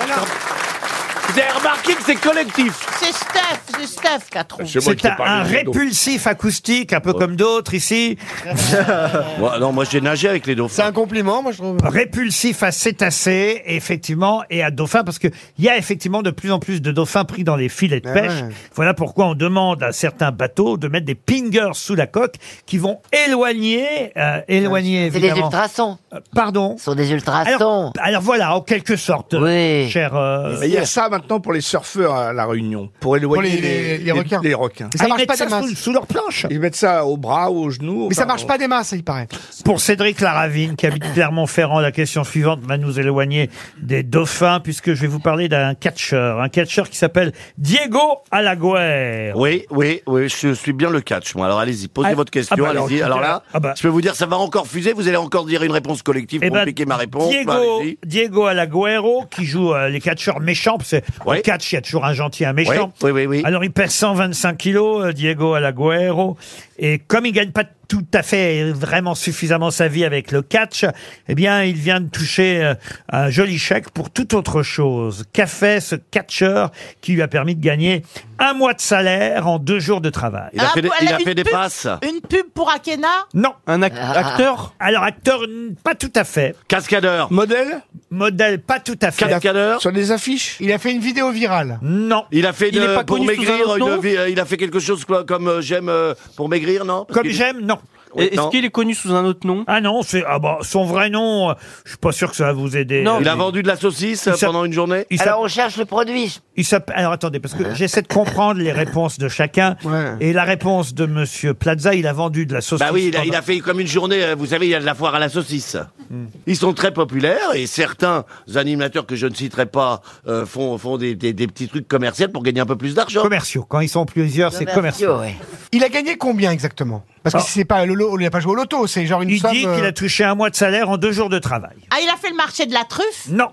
S3: Vous avez remarqué que c'est collectif.
S7: C'est Steph, c'est Steph qui a trouvé.
S2: C'est un, un répulsif acoustique, un peu comme d'autres ici.
S3: Ouais, non, moi j'ai nagé avec les dauphins.
S5: C'est un compliment, moi je trouve.
S2: Répulsif à cétacés, effectivement, et à dauphins, parce que il y a effectivement de plus en plus de dauphins pris dans les filets de
S5: Ah
S2: pêche.
S5: ouais.
S2: Voilà pourquoi on demande à certains bateaux de mettre des pingers sous la coque qui vont éloigner, euh, éloigner
S6: C'est des
S2: évidemment. Euh,
S6: ultrasons.
S2: Pardon
S6: Ce sont des ultrasons.
S2: Alors, alors voilà, en quelque sorte,
S6: Oui.
S2: cher. euh,
S9: Mais il y a ça maintenant pour les surfeurs à La Réunion, pour éloigner
S5: Pour les-
S9: les,
S5: les- les requins.
S9: les requins.
S5: Mais ça Ah, ils marche mettent pas ça des masses. sous-
S2: leur planche.
S9: Ils mettent ça au bras ou aux genoux.
S5: Mais ça
S9: enfin,
S5: marche
S9: on-
S5: pas des masses, il paraît.
S2: Pour Cédric Laravine, qui habite Clermont-Ferrand, la question suivante va nous éloigner des dauphins, puisque je vais vous parler d'un catcheur. Un catcheur qui s'appelle Diego Alaguer.
S3: Oui, oui, oui, je suis bien le catch, moi. Alors allez-y, posez
S2: Ah,
S3: votre question,
S2: ah bah alors,
S3: allez-y.
S2: écoutez,
S3: Alors, là,
S2: ah bah.
S3: je peux vous dire, ça va encore fuser, vous allez encore dire une réponse collective
S2: Eh
S3: pour
S2: ben,
S3: piquer ma réponse. Bah,
S2: Diego,
S3: allez-y.
S2: Diego Alaguero, qui joue euh, les catcheurs méchants, parce que
S3: Oui.
S2: au catch, il y a toujours un gentil et un méchant.
S3: Oui, oui, oui, oui.
S2: Alors, il pèse 125 kilos, euh, Diego Alaguero. Et comme il gagne pas tout à fait et vraiment suffisamment sa vie avec le catch, eh bien, il vient de toucher euh, un joli chèque pour toute autre chose. Qu'a fait ce catcheur qui lui a permis de gagner un mois de salaire en deux jours de travail
S3: Il a fait des- il a
S7: Ah, une
S3: fait des
S7: pub-
S3: passes.
S7: Une pub pour Akena
S2: Non. Un
S7: acteur
S2: Alors acteur, n- pas tout à fait.
S3: Cascadeur.
S2: Modèle Modèle, pas tout à fait.
S3: Cascadeur.
S2: Sur des affiches
S5: Il a fait une vidéo virale.
S2: Non.
S3: Il a fait
S2: Il
S3: de-
S2: est pas
S3: pour
S2: connu sous un
S3: maigrir,
S2: autre
S3: une
S2: nom
S3: vie- euh, il a fait quelque chose quoi, comme euh, j'aime euh, pour maigrir, non Parce
S2: Comme
S3: qu'il-
S2: j'aime, non.
S3: Oui, non.
S2: est connu sous un autre nom Ah non, c'est ah bah, son vrai nom. euh, Je suis pas sûr que ça va vous aider.
S3: il a vendu de la saucisse euh, pendant une journée.
S2: on cherche le produit. Il s'appelle- Alors attendez, parce que j'essaie de comprendre les réponses de chacun. Et la réponse de Monsieur Plaza, il a vendu de la saucisse.
S3: Bah oui, il a, il
S2: pendant-
S3: a fait comme une journée, euh, vous savez, il y a de la foire à la saucisse.
S2: Hmm.
S3: Ils sont très populaires et certains animateurs que je ne citerai pas euh, font, font des, des- des petits trucs commerciaux pour gagner un peu plus d'argent. Ah,
S2: Commerciaux. Quand ils sont plusieurs, c'est commerciaux. Ah.
S5: Il a gagné combien exactement Parce que si c'est pas le lot, il a pas joué au loto, c'est genre une
S2: Il
S5: somme. euh,
S2: dit qu'il a touché un mois de salaire en deux jours de travail.
S7: Ah, il a fait le marché de la truffe
S2: Non.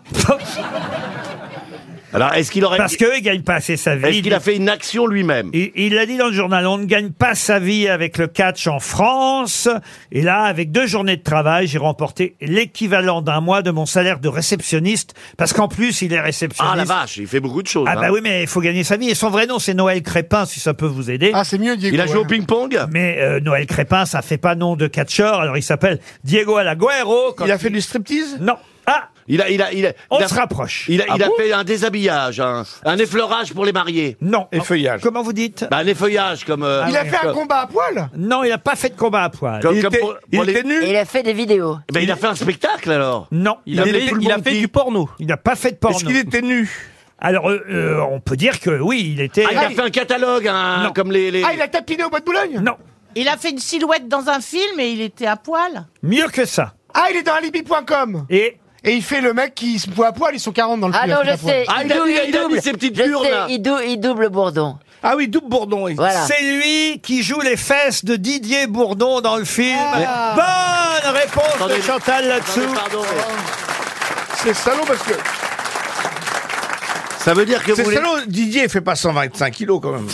S3: Alors, est-ce qu'il aurait.
S2: Parce que ne gagne pas assez sa vie.
S3: Est-ce qu'il a fait une action lui-même
S2: Il il l'a dit dans le journal, on ne gagne pas sa vie avec le catch en France. Et là, avec deux journées de travail, j'ai remporté l'équivalent d'un mois de mon salaire de réceptionniste. Parce qu'en plus, il est réceptionniste.
S3: Ah la vache, il fait beaucoup de choses.
S2: Ah bah
S3: hein.
S2: oui, mais il faut gagner sa vie. Et son vrai nom, c'est Noël Crépin, si ça peut vous aider.
S5: Ah, c'est mieux, Diego.
S2: Il a joué au
S3: ping-pong
S2: Mais euh, Noël Crépin, ça fait pas nom de catcheur. Alors, il s'appelle Diego Alaguero. Il a fait du striptease Non. Ah
S3: Il a, il a, il a,
S2: On
S3: il a-
S2: se rapproche.
S3: Il a,
S2: Ah
S3: il a
S2: bon
S3: fait un déshabillage, un, un effleurage pour les mariés.
S2: Non. Oh,
S3: Effeuillage.
S2: Comment vous dites
S3: bah, Un effeuillage comme. euh,
S5: Il a fait un
S3: comme-
S5: combat à poil
S2: Non, il n'a pas fait de combat à poil.
S3: Comme- Il comme était- pour- il pour les- était nu
S6: Et il a fait des vidéos.
S9: Eh ben,
S3: Bah, il a fait un spectacle alors.
S2: Non.
S3: Il a fait- il a fait du
S2: porno. Il n'a pas fait de porno.
S3: Est-ce qu'il
S2: était nu Alors, euh, euh, on peut dire que oui, il était.
S3: Ah, il a fait un catalogue, un- comme les. les-
S5: Ah, il a tapiné au bois de Boulogne
S2: Non.
S7: Il a fait une silhouette dans un film et il était à poil.
S2: Mieux que ça.
S5: Ah, il est dans alibi.com
S2: Et
S5: Et il fait le mec qui se voit à poil, ils sont 40 dans le
S6: Ah
S5: film,
S6: non,
S5: à
S6: je
S5: la poil.
S6: sais. il double, il double. Je sais, il, dou- il double Bourdon.
S9: Ah oui, double Bourdon. oui.
S6: Voilà.
S2: C'est lui qui joue les fesses de Didier Bourdon dans le film.
S6: Ah.
S2: Bonne réponse de Chantal là-dessous.
S9: C'est salaud parce que.
S3: Ça veut dire que
S9: C'est
S3: vous voulez-
S9: salaud, Didier fait pas 125 kilos quand même.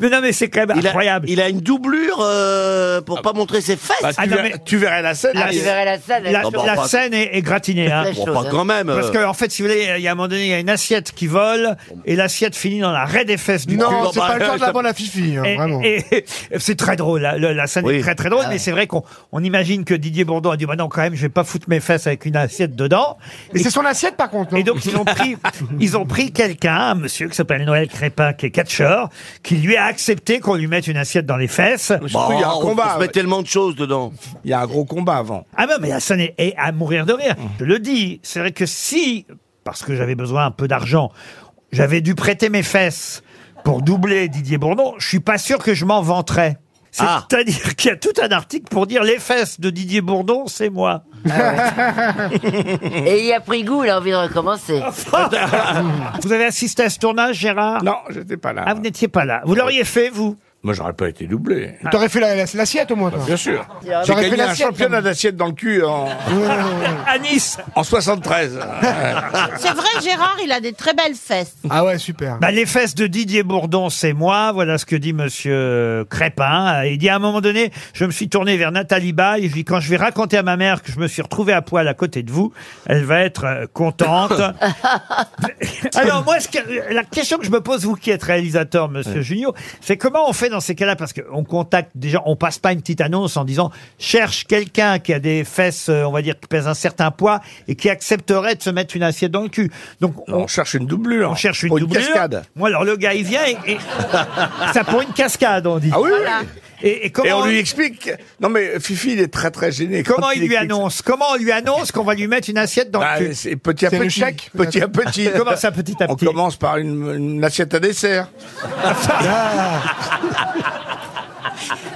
S2: mais non, mais c'est quand même incroyable. Ah.
S3: Il a une doublure euh, pour pas montrer ses fesses. Ah,
S9: Bah, tu, verrais, tu verrais la scène.
S6: Ah,
S9: elle-
S6: tu verrais la scène. elle
S2: La,
S3: bah,
S6: est-
S2: la scène est, est gratinée. hein.
S6: Très Bon, chose, pas hein.
S3: quand même,
S2: Parce
S3: euh.
S2: qu'en en fait, si vous voulez, il y a un moment donné, il y a une assiette qui vole et l'assiette finit dans la raie des fesses du cul.
S5: Non, c'est pas le genre de la bande à Fifi, hein,
S2: Et-
S5: vraiment. Ah
S2: et- c'est très drôle, la, la- la scène est très très drôle, mais c'est vrai qu'on on imagine que Didier Bourdon a dit bah non quand même, je vais pas foutre mes fesses avec une assiette dedans.
S5: Mais c'est son assiette par contre.
S2: Et donc ils ont pris, ils ont pris quelqu'un, un monsieur qui s'appelle Noël Crépin, qui est catcheur, qui lui a accepté qu'on lui mette une assiette dans les fesses.
S9: Surtout, il y a un
S3: Bah, on-
S9: combat.
S3: on se met tellement de choses dedans.
S9: Il y a un gros combat avant.
S2: Ah ben, mais la scène est, est à mourir de rire. Je le dis, c'est vrai que si, parce que j'avais besoin un peu d'argent, j'avais dû prêter mes fesses pour doubler Didier Bourdon, je suis pas sûr que je m'en vanterais. C'est-à-dire qu'il y a tout un article pour dire les fesses de Didier Bourdon, c'est moi.
S6: Et il a pris goût, il a envie de recommencer.
S2: vous avez assisté à ce tournage, Gérard
S9: Non, j'étais pas là.
S2: Ah, vous n'étiez pas là. Vous l'auriez fait, vous
S9: Moi, j'aurais pas été doublé.
S2: Ah.
S5: T'aurais fait la- la- l'assiette au moins, toi.
S9: Bien sûr.
S5: J'aurais
S9: J'ai
S5: fait
S9: gagné un
S5: l'assiette,
S9: championnat d'assiette dans le cul en,
S2: à Nice.
S9: en 73.
S7: C'est vrai, Gérard, il a des très belles fesses.
S5: Ah ouais, super.
S2: Bah, les fesses de Didier Bourdon, c'est moi. Voilà ce que dit Monsieur Crépin. Il dit à un moment donné, je me suis tourné vers Nathalie Baye. Je dis quand je vais raconter à ma mère que je me suis retrouvé à poil à côté de vous, elle va être euh, contente. Alors moi, ce que- la question que je me pose, vous qui êtes réalisateur, Monsieur Junio, c'est comment on fait dans ces cas-là parce qu'on contacte déjà, on passe pas une petite annonce en disant cherche quelqu'un qui a des fesses, euh, on va dire qui pèse un certain poids et qui accepterait de se mettre une assiette dans le cul. Donc
S9: on cherche une doublure.
S2: on cherche une,
S9: Pour une
S2: doublure.
S9: cascade.
S2: Moi, alors le gars, il vient et, et- ça pour une cascade, on dit.
S9: Ah oui, oui.
S2: Et, et comment
S9: Et on lui explique. Non, mais Fifi, il est très très gêné.
S2: Comment
S9: Quand
S2: il lui
S9: explique
S2: annonce Comment on lui annonce qu'on va lui mettre une assiette dans
S9: Bah,
S2: le cul
S9: c'est petit à
S2: Ah, C'est le
S9: petit.
S2: chèque
S9: petit à petit.
S2: Comment ça, petit à
S9: On
S2: petit
S9: commence par une, une assiette à dessert.
S10: Ah.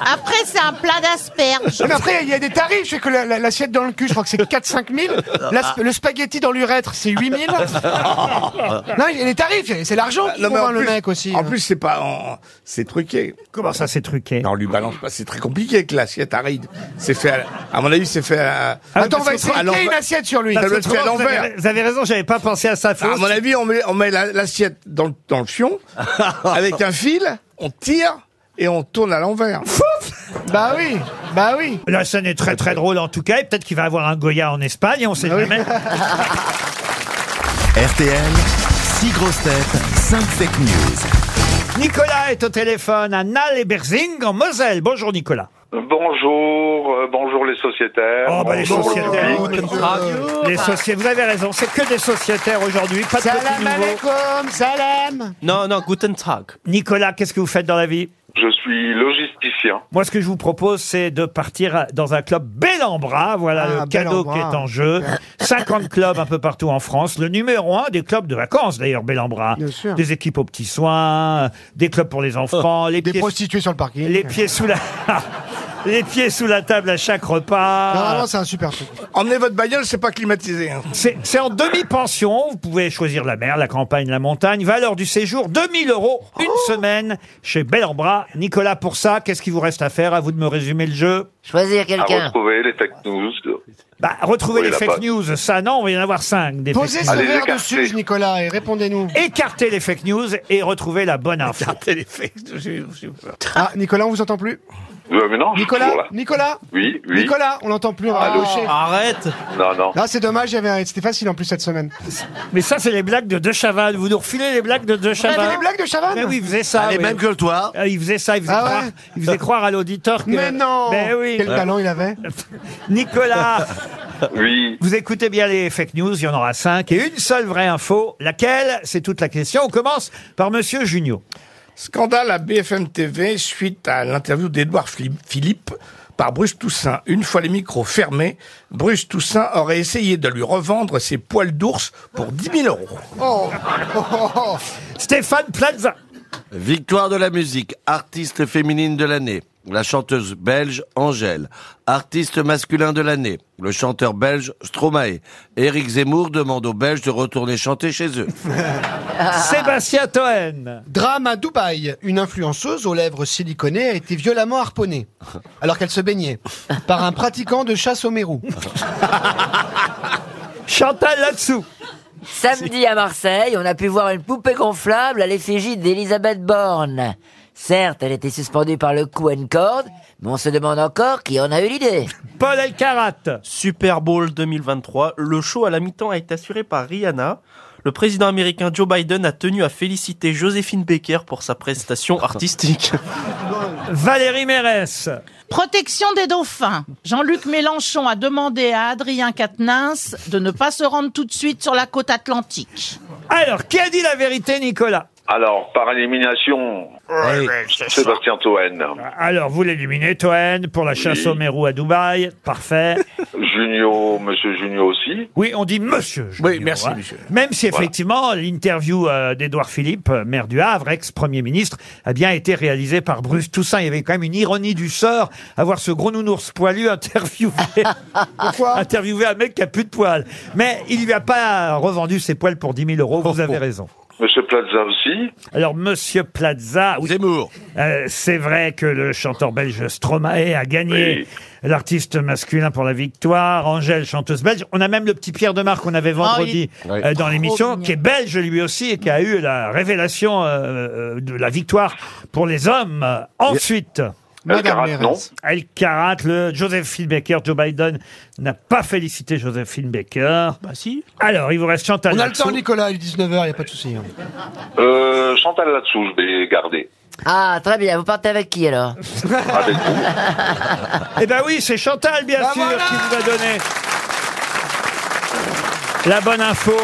S7: Après, c'est un plat d'asperges.
S5: Non, mais après, il y a des tarifs. Je sais que la- la- l'assiette dans le cul, je crois que c'est 4-5 000. La sp- le spaghetti dans l'urètre, c'est 8 000. Non, il y a les tarifs, c'est l'argent
S2: Ah,
S5: qui
S9: Bah, Non, mais en
S5: convainc le
S9: plus-
S5: mec aussi. hein.
S9: En plus, c'est pas, en- c'est truqué.
S2: Comment ça, c'est truqué
S9: Non, on lui balance pas. C'est très compliqué que l'assiette aride. C'est fait, à, à mon avis, c'est fait à.
S2: Ah
S5: Attends, on va
S9: à l'envers.
S5: expliquer une assiette sur lui.
S9: Ça
S2: Parce
S9: doit
S2: que
S9: être fait à
S2: autrement, vous avez-
S9: l'envers.
S2: Vous avez raison, j'avais pas pensé à ça. Faut
S9: À mon
S2: aussi-
S9: avis, on met, on met la- l'assiette dans, le- dans le fion, avec un fil, on tire et on tourne à l'envers.
S5: Bah oui, bah oui.
S2: La scène est très très drôle en tout cas, et peut-être qu'il va avoir un Goya en Espagne, on sait jamais.
S1: RTL, 6 grosses têtes, 5 fake news.
S2: Nicolas est au téléphone à Nal et Berzing en Moselle. Bonjour Nicolas.
S15: Bonjour, euh, bonjour les sociétaires.
S2: Oh, bah, les
S15: bonjour le
S2: sociétaires.
S15: public.
S2: Les sociétaires, vous avez raison, c'est que des sociétaires aujourd'hui, pas de petits
S5: Salam
S2: nouveaux.
S5: alaikum, salam.
S2: Non, non, Guten Tag. Nicolas, qu'est-ce que vous faites dans la vie
S15: Je suis logisticien.
S2: Moi, ce que je vous propose, c'est de partir à- dans un club bel en bras. Voilà
S5: Ah,
S2: le cadeau
S5: Bel
S2: qui
S5: en Bras.
S2: est en jeu. 50 clubs un peu partout en France. Le numéro un des clubs de vacances, d'ailleurs, bel en bras. Des équipes aux petits soins, euh, des clubs pour les enfants, les
S5: Des
S2: pieds-
S5: prostituées sur le parking.
S2: les pieds sous la... Les pieds sous la table à chaque repas.
S5: Non, vraiment, c'est un super truc.
S2: Emmenez votre bagnole, c'est pas climatisé. hein. C'est c'est en demi-pension. Vous pouvez choisir la mer, la campagne, la montagne. Valeur du séjour 2000 euros une
S5: Oh
S2: semaine chez Bel en Bras. Nicolas, pour ça, qu'est-ce qu'il vous reste à faire À vous de me résumer le jeu. Choisir
S15: À retrouver les fake news.
S2: Bah, retrouver
S15: Ah, Oui,
S2: les
S15: la
S2: fake
S15: page.
S2: news, ça non, il va y en avoir cinq. Des
S5: Posez
S2: fake
S5: ce
S2: news.
S5: verre de suge, Nicolas, et répondez-nous.
S2: Écartez les fake news et retrouvez la bonne info.
S5: Ah, Nicolas, on vous entend plus
S15: Euh, mais non, je suis
S5: Nicolas,
S15: toujours là.
S5: Nicolas
S15: Oui, oui.
S5: Nicolas, Ah. on l'entend plus, on va
S15: Allô
S5: raccrocher.
S2: Ah.
S15: Arrête Non, non.
S5: Là, c'est dommage, il y avait un- c'était facile en plus cette semaine.
S2: Mais ça, c'est les blagues de De Chavannes. Vous nous refilez les blagues de De Chavannes.
S5: avez les blagues de Chavannes
S2: Mais oui, il faisait ça.
S5: Ah, les
S2: oui.
S5: mêmes que
S3: toi.
S2: Euh, Il faisait ça, il faisait,
S5: Ah ouais
S2: croire, il faisait croire à l'auditeur que.
S5: Mais non
S2: Mais Ben oui
S5: Quel talent il avait
S2: Nicolas
S15: Oui.
S2: Vous écoutez bien les fake news, il y en aura cinq. Et une seule vraie info, laquelle C'est toute la question. On commence par Monsieur Junio.
S9: Scandale à BFM TV suite à l'interview d'Edouard Fli- Philippe par Bruce Toussaint. Une fois les micros fermés, Bruce Toussaint aurait essayé de lui revendre ses poils d'ours pour 10 000 euros.
S5: Oh,
S2: Stéphane Plaza.
S3: Victoire de la musique, artiste féminine de l'année. La chanteuse belge Angèle. Artiste masculin de l'année. Le chanteur belge Stromae. Éric Zemmour demande aux Belges de retourner chanter chez eux.
S2: Sébastien Toen.
S4: Drame à Dubaï. Une influenceuse aux lèvres siliconées a été violemment harponnée, alors qu'elle se baignait, par un pratiquant de chasse au mérou.
S2: Chantal là-dessous.
S6: Samedi à Marseille, on a pu voir une poupée gonflable à l'effigie d'Elisabeth Borne. Certes, elle était suspendue par le cou à une corde, mais on se demande encore qui en a eu l'idée.
S2: Paul Elkarat.
S8: Super Bowl 2023. Le show à la mi-temps a été assuré par Rihanna. Le président américain Joe Biden a tenu à féliciter Joséphine Baker pour sa prestation artistique.
S2: Valérie Mérès.
S7: Protection des dauphins. Jean-Luc Mélenchon a demandé à Adrien Quatennens de ne pas se rendre tout de suite sur la côte atlantique.
S2: Alors, qui a dit la vérité, Nicolas
S15: Alors, par élimination, Sébastien Toen,
S2: Alors, vous l'éliminez, Toen, pour la chasse au Mérou à Dubaï. Parfait.
S15: Junio, Monsieur Junio aussi.
S2: Oui, on dit monsieur. oui,
S15: merci, monsieur.
S2: Même si
S15: Voilà.
S2: effectivement l'interview euh, d'Édouard Philippe, euh, maire du Havre, ex-premier ministre, a bien été réalisée par Bruce Toussaint. Il y avait quand même une ironie du sort à voir ce gros nounours poilu interviewé. Pourquoi Interviewer un mec qui a plus de poils. Mais il lui a pas revendu ses poils pour 10 000 euros. Vous avez raison.
S15: Monsieur Plaza aussi.
S2: Alors, Monsieur Plaza, oui, Euh, c'est vrai que le chanteur belge Stromae a gagné l'artiste masculin pour la victoire. Angèle, chanteuse belge. On a même le petit Pierre de Marc qu'on avait vendredi
S3: il est
S2: euh, dans
S3: trop
S2: l'émission,
S3: mignon.
S2: qui est belge lui aussi et qui a eu la révélation euh, euh, de la victoire pour les hommes. Euh, Ensuite.
S15: El Karat, non.
S2: El Karat, le Josephine Baker, Joe Biden n'a pas félicité Josephine Baker. Bah si. Alors, il vous reste Chantal.
S4: On a le
S2: Latsou.
S4: temps, Nicolas, il est 19h, il n'y a pas de souci. hein.
S15: Euh, Chantal là-dessous, je vais garder.
S6: Ah, très bien, vous partez avec qui alors
S15: Avec vous.
S2: Eh ben oui, c'est Chantal,
S4: Bah,
S2: bien sûr, qui nous a donné la bonne info.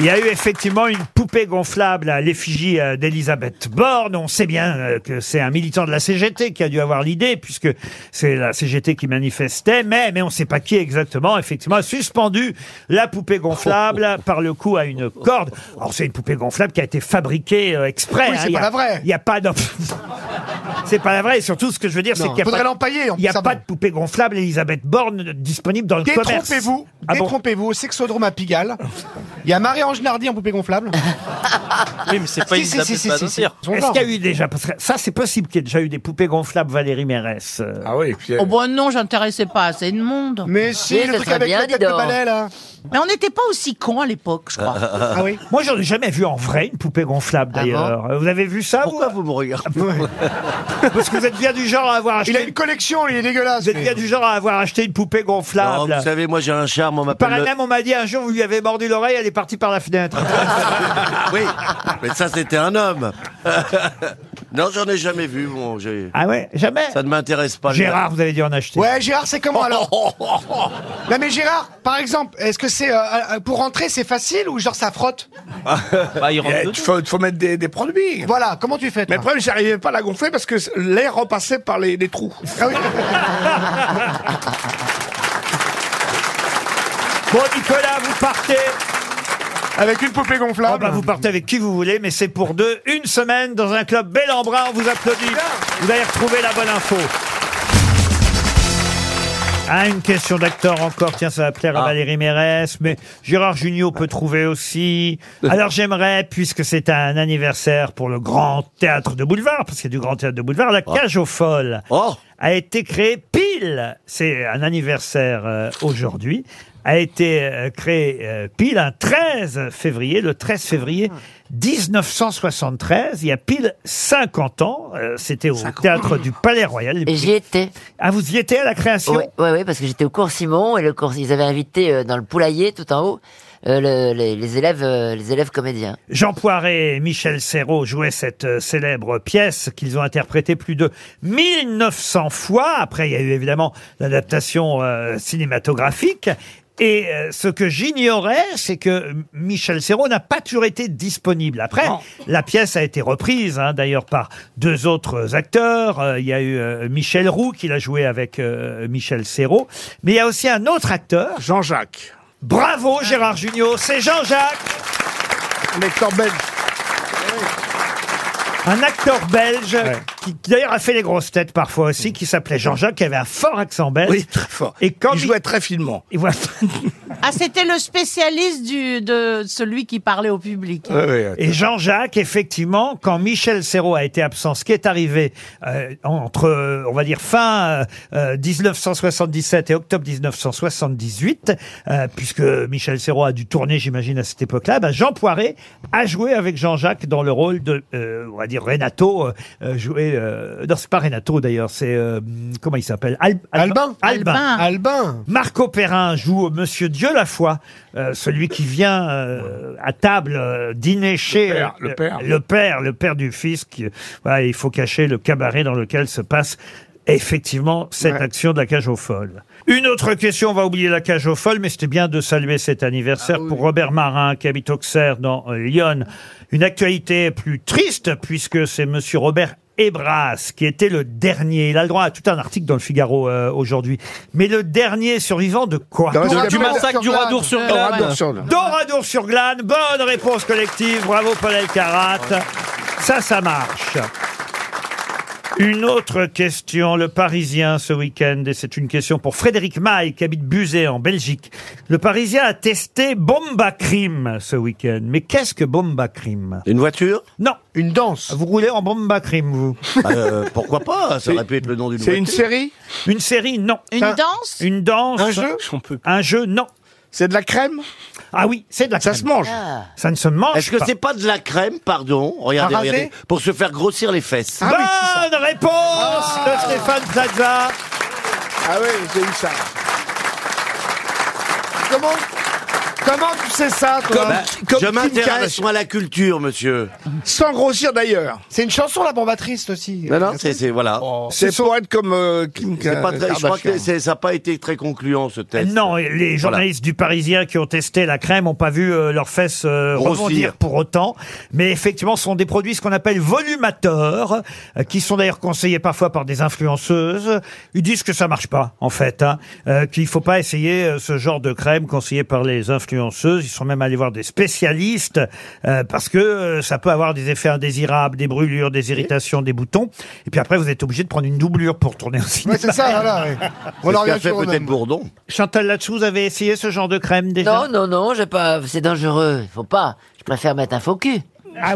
S2: Il y a eu effectivement une poupée gonflable à l'effigie euh, d'Elisabeth Borne. On sait bien euh, que c'est un militant de la CGT qui a dû avoir l'idée, puisque c'est la CGT qui manifestait, mais, mais on ne sait pas qui exactement, effectivement, a suspendu la poupée gonflable par le cou à une corde. Alors c'est une poupée gonflable qui a été fabriquée euh, exprès.
S5: Oui, c'est
S2: Il y
S5: pas
S2: a-
S5: la vraie.
S2: Il n'y a pas de... C'est pas la vraie. Et surtout, ce que je veux dire,
S5: Non,
S2: c'est qu'il n'y a
S5: faudrait
S2: pas,
S5: l'empailler, en
S2: il y a
S5: plus, ça
S2: pas
S5: va.
S2: de poupée gonflable Elisabeth Borne euh, disponible dans le commerce.
S5: Détrompez-vous,
S2: Ah bon
S5: détrompez-vous au sexodrome à Pigalle. Il y a Marie-Ange Nardi en poupée gonflable.
S8: Oui, mais c'est pas
S5: Si, si,
S8: Elisabeth
S5: si, si,
S8: Badinter.
S5: si, si. Son
S2: Est-ce
S5: genre.
S2: qu'il y a eu déjà Parce que ça, c'est possible qu'il y ait déjà eu des poupées gonflables, Valérie Mérès. euh.
S9: Ah oui, puis.
S5: euh,
S7: Oh bon non, j'intéressais pas assez de monde.
S5: Mais
S2: si, Oui, le ça truc serait avec bien, la tête dis de donc. balai, là.
S7: Mais on n'était pas aussi cons à l'époque, je
S3: Ah,
S7: crois.
S2: Ah Moi, j'en ai jamais vu en vrai une poupée gonflable,
S7: Ah bon
S2: d'ailleurs. Euh, vous avez vu ça Pourquoi
S3: vous, me regardez
S2: Parce que vous êtes bien du genre à avoir acheté.
S5: Il a une collection, il est dégueulasse.
S2: Vous êtes bien du genre à avoir acheté une poupée
S3: Non,
S2: gonflable.
S3: Oh, vous savez, moi j'ai un charme, on m'appelle.
S2: Par
S3: le-
S2: un homme, on m'a dit un jour, vous lui avez mordu l'oreille, elle est partie par la fenêtre.
S3: Oui, mais ça c'était un homme. non, j'en ai jamais vu. Bon, j'ai-
S2: ah ouais, jamais.
S3: Ça ne m'intéresse pas. le-
S2: Gérard, vous avez dû en acheter.
S5: Ouais, Gérard, c'est comment alors Non mais Gérard, par exemple, est-ce que c'est euh, euh, pour rentrer, c'est facile ou genre ça frotte
S9: il Eh, faut, faut mettre des, des produits.
S5: Voilà, comment tu fais
S9: Mais le problème, j'arrivais pas à la gonfler parce que l'air repassait par les, les trous.
S5: Ah
S2: Bon, Nicolas, vous partez. Oh, bah,
S5: Avec une poupée gonflable.
S2: vous partez avec qui vous voulez, mais c'est pour deux. Une semaine dans un club bel en bras. On vous applaudit. Vous allez retrouver la bonne info. Ah, une question d'acteur encore. Tiens, ça va plaire à Valérie Mérès, mais Gérard Junior peut trouver aussi. Alors j'aimerais, puisque c'est un anniversaire pour le grand théâtre de boulevard, parce qu'il y a du grand théâtre de boulevard, la cage aux folles a été créée pile. C'est un anniversaire euh, aujourd'hui. A été euh, créée euh, pile un 13 février, le 13 février 1973. Il y a pile 50 ans. Euh, C'était au théâtre du Palais Royal.
S6: Et j'y étais.
S2: Ah, vous y étiez à la création
S6: Oui, ouais, ouais, parce que j'étais au cours Simon et le cours, ils avaient invité euh, dans le poulailler tout en haut euh, le- les, les élèves, euh, les élèves comédiens.
S2: Jean Poiret et Michel Serrault jouaient cette euh, célèbre pièce qu'ils ont interprétée plus de 1900 fois. Après, il y a eu évidemment l'adaptation euh, cinématographique. Et euh, ce que j'ignorais, c'est que Michel Serrault n'a pas toujours été disponible. Après, la pièce a été reprise, hein, d'ailleurs, par deux autres acteurs. Euh, Il y a eu euh, Michel Roux qui l'a joué avec euh, Michel Serrault. Mais il y a aussi un autre acteur.
S9: Jean-Jacques.
S2: Bravo Gérard Junior, c'est Jean-Jacques
S9: L'acteur belge.
S2: Un acteur belge qui, qui d'ailleurs a fait les grosses têtes parfois aussi, qui s'appelait Jean-Jacques, qui avait un fort accent belge.
S9: Oui, très fort.
S2: Et quand
S9: il jouait très finement.
S2: il voit-
S7: Ah, c'était le spécialiste du, de celui qui parlait au public.
S2: Et Jean-Jacques, effectivement, quand Michel Serrault a été absent, ce qui est arrivé euh, entre, euh, on va dire, fin euh, euh, 1977 et octobre 1978, euh, puisque Michel Serrault a dû tourner, j'imagine, à cette époque-là, bah, Jean Poiret a joué avec Jean-Jacques dans le rôle de, euh, on va dire, Renato, euh, euh, joué... euh, non, c'est pas Renato, d'ailleurs, c'est... euh, comment il s'appelle Al-
S5: Albin.
S2: Albin.
S5: Albin.
S2: Marco Perrin joue Monsieur Dieu la foi, euh, celui qui vient euh, à table euh, dîner chez
S9: père,
S2: euh,
S9: le père.
S2: le père, le père du fils. Qui, voilà, il faut cacher le cabaret dans lequel se passe effectivement cette action de la cage aux folles. Une autre question, on va oublier la cage aux folles, mais c'était bien de saluer cet anniversaire pour Robert Marin qui habite Auxerre dans euh, Lyon. Une actualité plus triste puisque c'est Monsieur Robert Ebras, qui était le dernier. Il a le droit à tout un article dans le Figaro euh, aujourd'hui. Mais le dernier survivivant de quoi
S9: Dans le- Du massacre du Radour sur Glane. Radour sur Glane.
S2: Doradour-sur-Glane. Bonne réponse collective. Bravo, Paul Elkarat. Ça, ça marche. Une autre question, le Parisien ce week-end, et c'est une question pour Frédéric Maille qui habite Buzet en Belgique. Le Parisien a testé Bomba Crime ce week-end. Mais qu'est-ce que Bomba Crime
S3: Une voiture
S2: Non.
S5: Une danse
S2: Vous roulez en Bomba Crime, vous
S3: Euh, Pourquoi pas Ça aurait pu être le nom d'une voiture.
S2: série Une série, non.
S7: Une danse
S2: Une danse.
S9: Un jeu
S2: Un jeu, non.
S9: C'est de la crème
S2: Ah oui, c'est de la
S9: Ça
S2: crème.
S9: se mange.
S6: Ah.
S2: Ça ne se mange
S3: Est-ce que
S2: pas.
S3: c'est pas de la crème, pardon Oh, Regardez,
S2: À raser
S3: regardez. Pour se faire grossir les
S9: Ah
S3: fesses.
S2: Bonne réponse de Stéphane Plaza.
S9: Ah oui, j'ai eu ça.
S5: Comment Comment tu sais ça toi
S3: Comme-
S9: Bah, comme
S3: Bah, je
S9: Kim
S3: m'intéresse
S9: Kardashian.
S3: moi, à la culture, monsieur.
S9: Sans grossir d'ailleurs.
S5: C'est une chanson la bombe à triste aussi.
S3: Non, non, c'est c'est- voilà.
S9: Oh. C'est pour être comme euh, Kim
S3: C'est pas très- je crois que
S9: Kardashian.
S3: c'est- ça n'a pas été très concluant ce test.
S2: Non, et les
S3: Voilà.
S2: journalistes du Parisien qui ont testé la crème n'ont pas vu euh, leurs fesses euh,
S3: Grossir.
S2: rebondir pour autant. Mais effectivement, ce sont des produits ce qu'on appelle volumateurs, euh, qui sont d'ailleurs conseillés parfois par des influenceuses. Ils disent que ça marche pas, en fait, hein, euh, qu'il faut pas essayer euh, ce genre de crème conseillée par les influenceuses. Ils sont même allés voir des spécialistes euh, parce que euh, ça peut avoir des effets indésirables, des brûlures, des irritations, des boutons. Et puis après, vous êtes obligé de prendre une doublure pour tourner au cinéma.
S5: Ouais, c'est ça, voilà, ouais.
S6: On en revient toujours au même.
S3: Bourdon.
S2: Chantal Latsou, vous avez essayé ce genre de crème déjà
S6: Non, non, non, j'ai pas. C'est dangereux. Il faut pas. Je préfère mettre un faux cul.
S2: Ah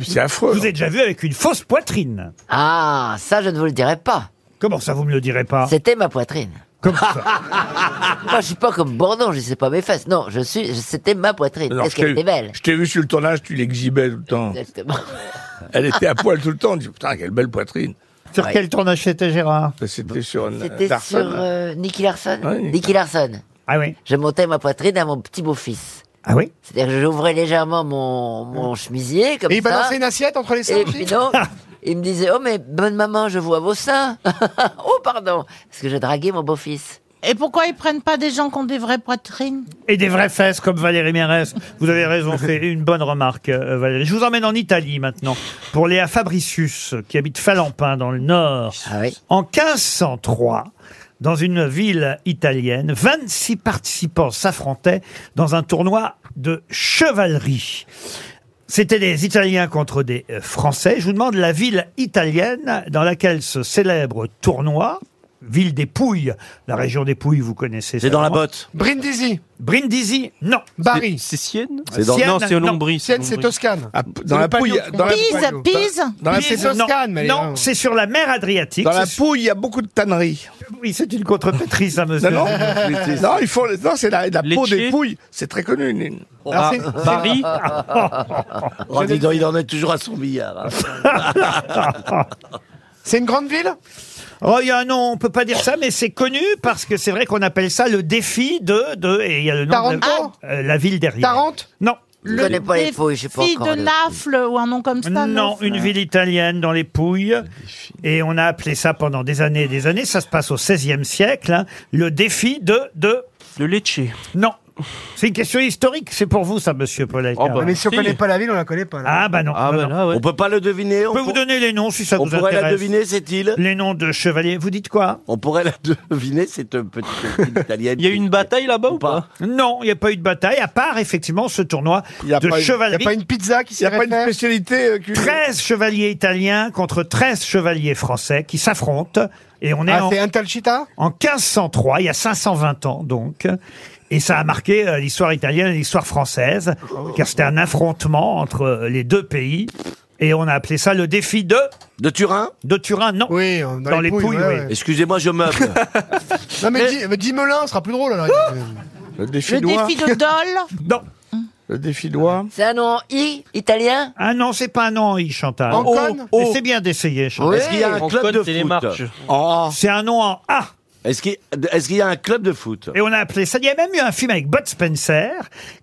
S2: C'est affreux. hein. Je vous ai déjà vu avec une fausse poitrine.
S6: Ah, ça, je ne vous le dirai pas.
S2: Comment ça, vous me le direz pas
S6: C'était ma poitrine.
S2: Comme ça.
S6: Moi, je suis pas comme Bourdon, je sais pas mes fesses. Non, je suis. C'était ma poitrine.
S9: Alors,
S6: Qu'est-ce qu'elle était belle.
S9: je t'ai vu sur le tournage, tu l'exhibais tout le temps.
S6: Exactement.
S9: Elle était à poil tout le temps. On dit, putain, quelle belle poitrine.
S2: Sur quel tournage c'était, Gérard
S9: C'était sur un-
S6: C'était
S9: Larson,
S6: sur
S9: là.
S6: euh, Nicky Larson.
S9: Ouais, Nicky.
S6: Nicky Larson.
S2: Ah oui.
S6: Je montais ma poitrine à mon petit beau-fils.
S2: Ah oui
S6: C'est-à-dire que j'ouvrais légèrement mon, mon chemisier, comme
S5: Et il
S6: ça.
S5: balançait une assiette entre les seins
S6: Et
S5: aussi
S6: puis non, il me disait, oh mais bonne maman, je vois vos seins. oh pardon, parce que j'ai dragué mon beau-fils.
S7: Et pourquoi ils prennent pas des gens qui ont des vraies poitrines
S2: Et des vraies fesses comme Valérie Mérès. Vous avez raison, c'est une bonne remarque, euh, Valérie. Je vous emmène en Italie maintenant pour Léa Fabricius, qui habite Falampin dans le Nord. En 1503, dans une ville italienne, 26 participants s'affrontaient dans un tournoi de chevalerie. C'était des Italiens contre des euh, Français. Je vous demande la ville italienne dans laquelle ce célèbre tournoi, ville des Pouilles, la région des Pouilles, vous connaissez.
S3: C'est dans la
S2: certainement.
S3: botte.
S5: Brindisi.
S2: Brindisi, non.
S5: Barry.
S8: C'est Sienne
S3: C'est dans-
S2: Sienne,
S3: non, c'est au
S2: non.
S3: Lombris,
S5: Sienne, c'est Toscane.
S9: Ah,
S2: Ah,
S9: dans la Pouille, dans la-
S7: Pise, pise.
S9: Dans la
S2: Pise, euh,
S9: Pouille,
S2: non.
S9: Toscane, mais-
S2: Non, c'est sur la mer Adriatique.
S9: Dans la
S2: C'est-
S9: Pouille, il y a beaucoup de tanneries.
S2: Oui, c'est une contrepétrice, ça, monsieur.
S9: Non, non, non, il faut, non, c'est la, la peau
S2: Lecce.
S9: des pouilles. C'est très connu. Nine.
S3: Ah,
S9: Alors, c'est-
S3: Paris
S9: Oh, dis
S3: Il en est toujours à son billard. hein.
S5: C'est une grande ville
S2: Oh, il y a un nom, on peut pas dire ça, mais c'est connu parce que c'est vrai qu'on appelle ça le défi de, de, et il y a le nom
S7: Taranto
S2: de la, euh, la ville derrière.
S5: Tarente
S2: Non.
S6: Je connais pas les fouilles, je sais pas
S7: Fille
S6: encore.
S7: de Nafle ou un nom comme ça
S2: Non, une ville italienne dans les Pouilles. Et on a appelé ça pendant des années et des années. Ça se passe au XVIe siècle. hein, le défi de, de.
S8: Le Lecce.
S2: Non. C'est une question historique. C'est pour vous, ça, monsieur Paulette.
S8: Oh, bah,
S5: Mais si on connaît pas la ville, on la connaît pas. là.
S2: Ah, bah non.
S8: Ah,
S2: non,
S8: bah
S2: non.
S8: là, ouais.
S3: On peut pas le deviner.
S2: Je
S3: On,
S2: peux
S3: pour-
S2: vous donner les noms si ça
S3: on
S2: vous
S3: pourrait
S2: intéresse.
S3: la deviner, cette île.
S2: Les noms de chevaliers. Vous dites quoi
S3: On pourrait la deviner, cette petite île italienne.
S8: Il y a eu une bataille là-bas ou pas
S2: Non, il n'y a pas eu de bataille, à part effectivement ce tournoi
S9: y a
S2: de
S9: pas eu-
S5: Il n'y
S2: chevalerie.
S5: a pas une pizza
S9: Il
S5: qui
S9: n'y
S5: s'est
S9: a pas une
S5: réfaire
S9: spécialité euh, cul-
S2: 13 chevaliers italiens contre 13 chevaliers français qui s'affrontent. Et on est
S5: Ah,
S2: en,
S5: c'est un talchita
S2: en 1503, il y a 520 ans donc. Et ça a marqué euh, l'histoire italienne et l'histoire française, car c'était un affrontement entre euh, les deux pays. Et on a appelé ça le défi de,
S3: De Turin
S2: de Turin, non.
S5: Oui, dans,
S2: Dans les Pouilles,
S5: ouais,
S2: oui.
S5: ouais.
S3: Excusez-moi, je meuble.
S5: Non, mais, dis- mais dis Melun, ce sera plus drôle alors.
S9: Le défi
S7: Le
S9: noir.
S7: défi de Dole
S2: Non.
S9: Le défi noir.
S6: C'est un nom I, italien
S2: Ah non, c'est pas un nom, I, Chantal.
S5: En
S2: Oh,
S5: conne
S2: mais c'est bien d'essayer, Chantal.
S6: Oui.
S3: Est-ce qu'il y a un
S8: On
S3: club
S8: code
S3: de
S8: télémarche.
S3: foot Oh.
S2: C'est un nom en A.
S3: Est-ce qu'il est-ce qu'il y a un club de foot
S2: Et on a appelé ça. Il y a même eu un film avec Bud Spencer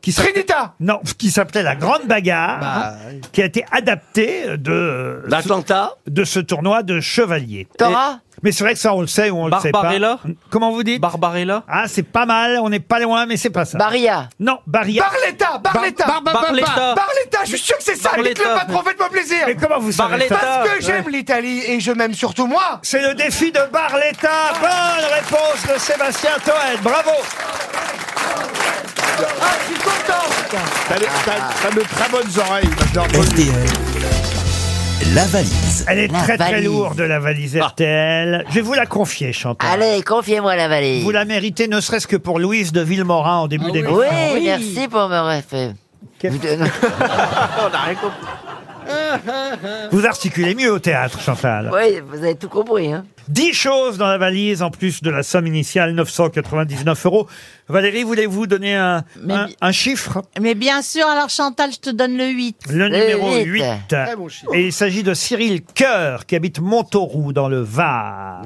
S2: qui s'appelait-
S5: Trinita
S2: Non, qui s'appelait La Grande Bagarre, qui a été adapté de
S3: Bah, L'Atlanta
S2: de ce tournoi de chevaliers.
S6: Torah
S2: Mais c'est vrai que ça, on le sait ou on le sait pas.
S8: Barbarella
S2: Comment vous dites
S8: Barbarella
S2: Ah, c'est pas mal. On n'est pas loin, mais c'est pas ça.
S6: Barilla.
S2: non, Barilla.
S5: Barletta Barletta
S9: Bar- bar- bar-
S8: Barletta.
S5: Barletta, je suis sûr que c'est ça
S8: Barletta.
S5: Dites-le patron, faites-moi plaisir
S2: Mais comment vous savez
S8: Barletta.
S2: ça
S5: Parce que j'aime l'Italie et je m'aime surtout moi
S2: C'est le défi de Barletta. Bonne réponse de Sébastien Toen. Bravo.
S5: Ah, je suis content
S9: T'as des- t'as- t'as de très bonnes oreilles. J'adore.
S1: RTL, la valise.
S2: Elle est
S6: La
S2: très très
S6: valise.
S2: lourde la valise
S6: Ah.
S2: RTL. Je vais vous la confier, Chantal.
S6: Allez, confiez-moi la valise.
S2: Vous la méritez, ne serait-ce que pour Louise de Villemorin en début d'émission.
S6: Ah Oui, merci pour me refaire.
S2: Qu'est-
S6: Vous donne-
S2: Vous articulez mieux au théâtre, Chantal.
S6: oui, vous avez tout compris. Hein.
S2: 10 choses dans la valise, en plus de la somme initiale, 999 euros. Valérie, voulez-vous donner un,
S7: Mais
S2: un,
S7: bi-
S2: un chiffre
S7: Mais bien sûr, alors Chantal, je te donne le 8.
S2: Le numéro
S6: huit.
S2: 8.
S5: bon chiffre.
S2: Et il s'agit de Cyril Coeur, qui habite Montauroux, dans le Var.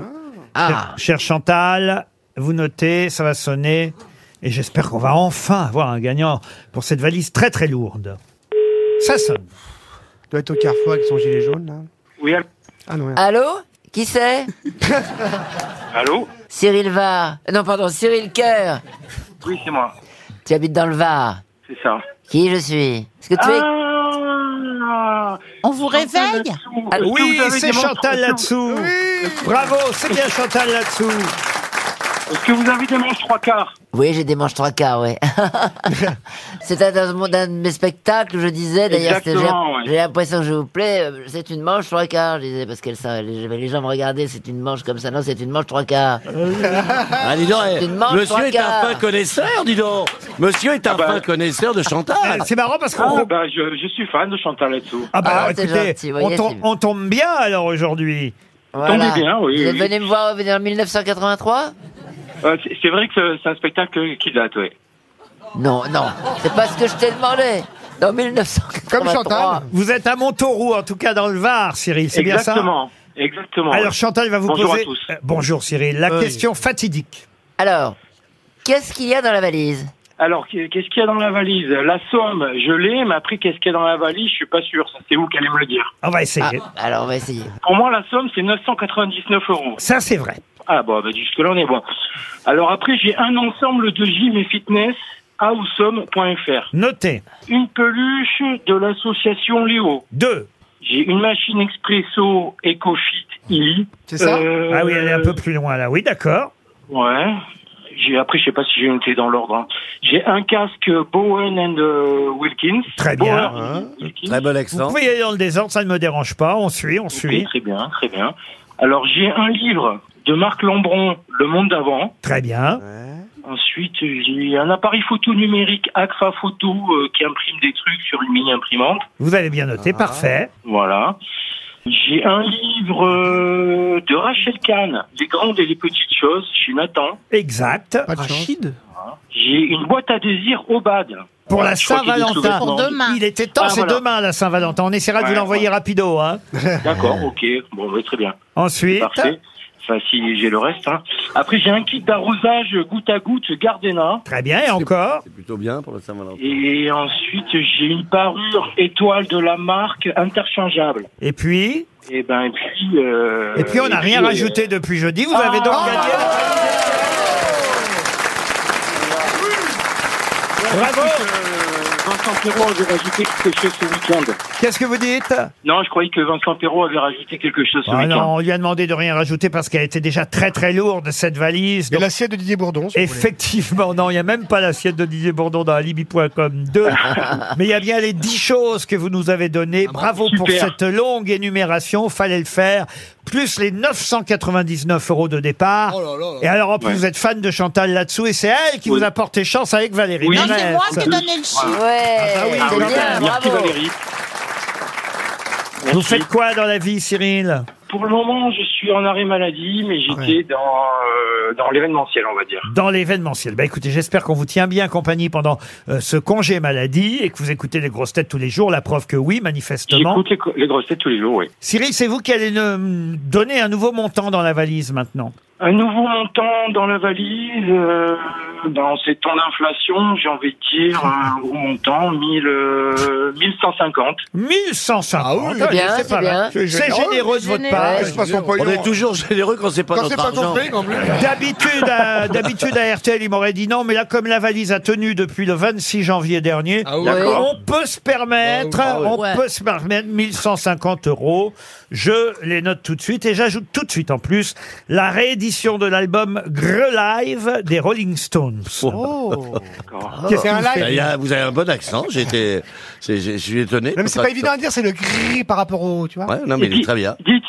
S6: Ah,
S2: Cher Chantal, vous notez, ça va sonner. Et j'espère qu'on va enfin avoir un gagnant pour cette valise très très lourde. Ça sonne.
S5: doit être au carrefour avec son gilet jaune là.
S12: Oui, allô
S5: Ah non, rien.
S6: allô Qui c'est
S12: Allô
S6: Cyril Var. Non, pardon, Cyril Coeur.
S12: Oui, c'est moi.
S6: Tu habites dans le Var.
S12: C'est ça.
S6: Qui je suis Est-ce que tu es...
S12: Ah
S7: On vous réveille
S12: Est-ce
S6: Allô
S12: que
S2: Oui,
S12: vous avez
S2: c'est
S12: des monstres
S2: Chantal là-dessous. Bravo, c'est bien Chantal là-dessous.
S12: Est-ce que vous avez des manches trois quarts
S6: Oui, j'ai des manches trois quarts, oui. C'était dans mon- un de mes spectacles, je disais, d'ailleurs, c'était- j'ai
S12: Exactement, ouais.
S6: j'ai l'impression que je vous plais, euh, c'est une manche trois quarts, je disais, parce que ça, les, les gens me regardaient, c'est une manche comme ça, non, c'est une manche trois quarts.
S3: Ah, dis donc, eh,
S6: C'est une manche
S3: monsieur
S6: trois
S3: est un
S6: quarts.
S3: fin connaisseur, dis donc. Monsieur est un fin connaisseur de Chantal.
S2: C'est marrant parce
S12: bah.
S2: qu'on-
S12: Ah, bah, je, je suis fan de Chantal là-dessous.
S2: Ah bah alors, écoutez, on, tombe, on tombe bien alors aujourd'hui.
S12: Voilà. Tombez
S2: hein,
S12: bien, oui,
S6: Vous êtes
S12: oui.
S6: venu me voir en 1983
S12: Euh, c'est- c'est vrai que c'est- c'est un spectacle qui date, oui.
S6: Non, non, c'est pas ce que je t'ai demandé. Dans 1983.
S2: Vous êtes à Montauroux, en tout cas dans le Var, Cyril, c'est bien ça
S12: Exactement. Exactement.
S2: Alors Chantal va vous
S12: Bonjour
S2: poser...
S12: à tous.
S2: Euh, Bonjour Cyril, la
S12: Oui.
S2: question fatidique.
S6: Alors, qu'est-ce qu'il y a dans la valise
S12: Alors, qu'est- qu'est-ce qu'il y a dans la valise La somme, je l'ai, mais après, qu'est-ce qu'il y a dans la valise Je suis pas sûr. Ça, c'est vous qui allez me le dire.
S2: On va essayer.
S6: Ah, alors, on va essayer.
S12: Pour moi, la somme, c'est 999 euros.
S2: Ça, c'est vrai.
S12: Ah, bon, bah, jusque-là, on est bon. Alors, après, j'ai un ensemble de gym et fitness à ousom.fr.
S2: Notez.
S12: Une peluche de l'association Léo.
S2: Deux.
S12: J'ai une machine expresso EcoFit Illy.
S2: C'est ça
S12: Euh,
S2: Ah oui, elle est un peu plus loin là. Oui, d'accord.
S12: Ouais. J'ai après, je sais pas si j'ai noté dans l'ordre. hein. J'ai un casque Bowen and euh, Wilkins.
S2: Très bien.
S3: Très bon
S2: Vous pouvez y aller dans le désordre, ça ne me dérange pas. On suit, on suit.
S12: très bien, très bien. Alors j'ai un livre de Marc Lambron, Le Monde d'avant.
S2: Très bien.
S12: Ensuite, j'ai un appareil photo numérique Agfa Photo euh, qui imprime des trucs sur une mini imprimante.
S2: Vous avez bien
S12: Ah.
S2: noté, parfait.
S12: Voilà. J'ai un livre euh, de Rachel Kahn, Les grandes et les petites choses, chez Nathan.
S2: Exact.
S12: Rachid. J'ai une boîte à désir au BAD.
S2: Pour
S12: Voilà,
S2: la
S12: je crois qu'il y a des
S2: Saint-Valentin.
S12: sous-vêtements.
S2: Il était temps,
S12: Ah,
S2: c'est
S12: voilà.
S2: demain la Saint-Valentin. On essaiera de vous
S12: Ouais,
S2: l'envoyer rapido. Hein.
S12: D'accord, ok. Bon, bah, très bien.
S2: Ensuite.
S12: Parfait. Enfin, si j'ai le reste. hein. Après, j'ai un kit d'arrosage goutte à goutte Gardena.
S2: Très Eh bien, et encore
S3: C'est plutôt bien pour la Saint-Valentin.
S12: Et ensuite, j'ai une parure étoile de la marque interchangeable.
S2: Et puis
S12: Et ben, et puis. euh, Ah.
S2: Et puis on n'a rien
S12: euh,
S2: rajouté depuis jeudi. Vous avez donc gagné.
S12: Bravo Euh, Vincent Perrault avait rajouté quelque chose ce week-end.
S2: Qu'est-ce que vous dites
S12: Non, je croyais que Vincent Perrault avait rajouté quelque chose ce
S2: Ah non,
S12: week-end.
S2: on lui a demandé de rien rajouter parce qu'elle était déjà très très lourde cette valise. Et l'assiette de Didier Bourdon. Effectivement, non, il n'y a même pas l'assiette de Didier Bourdon dans alibi.com 2. mais il y a bien les 10 choses que vous nous avez données. Bravo pour
S12: Ah, super.
S2: cette longue énumération, fallait le faire. Plus les 999 euros de départ. Et alors en plus
S12: Ouais.
S2: vous êtes fan de Chantal là-dessous et c'est elle qui vous a porté chance avec Valérie.
S12: Oui.
S7: Non, c'est
S2: Mérès.
S7: moi qui ai donné le chiffre.
S6: Ouais.
S2: Ah oui,
S12: Ah
S2: c'est
S12: oui,
S2: bien,
S12: merci
S2: bravo.
S12: Valérie.
S2: Vous faites quoi dans la vie, Cyril
S12: Pour le moment, je suis en arrêt maladie, mais j'étais dans, euh, dans l'événementiel, on va dire.
S2: dans l'événementiel. Bah écoutez, j'espère qu'on vous tient bien compagnie pendant euh, ce congé maladie et que vous écoutez les grosses têtes tous les jours. La preuve que oui, manifestement.
S12: J'écoute les, co- les grosses têtes tous les jours, oui.
S2: Cyril, c'est vous qui allez nous- me donner un nouveau montant dans la valise maintenant.
S12: Un nouveau montant dans la valise, euh, dans ces temps d'inflation, j'ai envie de dire euh, un gros montant, 1000, euh, 1150.
S2: 1150. Ah
S12: c'est bien,
S2: c'est
S12: c'est
S2: pas
S12: bien.
S2: mal.
S12: C'est
S2: C'est
S12: généreux.
S2: généreux de votre part.
S3: Ouais, on est toujours généreux quand c'est pas notre argent.
S2: D'habitude, à, d'habitude à RTL, il m'aurait dit non, mais là, comme la valise a tenu depuis le 26 janvier dernier,
S3: oui.
S2: on peut se permettre,
S3: Ah oui.
S2: on
S3: Ouais.
S2: peut se permettre 1150 euros. Je les note tout de suite et j'ajoute tout de suite en plus la réédition de l'album Grelive des Rolling Stones.
S3: Oh.
S2: Qu'est-ce
S3: C'est un
S2: qu'il fait
S3: live. Ah, Il y a- Vous avez un bon accent, j'ai été- c'est- j'ai- je suis étonné.
S5: Même c'est pas évident à dire, c'est le gris par rapport au, tu vois.
S3: Ouais, non, mais il est très bien.
S12: Dites,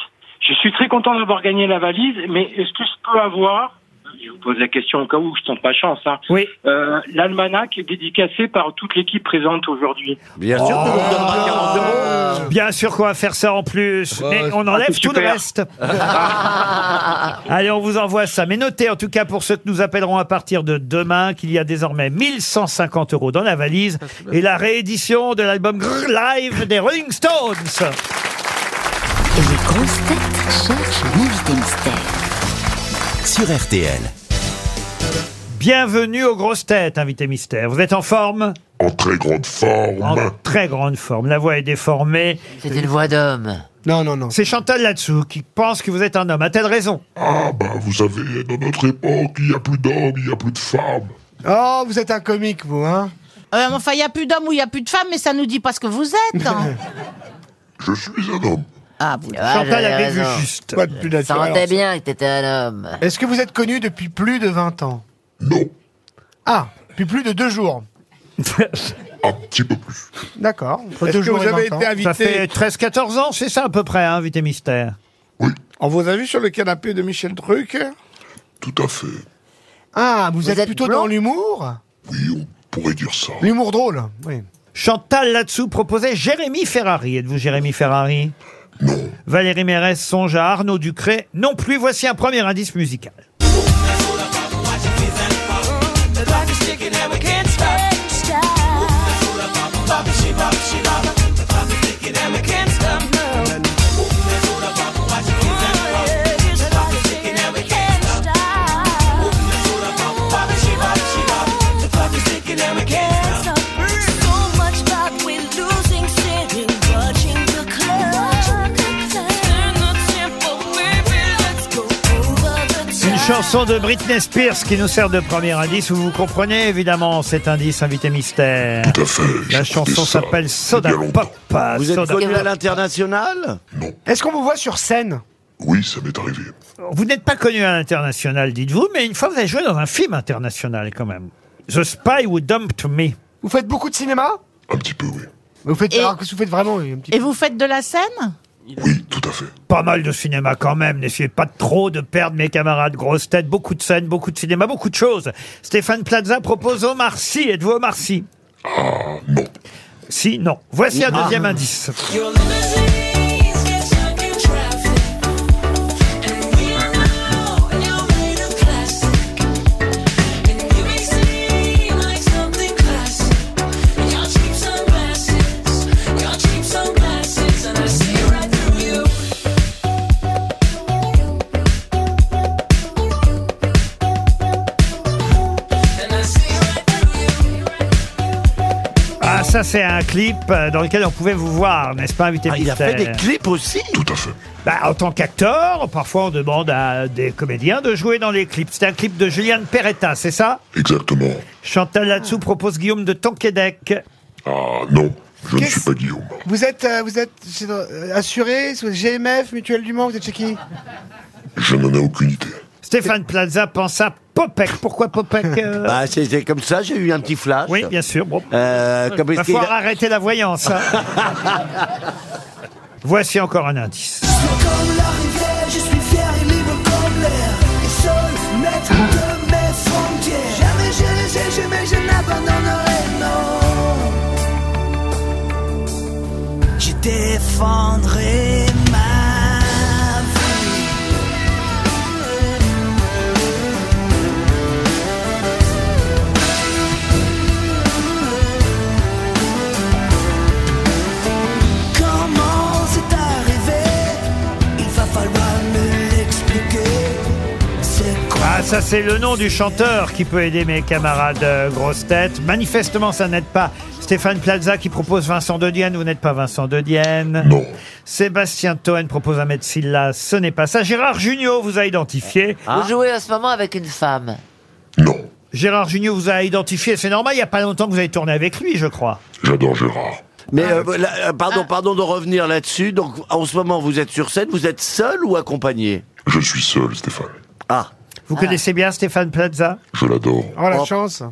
S12: je suis très content d'avoir gagné la valise, mais est-ce que je peux avoir, je vous pose la question au cas où je tente pas chance, hein,
S2: oui.
S12: euh, l'almanach dédicacé par toute l'équipe présente aujourd'hui
S3: Bien sûr que vous donnera 40 euros.
S2: Bien sûr qu'on va faire ça en plus, mais on
S12: Ah,
S2: enlève tout le
S3: Ah, super. Ah.
S2: reste. Allez, on vous envoie ça. Mais notez en tout cas pour ceux que nous appellerons à partir de demain qu'il y a désormais 1150 euros dans la valise et la réédition de l'album Grrr Live des Rolling Stones.
S16: Les grosses têtes cherchent l'invité mystère.
S17: Sur RTL.
S2: Bienvenue aux grosses têtes, invité mystère. Vous êtes en forme
S10: En très grande
S2: En
S12: Ah.
S10: forme.
S2: très grande forme. La voix est déformée. C'est une voix d'homme. Non, non, non. C'est Chantal là-dessous qui pense que vous êtes un homme. A-t-elle raison
S10: Ah bah vous savez, dans notre époque, il n'y a plus d'hommes, il n'y a plus de femmes.
S5: Oh, vous êtes un comique, vous, hein
S7: Euh, enfin, il n'y a plus d'hommes ou il n'y a plus de femmes, mais ça nous dit pas ce que vous êtes. hein.
S10: Je suis un homme.
S7: Ah, vous.
S2: Chantal avait vu juste.
S5: Quoi de plus
S6: Ça
S5: naturel
S6: sentait bien que t'étais un homme.
S5: Est-ce que vous êtes connu depuis plus de 20 ans Non. Ah, depuis plus de deux jours. D'accord. entre deux jours et 20 ans.
S2: hein. Ça fait 13-14 ans, c'est ça à peu près, hein, invité mystère
S9: On vous a vu sur le canapé de Michel Truc
S1: Tout à fait.
S5: Ah, vous, êtes, plutôt dans l'humour
S1: Pourrait dire ça.
S5: L'humour drôle, oui.
S2: Chantal là-dessous proposait Jérémy Ferrari. Êtes-vous Jérémy Ferrari Non. Valérie Mérès songe à Arnaud Ducré. Non plus, voici un premier indice musical. Une chanson de Britney Spears qui nous sert de premier indice. Vous, vous comprenez évidemment cet indice, invité mystère. Tout à fait. La chanson s'appelle Soda Pop.
S3: Vous êtes
S2: Soda
S3: connu
S2: Pop.
S3: à l'international
S5: Est-ce qu'on vous voit sur scène
S1: Oui, ça m'est arrivé.
S2: Vous n'êtes pas connu à l'international, dites-vous, mais une fois vous avez joué dans un film international quand même. The Spy Who Dumped Me.
S5: Vous faites beaucoup de cinéma Vous faites, alors, qu'est-ce que vous faites vraiment oui, un petit
S7: Et vous faites de la scène
S2: Pas mal de cinéma quand même, n'essayez pas trop de perdre mes camarades grosses têtes. Beaucoup de scènes, beaucoup de cinéma, beaucoup de choses. Stéphane Plaza propose Omar Sy. Êtes-vous Omar Sy Si, non. Voici un
S10: Ah.
S2: deuxième indice. Ah, ça, c'est un clip euh, dans lequel on pouvait vous voir, n'est-ce pas, invité
S3: Ah, Il a fait des clips aussi Tout à fait.
S2: Bah, en tant qu'acteur, parfois on demande à des comédiens de jouer dans les clips. C'était un clip de Juliane Peretta, c'est ça
S1: Exactement.
S2: Chantal là-dessous propose Guillaume de Tonquédec.
S1: Ah non, je ne suis pas Guillaume.
S5: Vous êtes, euh, vous êtes c'est, euh, assuré, vous êtes GMF, Mutuelle du Mans, vous êtes chez qui
S1: Je n'en ai aucune idée.
S2: Stéphane Plaza pense à Popek. Pourquoi Popek euh,
S3: Bah, c'est c'est comme ça, j'ai eu un petit flash. Oui, bien
S2: sûr.
S3: Euh, comme
S2: Va
S3: est-ce qu'il
S2: falloir
S3: a-
S2: arrêter la voyance. hein. Voici encore un indice.
S10: Comme la rivière, je suis fier et libre comme l'air. Et seul maître de mes frontières. Jamais je les ai, jamais je n'abandonnerai, non. Je défendrai ma vie. Comment c'est arrivé? Il va falloir me l'expliquer. C'est
S2: Ah, ça c'est le nom du chanteur qui peut aider mes camarades euh, grosses têtes. Manifestement, ça n'aide pas. Stéphane Plaza qui propose Vincent Dedienne, vous n'êtes pas Vincent Dedienne. Non. Sébastien Toen propose Ahmed Silla, ce n'est pas ça. Gérard Junior vous a identifié.
S3: Ah.
S6: Vous jouez en ce moment avec une femme.
S2: Gérard Junior vous a identifié, c'est normal, il n'y a pas longtemps que vous avez tourné avec lui, je crois.
S1: J'adore Gérard.
S3: Mais
S2: Ah,
S3: euh, là, euh, pardon, pardon de revenir là-dessus. Donc, en ce moment, vous êtes sur scène, vous êtes seul ou accompagné
S1: Je suis seul, Stéphane.
S3: Ah.
S2: Vous connaissez bien Stéphane Plaza
S1: Je l'adore.
S5: Oh la chance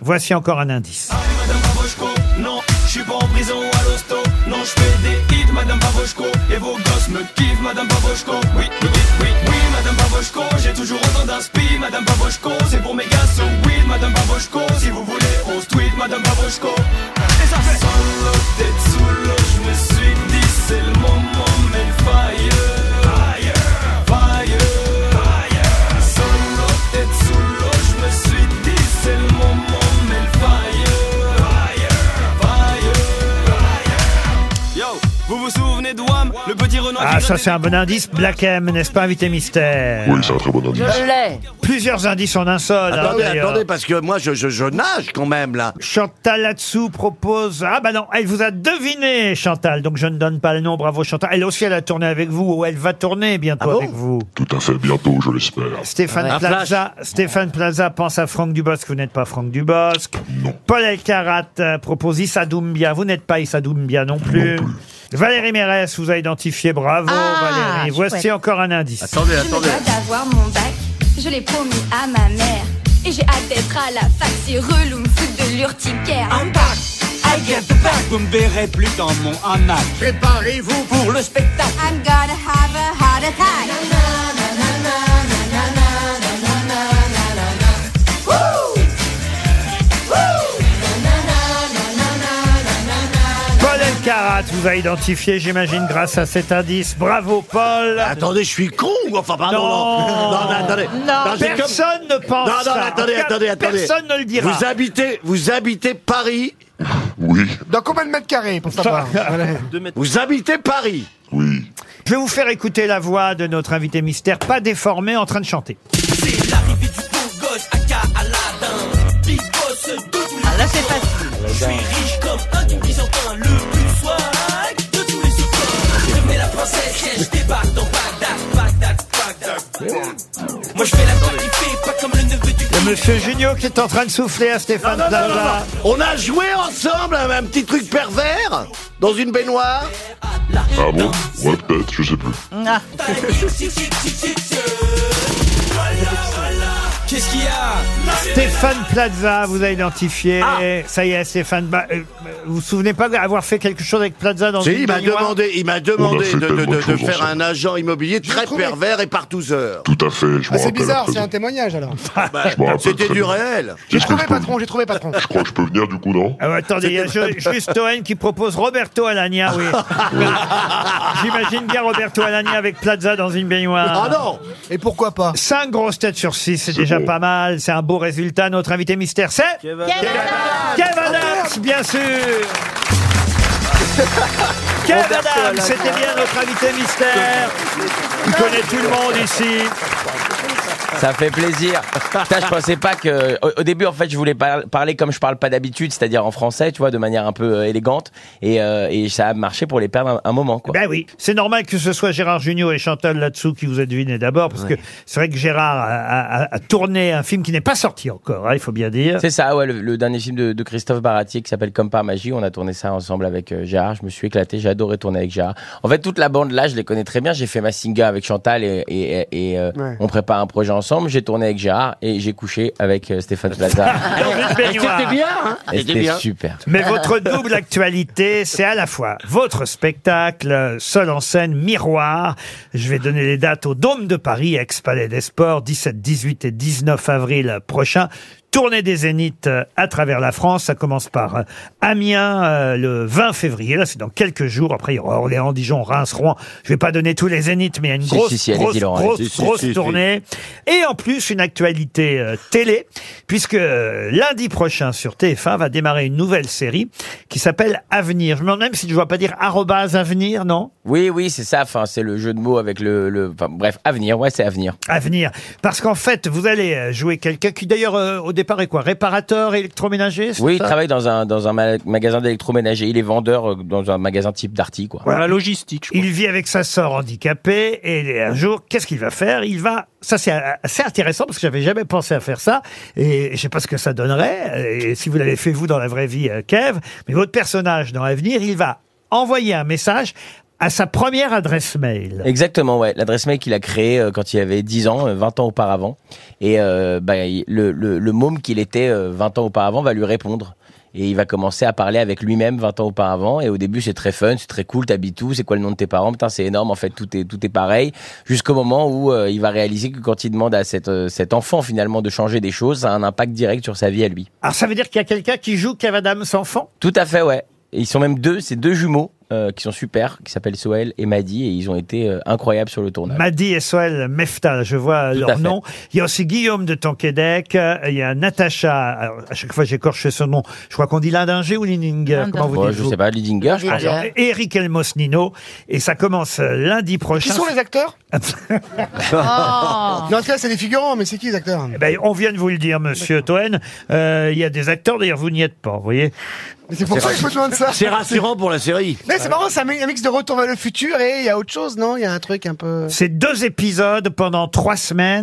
S2: Voici encore un indice.
S10: Madame Pavoshko, non, je suis pas en prison à l'hosto. Non, je fais des hits, Madame Pavoshko. Et vos gosses me kiffent, Madame Pavoshko. Oui, oui, oui, oui, Madame Pavoshko. J'ai toujours autant d'inspi, Madame Pavoshko. C'est pour mes gars, so oui, Madame Pavoshko. Si vous voulez, on se tweet, Madame Pavoshko. Et ça fait. Solo, tête sous l'eau, je me suis dit, c'est le moment, mais fire. Fire, fire, fire. Solo, tête sous l'eau, je me suis dit, c'est le moment, mais fire. Fire, fire. Yo, vous vous souvenez de Wham, le petit Renaud
S2: Ah, ça c'est un bon indice. Black M, n'est-ce pas, invité mystère
S1: Oui, c'est un très bon indice.
S2: Ah
S6: l'ai.
S2: Plusieurs indices en un seul. hein,
S3: Attendez,
S2: d'ailleurs.
S3: attendez, parce que moi, je, je, je nage quand même, là.
S2: Chantal là-dessous propose. Ah bah non, elle vous a deviné, Chantal. Donc je ne donne pas le nom. Bravo, Chantal. Elle aussi, elle a tourné avec vous ou elle va tourner
S10: Ah
S3: Ah
S2: bientôt avec vous.
S1: Tout à fait, bientôt, je l'espère.
S2: Stéphane Plaza. Stéphane Plaza pense à Franck Dubosc. Vous n'êtes pas Franck Dubosc. Paul Elkarat euh, propose Issa Doumbia. Vous n'êtes pas Issa Doumbia non plus. Valérie Mérès vous a identifié. Bravo,
S7: Ah,
S2: Valérie. Voici
S7: chouette.
S2: encore un indice.
S3: Attendez,
S7: Je me dois d'avoir mon bac, je l'ai promis à ma mère. Et j'ai hâte d'être à la fac, c'est relou, me foutre de l'urticaire. Un bac, I get the bac.
S10: Vous me verrez plus dans mon hamac. Préparez-vous pour le spectacle.
S7: I'm gonna have a heart attack. Wouh
S2: Paul Elkarat vous a identifié, j'imagine, grâce à cet indice. Bravo, Paul. Attendez, je suis con ou enfin,
S10: pardon,
S2: Non,
S10: non. Non, non, attendez. Non, c'est comme-
S2: Oh, personne ne pense.
S3: Non, non,
S2: ça.
S3: attendez,
S2: En tout cas,
S3: attendez, attendez.
S2: Personne ne le dira.
S3: Vous habitez, vous habitez Paris
S1: Oui.
S5: Dans combien de mètres carrés pour
S3: Ah,
S2: Ah,
S5: savoir
S3: Vous habitez Paris
S2: Je vais vous faire écouter la voix de notre invité mystère, pas déformé, en train de chanter.
S10: Gosse, aka, Aladdin. Big boss de tous les Ah là, c'est facile. Je suis riche comme un du Byzantin. Le plus swag de tous les sous Devenez la princesse, et je débarque dans Bagdad. Bagdad, Bagdad. Moi, je fais la voix qui fait pas comme le neveu du
S2: Il y a Monsieur Junio qui est en train de souffler à Stéphane
S3: Non, non, non, non,
S2: Plaza.
S3: non. On a joué ensemble à un petit truc pervers dans une baignoire.
S1: Ah bon Ouais, peut-être, je sais plus.
S2: Ah.
S10: Qu'est-ce qu'il y a
S2: Stéphane Plaza vous a identifié.
S3: Ah.
S2: Ça y est, Stéphane. Ba- euh, vous vous souvenez pas avoir fait quelque chose avec Plaza dans
S3: Si,
S2: une
S3: il m'a
S2: baignoire
S3: demandé, il
S2: Oh,
S3: m'a demandé de,
S1: fait
S3: de-
S1: tellement
S3: de-
S1: de
S3: de
S1: choses
S3: faire un
S1: ensemble.
S3: agent immobilier très pervers et partouzeur.
S1: Tout à fait, je me
S5: C'est
S1: rappelle.
S5: bizarre, c'est un témoignage alors.
S3: Bah,
S1: Je me rappelle
S3: C'était
S1: très
S3: du
S1: bien.
S3: réel.
S5: J'ai trouvé patron, j'ai trouvé patron.
S1: Je crois que je peux venir du coup, non
S2: Ah, attendez, il y a ju- juste Owen qui propose Roberto Alagna, oui. J'imagine bien Roberto Alagna avec Plaza dans une baignoire.
S18: Ah non
S2: Et pourquoi pas 5 grosses têtes sur 6, c'est déjà pas mal, c'est un beau résultat. Notre invité mystère, c'est Kevin Adams, bien sûr Kevin
S10: Roberto
S2: Adams,
S10: Alagna.
S2: c'était bien notre invité mystère. Il connaît tout le monde ici.
S19: Ça fait plaisir. Putain, je pensais pas que. Au, au début, en fait, je voulais par- parler comme je parle pas d'habitude, c'est-à-dire en français, tu vois, de manière un peu euh, élégante. Et, euh, et ça a marché pour les perdre un, un moment, quoi.
S2: Ben oui, c'est normal que ce soit Gérard Junior et Chantal là-dessous qui vous a deviné d'abord, parce que c'est vrai que Gérard a, a- a tourné un film qui n'est pas sorti encore, hein, il faut bien dire.
S19: C'est ça, ouais, le, le dernier film de, de Christophe Baratier qui s'appelle Comme par magie. On a tourné ça ensemble avec euh, Gérard. Je me suis éclaté, j'ai adoré tourner avec Gérard. En fait, toute la bande là, je les connais très bien. J'ai fait ma single avec Chantal et, et- et, euh,
S2: Ouais.
S19: on prépare un projet ensemble. J'ai tourné avec Gérard et j'ai couché avec euh, Stéphane Plaza.
S3: C'était bien, hein
S19: Et c'était super.
S2: Mais votre double actualité, c'est à la fois votre spectacle, euh, seul en scène, miroir. Je vais donner les dates au Dôme de Paris, ex-Palais des Sports, 17, 18 et 19 avril prochain. Tournée des Zéniths euh, à travers la France. Ça commence par euh, Amiens euh, le 20 février. Là, c'est dans quelques jours. Après, il y aura Orléans, Dijon, Reims, Rouen. Je vais pas donner tous les Zéniths, mais il y a une
S19: Si,
S2: grosse,
S19: si, si, allez-y,
S2: grosse,
S19: Laurent,
S2: grosse,
S19: allez-y. Si, si,
S2: grosse
S19: si, si.
S2: tournée. Et en plus, une actualité euh, télé, puisque euh, lundi prochain sur TF1 va démarrer une nouvelle série qui s'appelle Avenir. Je me demande même si je ne dois pas dire arrobase avenir, non
S19: Oui, oui, c'est ça. Enfin, c'est le jeu de mots avec le, le- enfin, bref, avenir. Ouais, c'est avenir.
S2: Avenir. Parce qu'en fait, vous allez euh, jouer quelqu'un qui d'ailleurs euh, au départ est quoi Réparateur électroménager c'est
S19: Oui, il
S2: ça
S19: travaille dans un dans un ma- magasin d'électroménager. Il est vendeur euh, dans un magasin type Darty, quoi.
S2: Voilà.
S20: La logistique.
S2: Il vit avec sa sœur handicapée et un jour, qu'est-ce qu'il va faire Il va, ça c'est assez intéressant parce que j'avais jamais pensé à faire ça et je sais pas ce que ça donnerait. Et si vous l'avez fait vous dans la vraie vie, euh, Kev, mais votre personnage dans l'avenir, il va envoyer un message à sa première adresse mail.
S19: Exactement, ouais. L'adresse mail qu'il a créée euh, quand il avait 10 ans, euh, 20 ans auparavant. Et euh, bah, il- le, le, le môme qu'il était euh, 20 ans auparavant va lui répondre. Et il va commencer à parler avec lui-même 20 ans auparavant. Et au début, c'est très fun, c'est très cool, t'habites où, c'est quoi le nom de tes parents, putain, c'est énorme, en fait, tout est, tout est pareil. Jusqu'au moment où euh, il va réaliser que quand il demande à cette, euh, cet enfant, finalement, de changer des choses, ça a un impact direct sur sa vie à lui.
S2: Alors ça veut dire qu'il y a quelqu'un qui joue Kev Adams enfant
S19: Tout à fait, ouais. Et ils sont même deux, c'est deux jumeaux euh, qui sont super, qui s'appellent Soel et Maddy, et ils ont été euh, incroyables sur le tournage.
S2: Madi et Soel Mefta, je vois
S19: Tout à
S2: leur
S19: fait.
S2: nom. Il y a aussi Guillaume de Tonquédec, euh, il y a Natacha, alors, à chaque fois j'écorche ce nom, je crois qu'on dit Lindinger ou Lininger, comment vous
S19: Ouais,
S2: dites
S19: Je sais pas, Lidinger, je pense.
S2: Alors, Eric Elmosnino, et ça commence euh, lundi prochain.
S5: Qui sont les Oh. acteurs Non, en tout cas, c'est des figurants, mais c'est qui les acteurs
S2: Eh ben, on vient de vous le dire, monsieur Toen. Euh, Il y a des acteurs, d'ailleurs, vous n'y êtes pas, vous voyez.
S5: Mais c'est pour ça que je me demande ça.
S3: C'est rassurant pour la série.
S5: Mais
S8: Euh.
S5: c'est marrant, c'est un mi- un mix de retour vers le futur et il y a autre chose, non Il y a un truc un peu.
S2: C'est deux épisodes pendant trois semaines.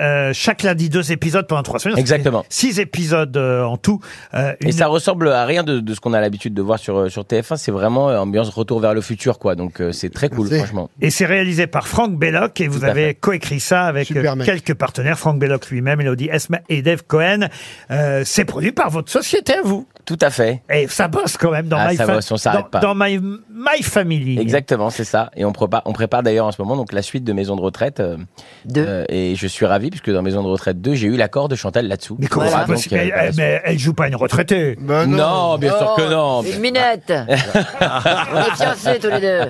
S2: euh, chaque lundi, deux épisodes pendant trois semaines.
S19: Exactement.
S2: Six épisodes euh, en tout. Euh,
S19: Et ça ressemble à rien de, de ce qu'on a l'habitude de voir sur, euh, sur TF1. C'est vraiment euh, ambiance retour vers le futur, quoi. Donc euh, c'est très cool, franchement.
S2: Et c'est réalisé par Franck Belloc et vous
S19: Tout à
S2: avez coécrit ça avec
S19: Super
S2: euh,
S19: mec.
S2: quelques partenaires, Franck Belloc lui-même, Elodie Esma et Dave Cohen. Euh, c'est produit par votre société, à vous.
S19: Tout à fait.
S2: Et ça bosse quand même dans
S19: Ah,
S2: My
S19: ça
S2: Fa-
S19: bosse, on s'arrête pas.
S2: dans- dans My, My Family.
S19: Exactement, c'est ça. Et on prépare, on prépare d'ailleurs en ce moment donc la suite de Maison de retraite. euh, euh, et je suis ravi puisque dans Maison de retraite 2, j'ai eu l'accord de Chantal là-dessous. Mais
S2: Comment c'est possible Mais elle, Eh, mais elle joue pas une retraitée.
S19: euh, Bah non. Non, Oh, bien sûr que non.
S6: Oh, Une minette On est fiancés tous les deux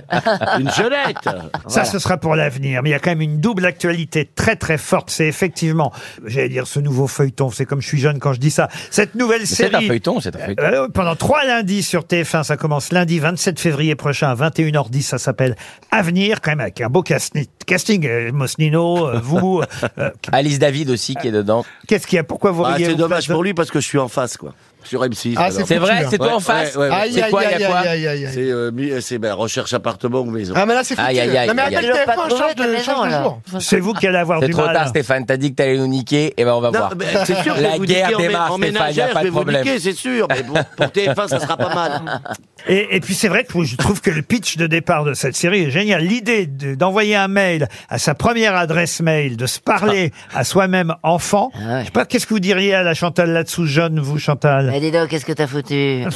S3: Une jeunette
S2: Ça, ce sera pour l'avenir. Mais il y a quand même une double actualité très très forte. C'est effectivement, j'allais dire, ce nouveau feuilleton. C'est comme je suis jeune quand je dis ça. Cette nouvelle série.
S19: c'est un feuilleton, c'est un feuilleton.
S2: Euh, euh, pendant trois lundis sur TF1, ça commence lundi 27 février prochain à 21h10. Ça s'appelle Avenir, quand même avec un beau casti- casting. euh, Mosnino, euh, vous. euh,
S19: Alice David aussi qui est dedans.
S2: Qu'est-ce qu'il y a Pourquoi vous
S3: Ah,
S2: riez
S3: c'est
S2: vous
S3: dommage pour lui parce que je suis en face, quoi. Sur M6.
S2: Ah,
S3: alors.
S2: c'est C'est foutu, vrai, hein. c'est toi
S3: Ouais,
S2: en face
S3: ouais, ouais, ouais.
S2: Aïe,
S3: C'est
S2: aïe,
S3: quoi, il y a
S2: aïe,
S3: quoi
S2: aïe, aïe, aïe.
S3: C'est euh, mi- euh, c'est, ben, recherche appartement ou maison.
S5: Ah, mais là, c'est foutu.
S19: Aïe, aïe, aïe,
S5: non, mais
S19: aïe,
S5: appelle
S19: aïe.
S5: TF1, change de, change de jour.
S2: C'est vous qui allez avoir
S19: C'est
S2: du
S19: trop
S2: mal.
S19: tard, Stéphane. T'as dit que t'allais nous niquer. Eh ben, on va
S3: Non,
S19: voir.
S3: mais c'est sûr que
S19: La
S3: vous
S19: guerre
S3: niquez en mé-
S19: démarre,
S3: en
S19: Stéphane. Y a
S3: ménagère,
S19: pas
S3: je
S19: de
S3: vais vous
S19: problème.
S3: niquer, c'est sûr. Mais bon, pour TF1, ça sera pas mal.
S2: Et, et puis c'est vrai que je trouve que le pitch de départ de cette série est génial. L'idée de- d'envoyer un mail à sa première adresse mail, de se parler à soi-même enfant.
S6: Ah
S2: Je sais pas, qu'est-ce que vous diriez à la Chantal là-dessous jeune, vous Chantal
S6: Mais dis donc, qu'est-ce que t'as foutu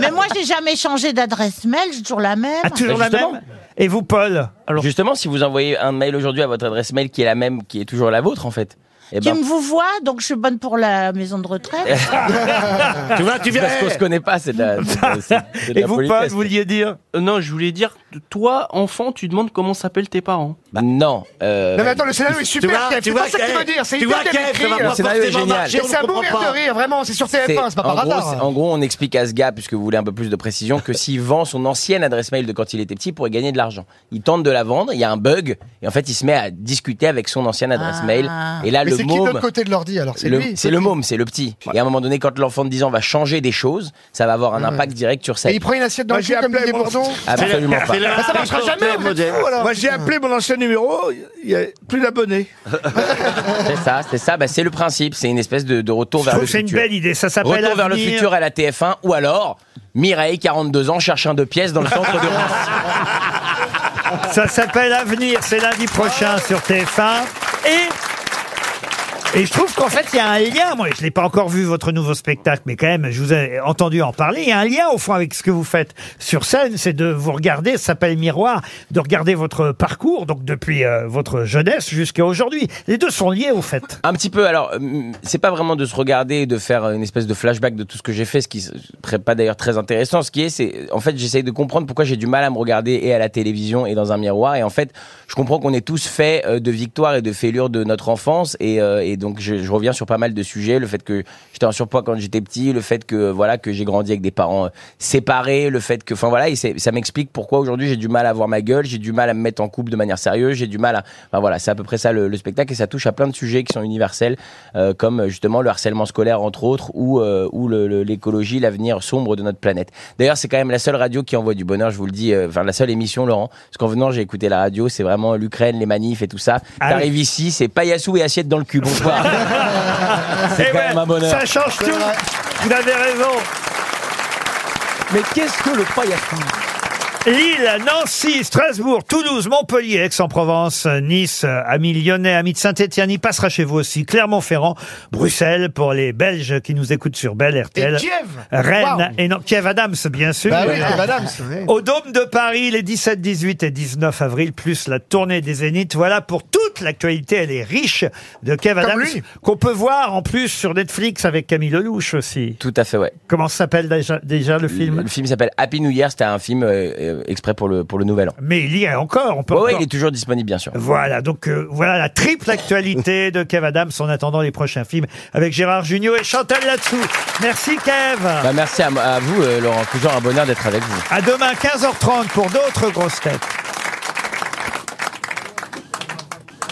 S7: Mais moi, j'ai jamais changé d'adresse mail, j'ai toujours la même.
S2: Ah, toujours la même Et vous, Paul
S19: Bah, Justement, si vous envoyez un mail aujourd'hui à votre adresse mail qui est la même, qui est toujours la vôtre, en fait. Eh
S7: Qui
S19: ben,
S7: me vous voit, donc je suis bonne pour la maison de retraite.
S19: tu vois, tu Parce qu'on se connaît pas, c'est de la.
S8: Et vous, Paul, vous
S2: vouliez dire
S8: Euh, Non, je voulais dire, toi, enfant, tu demandes comment s'appellent tes parents.
S19: non. euh,
S5: Non, mais attends, le scénario est
S8: Tu
S5: super,
S8: vois,
S5: Kev,
S8: tu
S5: c'est
S8: vois,
S5: pas ça qu'il
S8: Kev,
S5: veut dire, c'est
S8: tu
S5: hyper
S8: vois,
S5: bien
S8: Kev,
S5: écrit.
S8: ça va pas
S5: Le
S8: scénario est
S5: forcément
S19: génial.
S5: marché,
S19: On
S5: C'est à
S19: comprend
S5: mourir
S19: pas.
S5: de rire, vraiment, c'est sur TF1, c'est pas
S19: en
S5: par
S19: gros, c'est-
S5: hasard. hein.
S19: en gros, on explique à ce gars, puisque vous voulez un peu plus de précision, que s'il vend son ancienne adresse mail de quand il était petit, il pourrait gagner de l'argent. Il tente de la vendre, il y a un bug, et en fait, il se met à discuter avec son ancienne adresse
S5: Ah.
S19: mail. Et là,
S5: Mais
S19: le
S5: c'est qui de
S19: môme.
S5: l'autre côté de l'ordi alors C'est
S19: le-
S5: lui
S19: C'est le môme, c'est le petit. Et à un moment donné, quand l'enfant de 10 ans va changer des choses, ça va avoir un impact direct sur sa Ah,
S5: Et il prend une assiette dans le cul comme des bourdons
S19: ben, Absolument pas.
S5: Bah, Ça marchera jamais, vous êtes fous, alors
S9: Moi, j'ai appelé mon ancien numéro, il n'y a plus d'abonnés.
S19: C'est ça, c'est ça, bah, c'est le principe, c'est une espèce de, de retour vers
S2: trouve
S19: le
S2: que c'est
S19: futur.
S2: une belle idée, ça s'appelle
S19: Retour vers le
S2: Avenir.
S19: futur à la TF1, ou alors Mireille, 42 ans, cherche un deux pièces dans le centre de Reims.
S2: Ça s'appelle Avenir, c'est lundi prochain sur TF1. Et. Et je trouve qu'en fait, il y a un lien. Moi, je l'ai pas encore vu, votre nouveau spectacle, mais quand même, je vous ai entendu en parler. Il y a un lien, au fond, avec ce que vous faites sur scène. C'est de vous regarder, ça s'appelle Miroir, de regarder votre parcours, donc depuis euh, votre jeunesse jusqu'à aujourd'hui. Les deux sont liés, au fait.
S19: Un petit peu, alors, hum, c'est pas vraiment de se regarder et de faire une espèce de flashback de tout ce que j'ai fait, ce qui serait pas d'ailleurs très intéressant. Ce qui est, c'est, en fait, j'essaye de comprendre pourquoi j'ai du mal à me regarder et à la télévision et dans un miroir. Et en fait, je comprends qu'on est tous faits euh, de victoires et de fêlures de notre enfance. Et, euh, et donc, je, je reviens sur pas mal de sujets. Le fait que j'étais en surpoids quand j'étais petit, le fait que, voilà, que j'ai grandi avec des parents euh, séparés, le fait que, enfin voilà, et c'est- ça m'explique pourquoi aujourd'hui j'ai du mal à voir ma gueule, j'ai du mal à me mettre en couple de manière sérieuse, j'ai du mal à, enfin voilà, c'est à peu près ça le, le spectacle et ça touche à plein de sujets qui sont universels, euh, comme euh, justement le harcèlement scolaire entre autres, ou, euh, ou le- le- l'écologie, l'avenir sombre de notre planète. D'ailleurs, c'est quand même la seule radio qui envoie du bonheur, je vous le dis, euh, enfin la seule émission, Laurent, parce qu'en venant j'ai écouté la radio, c'est vraiment l'Ukraine, les manifs et tout ça.
S2: Ah oui.
S19: T'arrives ici, c'est paillassou et assiette dans le cul. Bonsoir. c'est
S2: Eh
S19: quand
S2: ouais,
S19: même un bonheur.
S2: Ça change tout. Vous avez raison.
S21: Mais qu'est-ce que le paillassou
S2: Lille, Nancy, Strasbourg, Toulouse, Montpellier, Aix-en-Provence, Nice, euh, amis lyonnais, amis de Saint-Etienne, il passera chez vous aussi. Clermont-Ferrand, Bruxelles, pour les Belges qui nous écoutent sur Belle, RTL.
S5: Et Kiev
S2: Rennes
S5: Waouh.
S2: et non, Kiev Adams, bien sûr.
S5: Bah oui, Kev Adams, oui.
S2: Au Dôme de Paris, les 17, 18 et 19 avril, plus la tournée des Zéniths. Voilà pour toute l'actualité, elle est riche de Kev Adams. Qu'on peut voir en plus sur Netflix avec Camille Lelouch aussi.
S19: Tout à fait, ouais.
S2: Comment s'appelle déjà, déjà le film
S19: Le, le film s'appelle Happy New Year, c'était un film euh, euh, exprès pour le, pour le nouvel an.
S2: Mais il y a encore, on peut
S19: Ouais, ouais,
S2: encore-
S19: il est toujours disponible, bien sûr.
S2: Voilà, donc euh, voilà la triple actualité de Kev Adams en attendant les prochains films avec Gérard Junior et Chantal Latsou. Merci Kev.
S19: Bah, merci à, à vous, euh, Laurent. Toujours un bonheur d'être avec vous.
S2: À demain 15h30 pour d'autres grosses têtes.